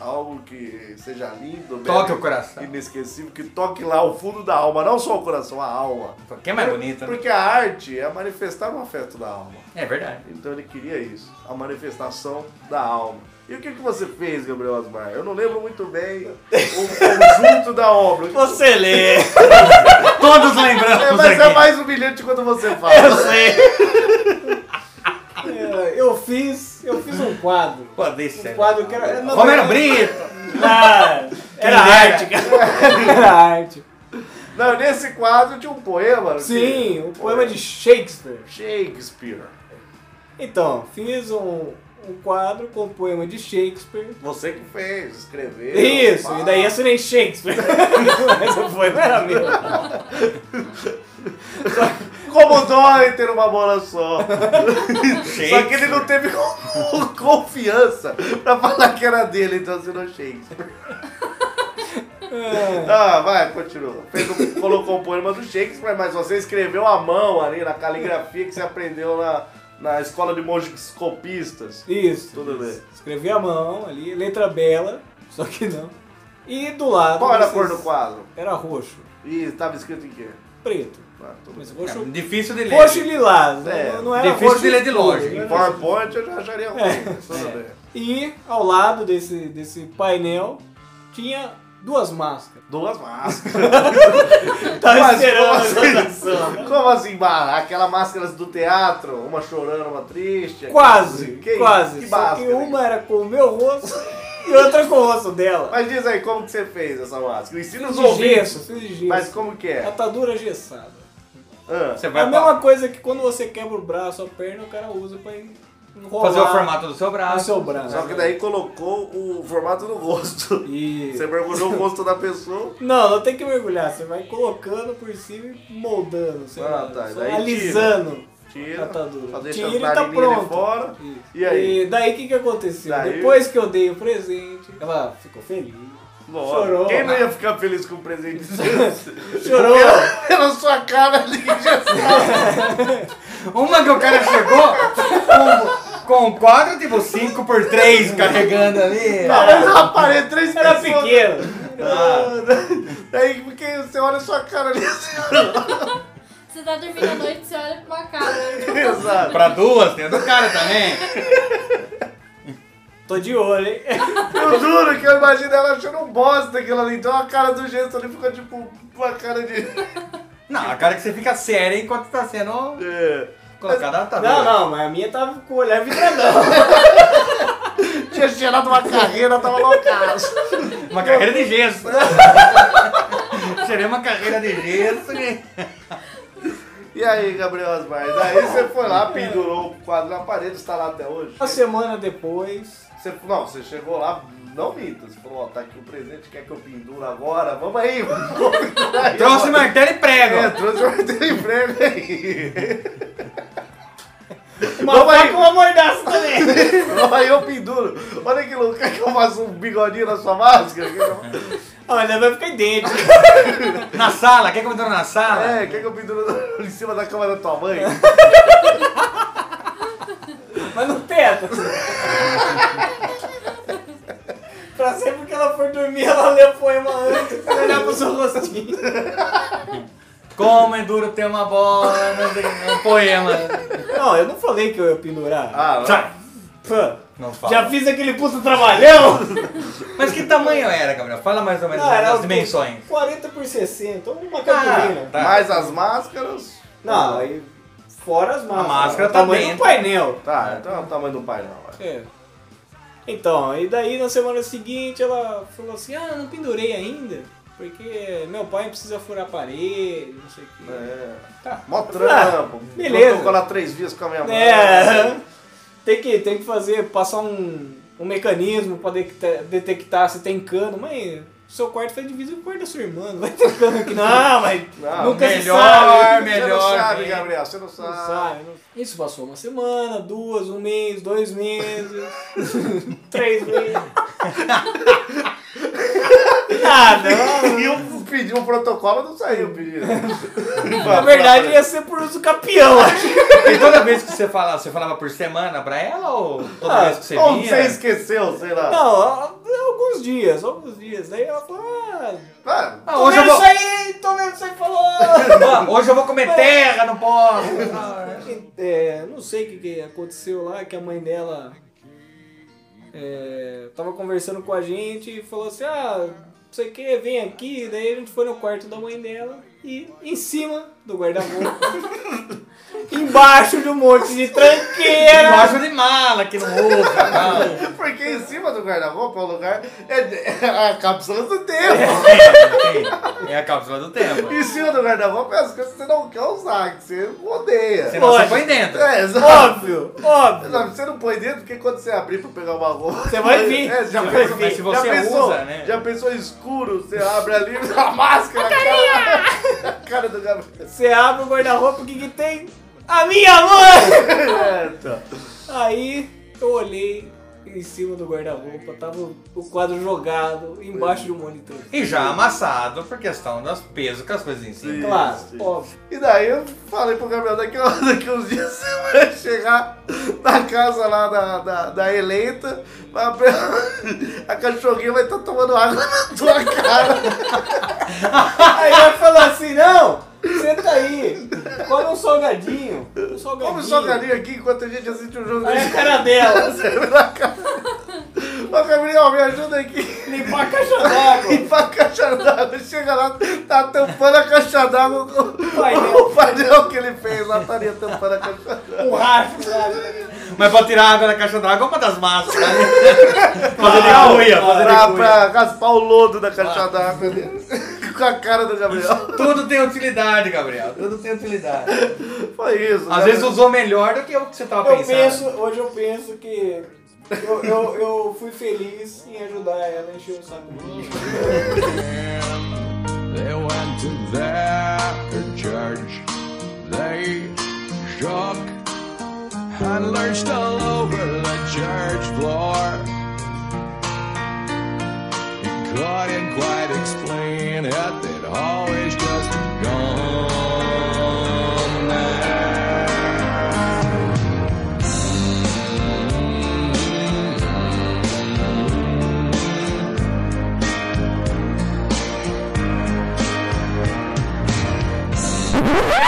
Speaker 5: Algo que seja lindo, belo,
Speaker 2: Toque o coração.
Speaker 5: Inesquecível, que toque lá o fundo da alma, não só o coração, a alma.
Speaker 2: Porque é mais bonita. né?
Speaker 5: Porque a arte é manifestar um afeto da alma.
Speaker 2: É verdade.
Speaker 5: Então ele queria isso, a manifestação da alma. E o que, que você fez, Gabriel Asmar? Eu não lembro muito bem o conjunto da obra. O que você
Speaker 4: Você lê.
Speaker 2: Todos lembramos
Speaker 5: é, mas é
Speaker 2: aqui.
Speaker 5: mais humilhante quando você fala.
Speaker 4: É, Eu fiz, eu fiz um quadro.
Speaker 2: Pô, deixa.
Speaker 4: Um quadro que era...
Speaker 2: né?
Speaker 4: não,
Speaker 2: Romero
Speaker 4: não,
Speaker 2: Brito.
Speaker 4: Ah, era
Speaker 2: dera.
Speaker 4: arte, cara. Era arte.
Speaker 5: Não, nesse quadro tinha um poema.
Speaker 4: Sim,
Speaker 5: que-
Speaker 4: o poema de Shakespeare.
Speaker 5: Shakespeare.
Speaker 4: Então, fiz um, um quadro com o poema de Shakespeare.
Speaker 5: Você que fez, escreveu.
Speaker 4: Isso,
Speaker 5: pá.
Speaker 4: e daí assinei Shakespeare. Mas o poema era meu.
Speaker 5: Como dói ter uma bola só. só que ele não teve co- confiança pra falar que era dele, então assinou Shakespeare.
Speaker 4: É.
Speaker 5: Ah, vai, continua. Fez o- colocou o poema do Shakespeare, mas você escreveu à mão ali na caligrafia que você aprendeu na, na escola de mongescopistas.
Speaker 4: Isso.
Speaker 5: Tudo bem.
Speaker 4: Escrevi a mão ali, letra bela, só que não. E do lado.
Speaker 5: Qual era a
Speaker 4: vocês-
Speaker 5: cor do quadro?
Speaker 4: Era roxo.
Speaker 5: E estava escrito em quê?
Speaker 4: preto.
Speaker 5: Ah, tudo
Speaker 4: Mas
Speaker 2: É,
Speaker 5: bem.
Speaker 4: roxo,
Speaker 2: Difícil de ler.
Speaker 4: roxo e lilás.
Speaker 5: É,
Speaker 4: não, não era
Speaker 2: difícil
Speaker 4: roxo
Speaker 2: de ler de
Speaker 4: e
Speaker 2: longe.
Speaker 4: escuro,
Speaker 5: Em
Speaker 4: né?
Speaker 5: PowerPoint eu já acharia ruim, mas tudo
Speaker 4: É.
Speaker 5: bem.
Speaker 4: E ao lado desse, desse painel tinha duas máscaras.
Speaker 5: Duas máscaras.
Speaker 4: Tava
Speaker 5: Mas
Speaker 4: Tá esperando.
Speaker 5: como assim? Como assim, barra? Aquelas máscaras do teatro, uma chorando, uma triste.
Speaker 4: Quase,
Speaker 5: Que-
Speaker 4: quase.
Speaker 5: Que
Speaker 4: Só que
Speaker 5: máscara, hein?
Speaker 4: uma era com o meu rosto e outra com o rosto dela.
Speaker 5: Mas diz aí, como que você fez essa máscara? Ensina os
Speaker 4: Fiz de
Speaker 5: ouvintes.
Speaker 4: gesso, fiz de gesso.
Speaker 5: Mas como que é?
Speaker 4: Atadura gessada.
Speaker 5: Ah,
Speaker 2: Você
Speaker 4: É a
Speaker 2: vai pra
Speaker 4: mesma coisa que quando você quebra o braço, a perna, o cara usa pra enrolar
Speaker 2: fazer o formato do seu
Speaker 4: no
Speaker 2: braço.
Speaker 4: seu braço.
Speaker 5: Só que daí colocou o formato no rosto.
Speaker 4: E...
Speaker 5: Você mergulhou o rosto da pessoa.
Speaker 4: Não, não tem que mergulhar. Você vai colocando por cima e moldando, sei
Speaker 5: Ah,
Speaker 4: lá,
Speaker 5: tá,
Speaker 4: só
Speaker 5: daí tira.
Speaker 4: Alisando.
Speaker 5: Tira,
Speaker 4: Atadura.
Speaker 5: só deixa
Speaker 4: Tira
Speaker 5: as
Speaker 4: e tá
Speaker 5: narininhas de
Speaker 4: pronto.
Speaker 5: fora.
Speaker 4: Isso.
Speaker 5: E aí?
Speaker 4: E daí o que, que aconteceu?
Speaker 5: Daí?
Speaker 4: Depois que eu dei o presente, ela ficou feliz.
Speaker 5: Lógico.
Speaker 4: Chorou.
Speaker 5: Quem não ia ficar feliz com um presente desse?
Speaker 4: Chorou.
Speaker 5: Pela, pela sua cara ali.
Speaker 2: Uma que o cara chegou com, com quatro, tipo 5 por 3 carregando ali. Tá.
Speaker 5: Aparei três
Speaker 4: Era
Speaker 5: pessoas.
Speaker 4: pequeno.
Speaker 5: Daí porque você olha a sua cara ali. assim,
Speaker 6: Você tá dormindo à noite, você olha pra uma cara.
Speaker 5: Exato.
Speaker 2: Pra duas, tem do cara também.
Speaker 4: Tô de olho, hein?
Speaker 5: Eu juro que eu imagino ela achando um bosta aquilo ali. Então a cara do gesto ali ficou tipo uma cara de.
Speaker 2: Não, a cara é que você fica séria enquanto tá sendo
Speaker 5: É.
Speaker 2: colocada na tabela.
Speaker 4: Não, não, mas a minha tava com o olhar vidradão.
Speaker 5: Tinha gerado uma carreira, tava loucaço.
Speaker 2: Uma carreira de gesso. Seria uma carreira de gesso. né?
Speaker 5: E aí, Gabriel Asmar? Daí você foi lá, pendurou o quadro na parede, está lá até hoje.
Speaker 4: Uma semana depois,
Speaker 5: Você, não, você chegou lá, não minta. Você falou, ó, tá aqui o presente, quer que eu pendure agora? Vamos aí, vou pendurar aí.
Speaker 2: Trouxe martelo e prego.
Speaker 5: É, trouxe o teu emprego aí.
Speaker 4: uma
Speaker 5: Vamos
Speaker 4: faca
Speaker 5: aí.
Speaker 4: e uma mordaça também.
Speaker 5: Vamos aí, eu penduro. Olha que louco, quer que eu faça um bigodinho na sua máscara?
Speaker 4: Olha, vai ficar idêntico.
Speaker 2: Na sala, quer que eu me na sala?
Speaker 5: É, quer que eu pendure em cima da cama da tua mãe?
Speaker 4: Mas não tenta. pra sempre que ela for dormir, ela lê o poema antes e olhar pro seu rostinho.
Speaker 2: Como é duro ter uma bola, não sei, é um poema.
Speaker 4: Não, eu não falei que eu ia pendurar.
Speaker 5: Ah,
Speaker 2: Sai.
Speaker 4: Pô,
Speaker 2: Não fala.
Speaker 4: já fiz aquele puto trabalhão.
Speaker 2: Mas que tamanho era, Gabriel? Fala mais ou menos
Speaker 4: Não, era
Speaker 2: as
Speaker 4: um-
Speaker 2: dimensões.
Speaker 4: 40 por 60, uma
Speaker 2: Ah,
Speaker 4: campurina.
Speaker 2: tá.
Speaker 5: mais as máscaras?
Speaker 4: Não, aí fora as máscaras.
Speaker 2: máscara
Speaker 4: o
Speaker 2: tá
Speaker 4: tamanho
Speaker 2: dentro.
Speaker 4: do painel.
Speaker 5: Tá, então é o tamanho do painel. vai.
Speaker 4: É. Então, e daí na semana seguinte ela falou assim, ah, não pendurei ainda, porque meu pai precisa furar a parede, não sei o quê.
Speaker 5: É.
Speaker 4: Tá.
Speaker 5: Mó trampo.
Speaker 4: beleza.
Speaker 5: Vou colar três dias com a minha mãe.
Speaker 4: É, tem que, tem que fazer, passar um, um mecanismo pra detectar, detectar se tem cano. Mãe, seu quarto foi dividido com o quarto da sua irmã, não vai ter cano aqui. Não, mas
Speaker 5: Não,
Speaker 4: nunca se
Speaker 2: melhor,
Speaker 4: sabe.
Speaker 5: Você
Speaker 2: melhor.
Speaker 5: não sabe,
Speaker 2: hein?
Speaker 5: Gabriel, você não sabe.
Speaker 4: Não sabe, não- Isso passou uma semana, duas, um mês, dois meses, três meses. Nada.
Speaker 5: E eu pedi um protocolo, não saiu o pedido.
Speaker 4: Na verdade ia ser por uso campeão.
Speaker 2: E toda vez que você fala, você falava por semana pra ela ou toda
Speaker 4: Ah,
Speaker 2: vez que você
Speaker 5: Ou
Speaker 2: vinha?
Speaker 5: você esqueceu, sei lá.
Speaker 4: Não, a- alguns dias, alguns dias. Daí ela falou, ah,
Speaker 5: Ah,
Speaker 2: Ah,
Speaker 4: tô
Speaker 2: hoje, eu
Speaker 4: vendo
Speaker 2: vou,
Speaker 4: isso aí, tô vendo isso aí, falou.
Speaker 2: Ah, hoje eu vou comer terra, não posso. Ah,
Speaker 4: É, não sei o que, que aconteceu lá, que a mãe dela é, tava conversando com a gente e falou assim, ah, não sei o que, vem aqui, daí a gente foi no quarto da mãe dela e em cima do guarda-roupa, embaixo de um monte de tranqueira,
Speaker 2: Embaixo de mala, que não usa. não.
Speaker 5: porque em cima do guarda-roupa é o lugar. É, é a cápsula do tempo.
Speaker 2: É, É a cápsula do tempo.
Speaker 5: Em cima do guarda-roupa é as coisas que você não quer usar, que você odeia.
Speaker 2: Senão você
Speaker 4: Lógico.
Speaker 2: põe dentro.
Speaker 5: É, exato.
Speaker 4: óbvio, óbvio.
Speaker 5: Não, você não põe dentro, porque quando você abrir pra pegar uma roupa.
Speaker 4: Você vai vir.
Speaker 5: É, já,
Speaker 4: Você
Speaker 5: pensou-
Speaker 4: vai vir.
Speaker 2: Se você
Speaker 5: já pensou,
Speaker 2: usa, né?
Speaker 5: Já pensou escuro, você abre ali a máscara, a cara, a cara do Gabriel.
Speaker 4: Você abre o guarda-roupa, o que que tem? A minha mãe!
Speaker 5: É, então.
Speaker 4: Aí eu olhei em cima do guarda-roupa, tava o quadro jogado embaixo de um monte de tranqueira.
Speaker 2: E já amassado por questão das pesos com as coisas em cima.
Speaker 5: Sim.
Speaker 4: Claro,
Speaker 5: Isso.
Speaker 4: óbvio.
Speaker 5: E daí eu falei pro Gabriel, daqui, a- daqui uns dias você vai chegar na casa lá da, da, da eleita, vai abrir- a cachorrinha vai tá estar tomando água na tua cara. né?
Speaker 4: Aí ela falou assim, não, você daí. Come um salgadinho. Um salgadinho.
Speaker 5: Come só galinha aqui enquanto a gente assiste o jogo.
Speaker 4: Aí a cara dela.
Speaker 5: Ô Gabriel, me ajuda aqui.
Speaker 4: Limpar a caixa d'água.
Speaker 5: Limpa a caixa d'água. Chega lá, tá tampando a caixa d'água com
Speaker 4: Painel.
Speaker 5: o painel que ele fez lá, estaria tampando a caixa d'água.
Speaker 4: Um rastro lá.
Speaker 2: Mas pra tirar a água da caixa d'água é uma das máscaras. né? fazer de unha, fazer de
Speaker 5: Pra,
Speaker 2: unha.
Speaker 5: pra raspar o lodo da caixa d'água dele. Com a cara do Gabriel.
Speaker 2: Tudo tem utilidade, Gabriel. Tudo tem utilidade.
Speaker 5: Foi isso.
Speaker 2: Às
Speaker 5: né?
Speaker 2: vezes usou melhor do que o que você tava
Speaker 4: Eu
Speaker 2: pensando.
Speaker 4: penso, hoje eu penso que eu, eu, eu fui feliz em ajudar ela a encher o saco dela.
Speaker 7: They went to their church. They shook and lurched all over the church floor. He couldn't quite explain it. They'd always just gone there.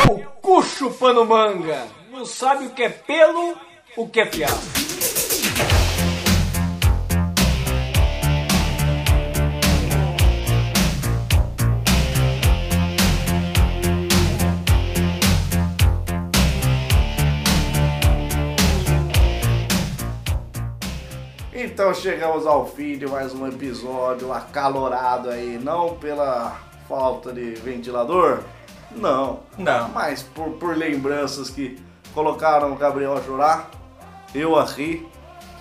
Speaker 4: O cu chupando manga. Não sabe o que é pelo, o que é piado.
Speaker 5: Então chegamos ao fim de mais um episódio acalorado aí, não pela falta de ventilador, não,
Speaker 2: Não.
Speaker 5: mas por, por lembranças que colocaram o Gabriel a chorar, eu a rir,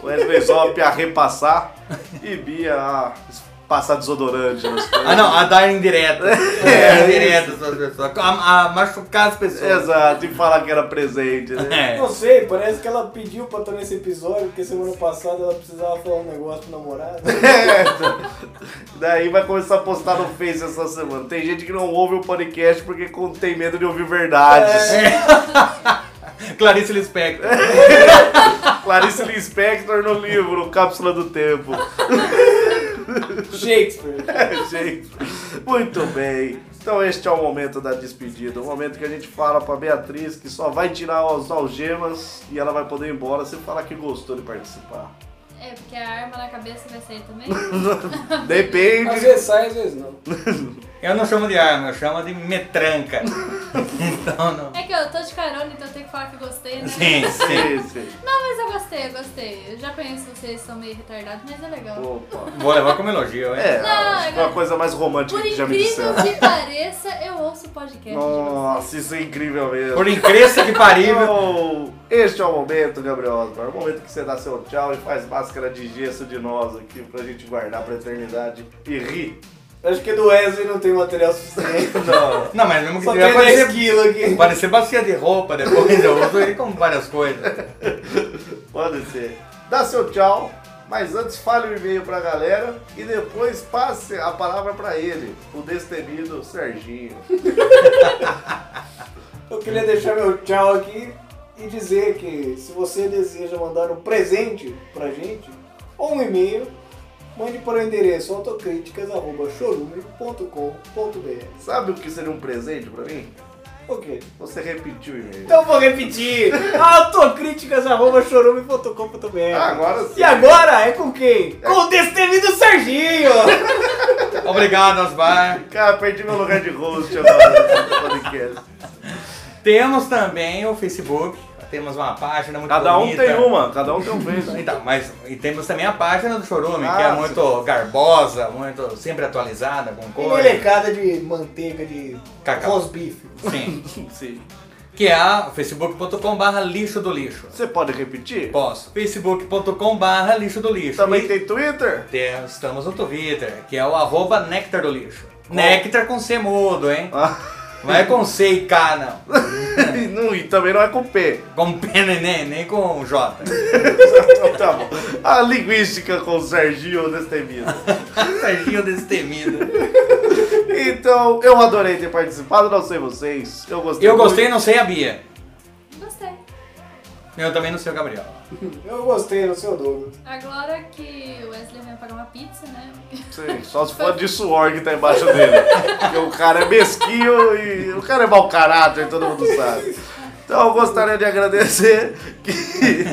Speaker 5: o Wesley Zop a repassar e Bia a passar desodorante nas
Speaker 2: Ah, não, a dar indireta.
Speaker 5: É,
Speaker 2: É, indireta para as pessoas. A, a machucar as pessoas.
Speaker 5: Exato, e falar que era presente, né?
Speaker 2: É.
Speaker 4: Não sei, parece que ela pediu pra estar nesse episódio, porque semana passada ela precisava falar um negócio pro namorado.
Speaker 5: Daí vai começar a postar no Face essa semana. Tem gente que não ouve o podcast porque com- tem medo de ouvir verdades.
Speaker 2: Clarice Lispector.
Speaker 5: Clarice Lispector no livro Cápsula do Tempo. É,
Speaker 4: Shakespeare.
Speaker 5: Gente, muito bem. Então este é o momento da despedida, o momento que a gente fala pra Beatriz que só vai tirar as algemas e ela vai poder ir embora se falar que gostou de participar.
Speaker 6: É, porque a arma na cabeça vai sair também.
Speaker 4: Às
Speaker 5: Depende.
Speaker 4: vezes sai, às vezes não.
Speaker 2: Eu não chamo de arma, eu chamo de metranca. Então não.
Speaker 6: É que eu tô de carona, então eu tenho que falar que eu gostei, né?
Speaker 2: Sim, sim.
Speaker 5: Sim, sim.
Speaker 6: Não, mas eu gostei, eu gostei. Eu já conheço vocês, são meio retardados, mas é legal.
Speaker 5: Opa.
Speaker 2: Vou levar como elogio, hein?
Speaker 5: É,
Speaker 6: Não,
Speaker 5: acho que é uma
Speaker 6: agora-
Speaker 5: coisa mais romântica
Speaker 6: Por
Speaker 5: que já me disseram.
Speaker 6: incrível que pareça, eu ouço o podcast de vocês.
Speaker 5: Nossa, isso é incrível mesmo.
Speaker 2: Por incrível que parível.
Speaker 5: Então, este é o momento, Gabriel Osmar. O momento que você dá seu tchau e faz máscara de gesso de nós aqui pra gente guardar pra eternidade e rir.
Speaker 4: Acho que do Wesley não tem material suficiente.
Speaker 5: Não,
Speaker 2: Não, mas mesmo que
Speaker 4: Só
Speaker 2: tiver,
Speaker 4: tem 10
Speaker 2: parecer,
Speaker 4: quilos aqui.
Speaker 2: parecer bacia de roupa depois. Eu uso ele como várias coisas.
Speaker 5: pode ser. Dá seu tchau, mas antes fale o e-mail pra galera e depois passe a palavra pra ele, o destemido Serginho.
Speaker 4: Eu queria deixar meu tchau aqui e dizer que se você deseja mandar um presente pra gente, ou um e-mail, mande para o endereço autocríticas.chorume.com.br.
Speaker 5: Sabe o que seria um presente pra mim?
Speaker 4: Ok.
Speaker 5: Você repetiu o e-mail.
Speaker 4: Então vou repetir: autocríticas.chorume.com.br.
Speaker 5: Ah, Agora sim.
Speaker 4: E agora é com quem? Com o destemido Serginho!
Speaker 2: Obrigado, Osmar.
Speaker 5: Cara, perdi meu lugar de host agora no podcast.
Speaker 2: Temos também o Facebook. Temos uma página muito
Speaker 5: Cada um
Speaker 2: bonita.
Speaker 5: tem uma, cada um tem um beijo.
Speaker 2: Então, mas e temos também a página do Chorume, que é
Speaker 5: Ah,
Speaker 2: muito garbosa, muito sempre atualizada com coisa.
Speaker 4: Molecada é de manteiga de
Speaker 2: Cacau.
Speaker 4: rosbife.
Speaker 2: Sim.
Speaker 5: Sim.
Speaker 2: Que é a facebook.com/barra lixo do lixo.
Speaker 5: Você pode repetir?
Speaker 2: Posso. facebook.com/barra lixo do lixo.
Speaker 5: Também
Speaker 2: E
Speaker 5: tem Twitter?
Speaker 2: tem- Estamos no Twitter, que é o arroba néctar do lixo. Néctar com C mudo, hein?
Speaker 5: Ah.
Speaker 2: Não é com C e K, não.
Speaker 5: E não- e também não é com P.
Speaker 2: Com P nem, nem com J.
Speaker 5: Então tá bom. A linguística com o Serginho Destemido.
Speaker 2: Serginho destemido.
Speaker 5: Então, eu adorei ter participado, não sei vocês. Eu gostei.
Speaker 2: Eu gostei,
Speaker 5: muito.
Speaker 2: não sei a Bia.
Speaker 6: Gostei.
Speaker 2: Eu também não sei o Gabriel.
Speaker 4: Eu gostei, não sei o Douglas.
Speaker 6: Agora que o Wesley vai pagar uma pizza, né?
Speaker 5: Sei, só se for de suor que tá embaixo dele. Porque o cara é mesquinho e o cara é mau caráter, todo mundo sabe. Então eu gostaria de agradecer, que,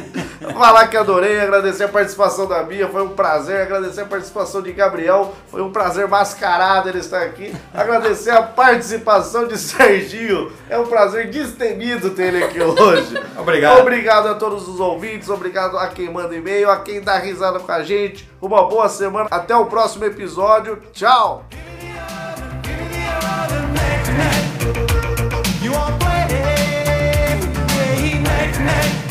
Speaker 5: falar que adorei, agradecer a participação da Bia, foi um prazer, agradecer a participação de Gabriel, foi um prazer mascarado ele estar aqui, agradecer a participação de Serginho, é um prazer destemido ter ele aqui hoje.
Speaker 2: Obrigado.
Speaker 5: Obrigado a todos os ouvintes, obrigado a quem manda e-mail, a quem dá risada com a gente. Uma boa semana, até o próximo episódio. Tchau!
Speaker 3: You won't play neck, neck.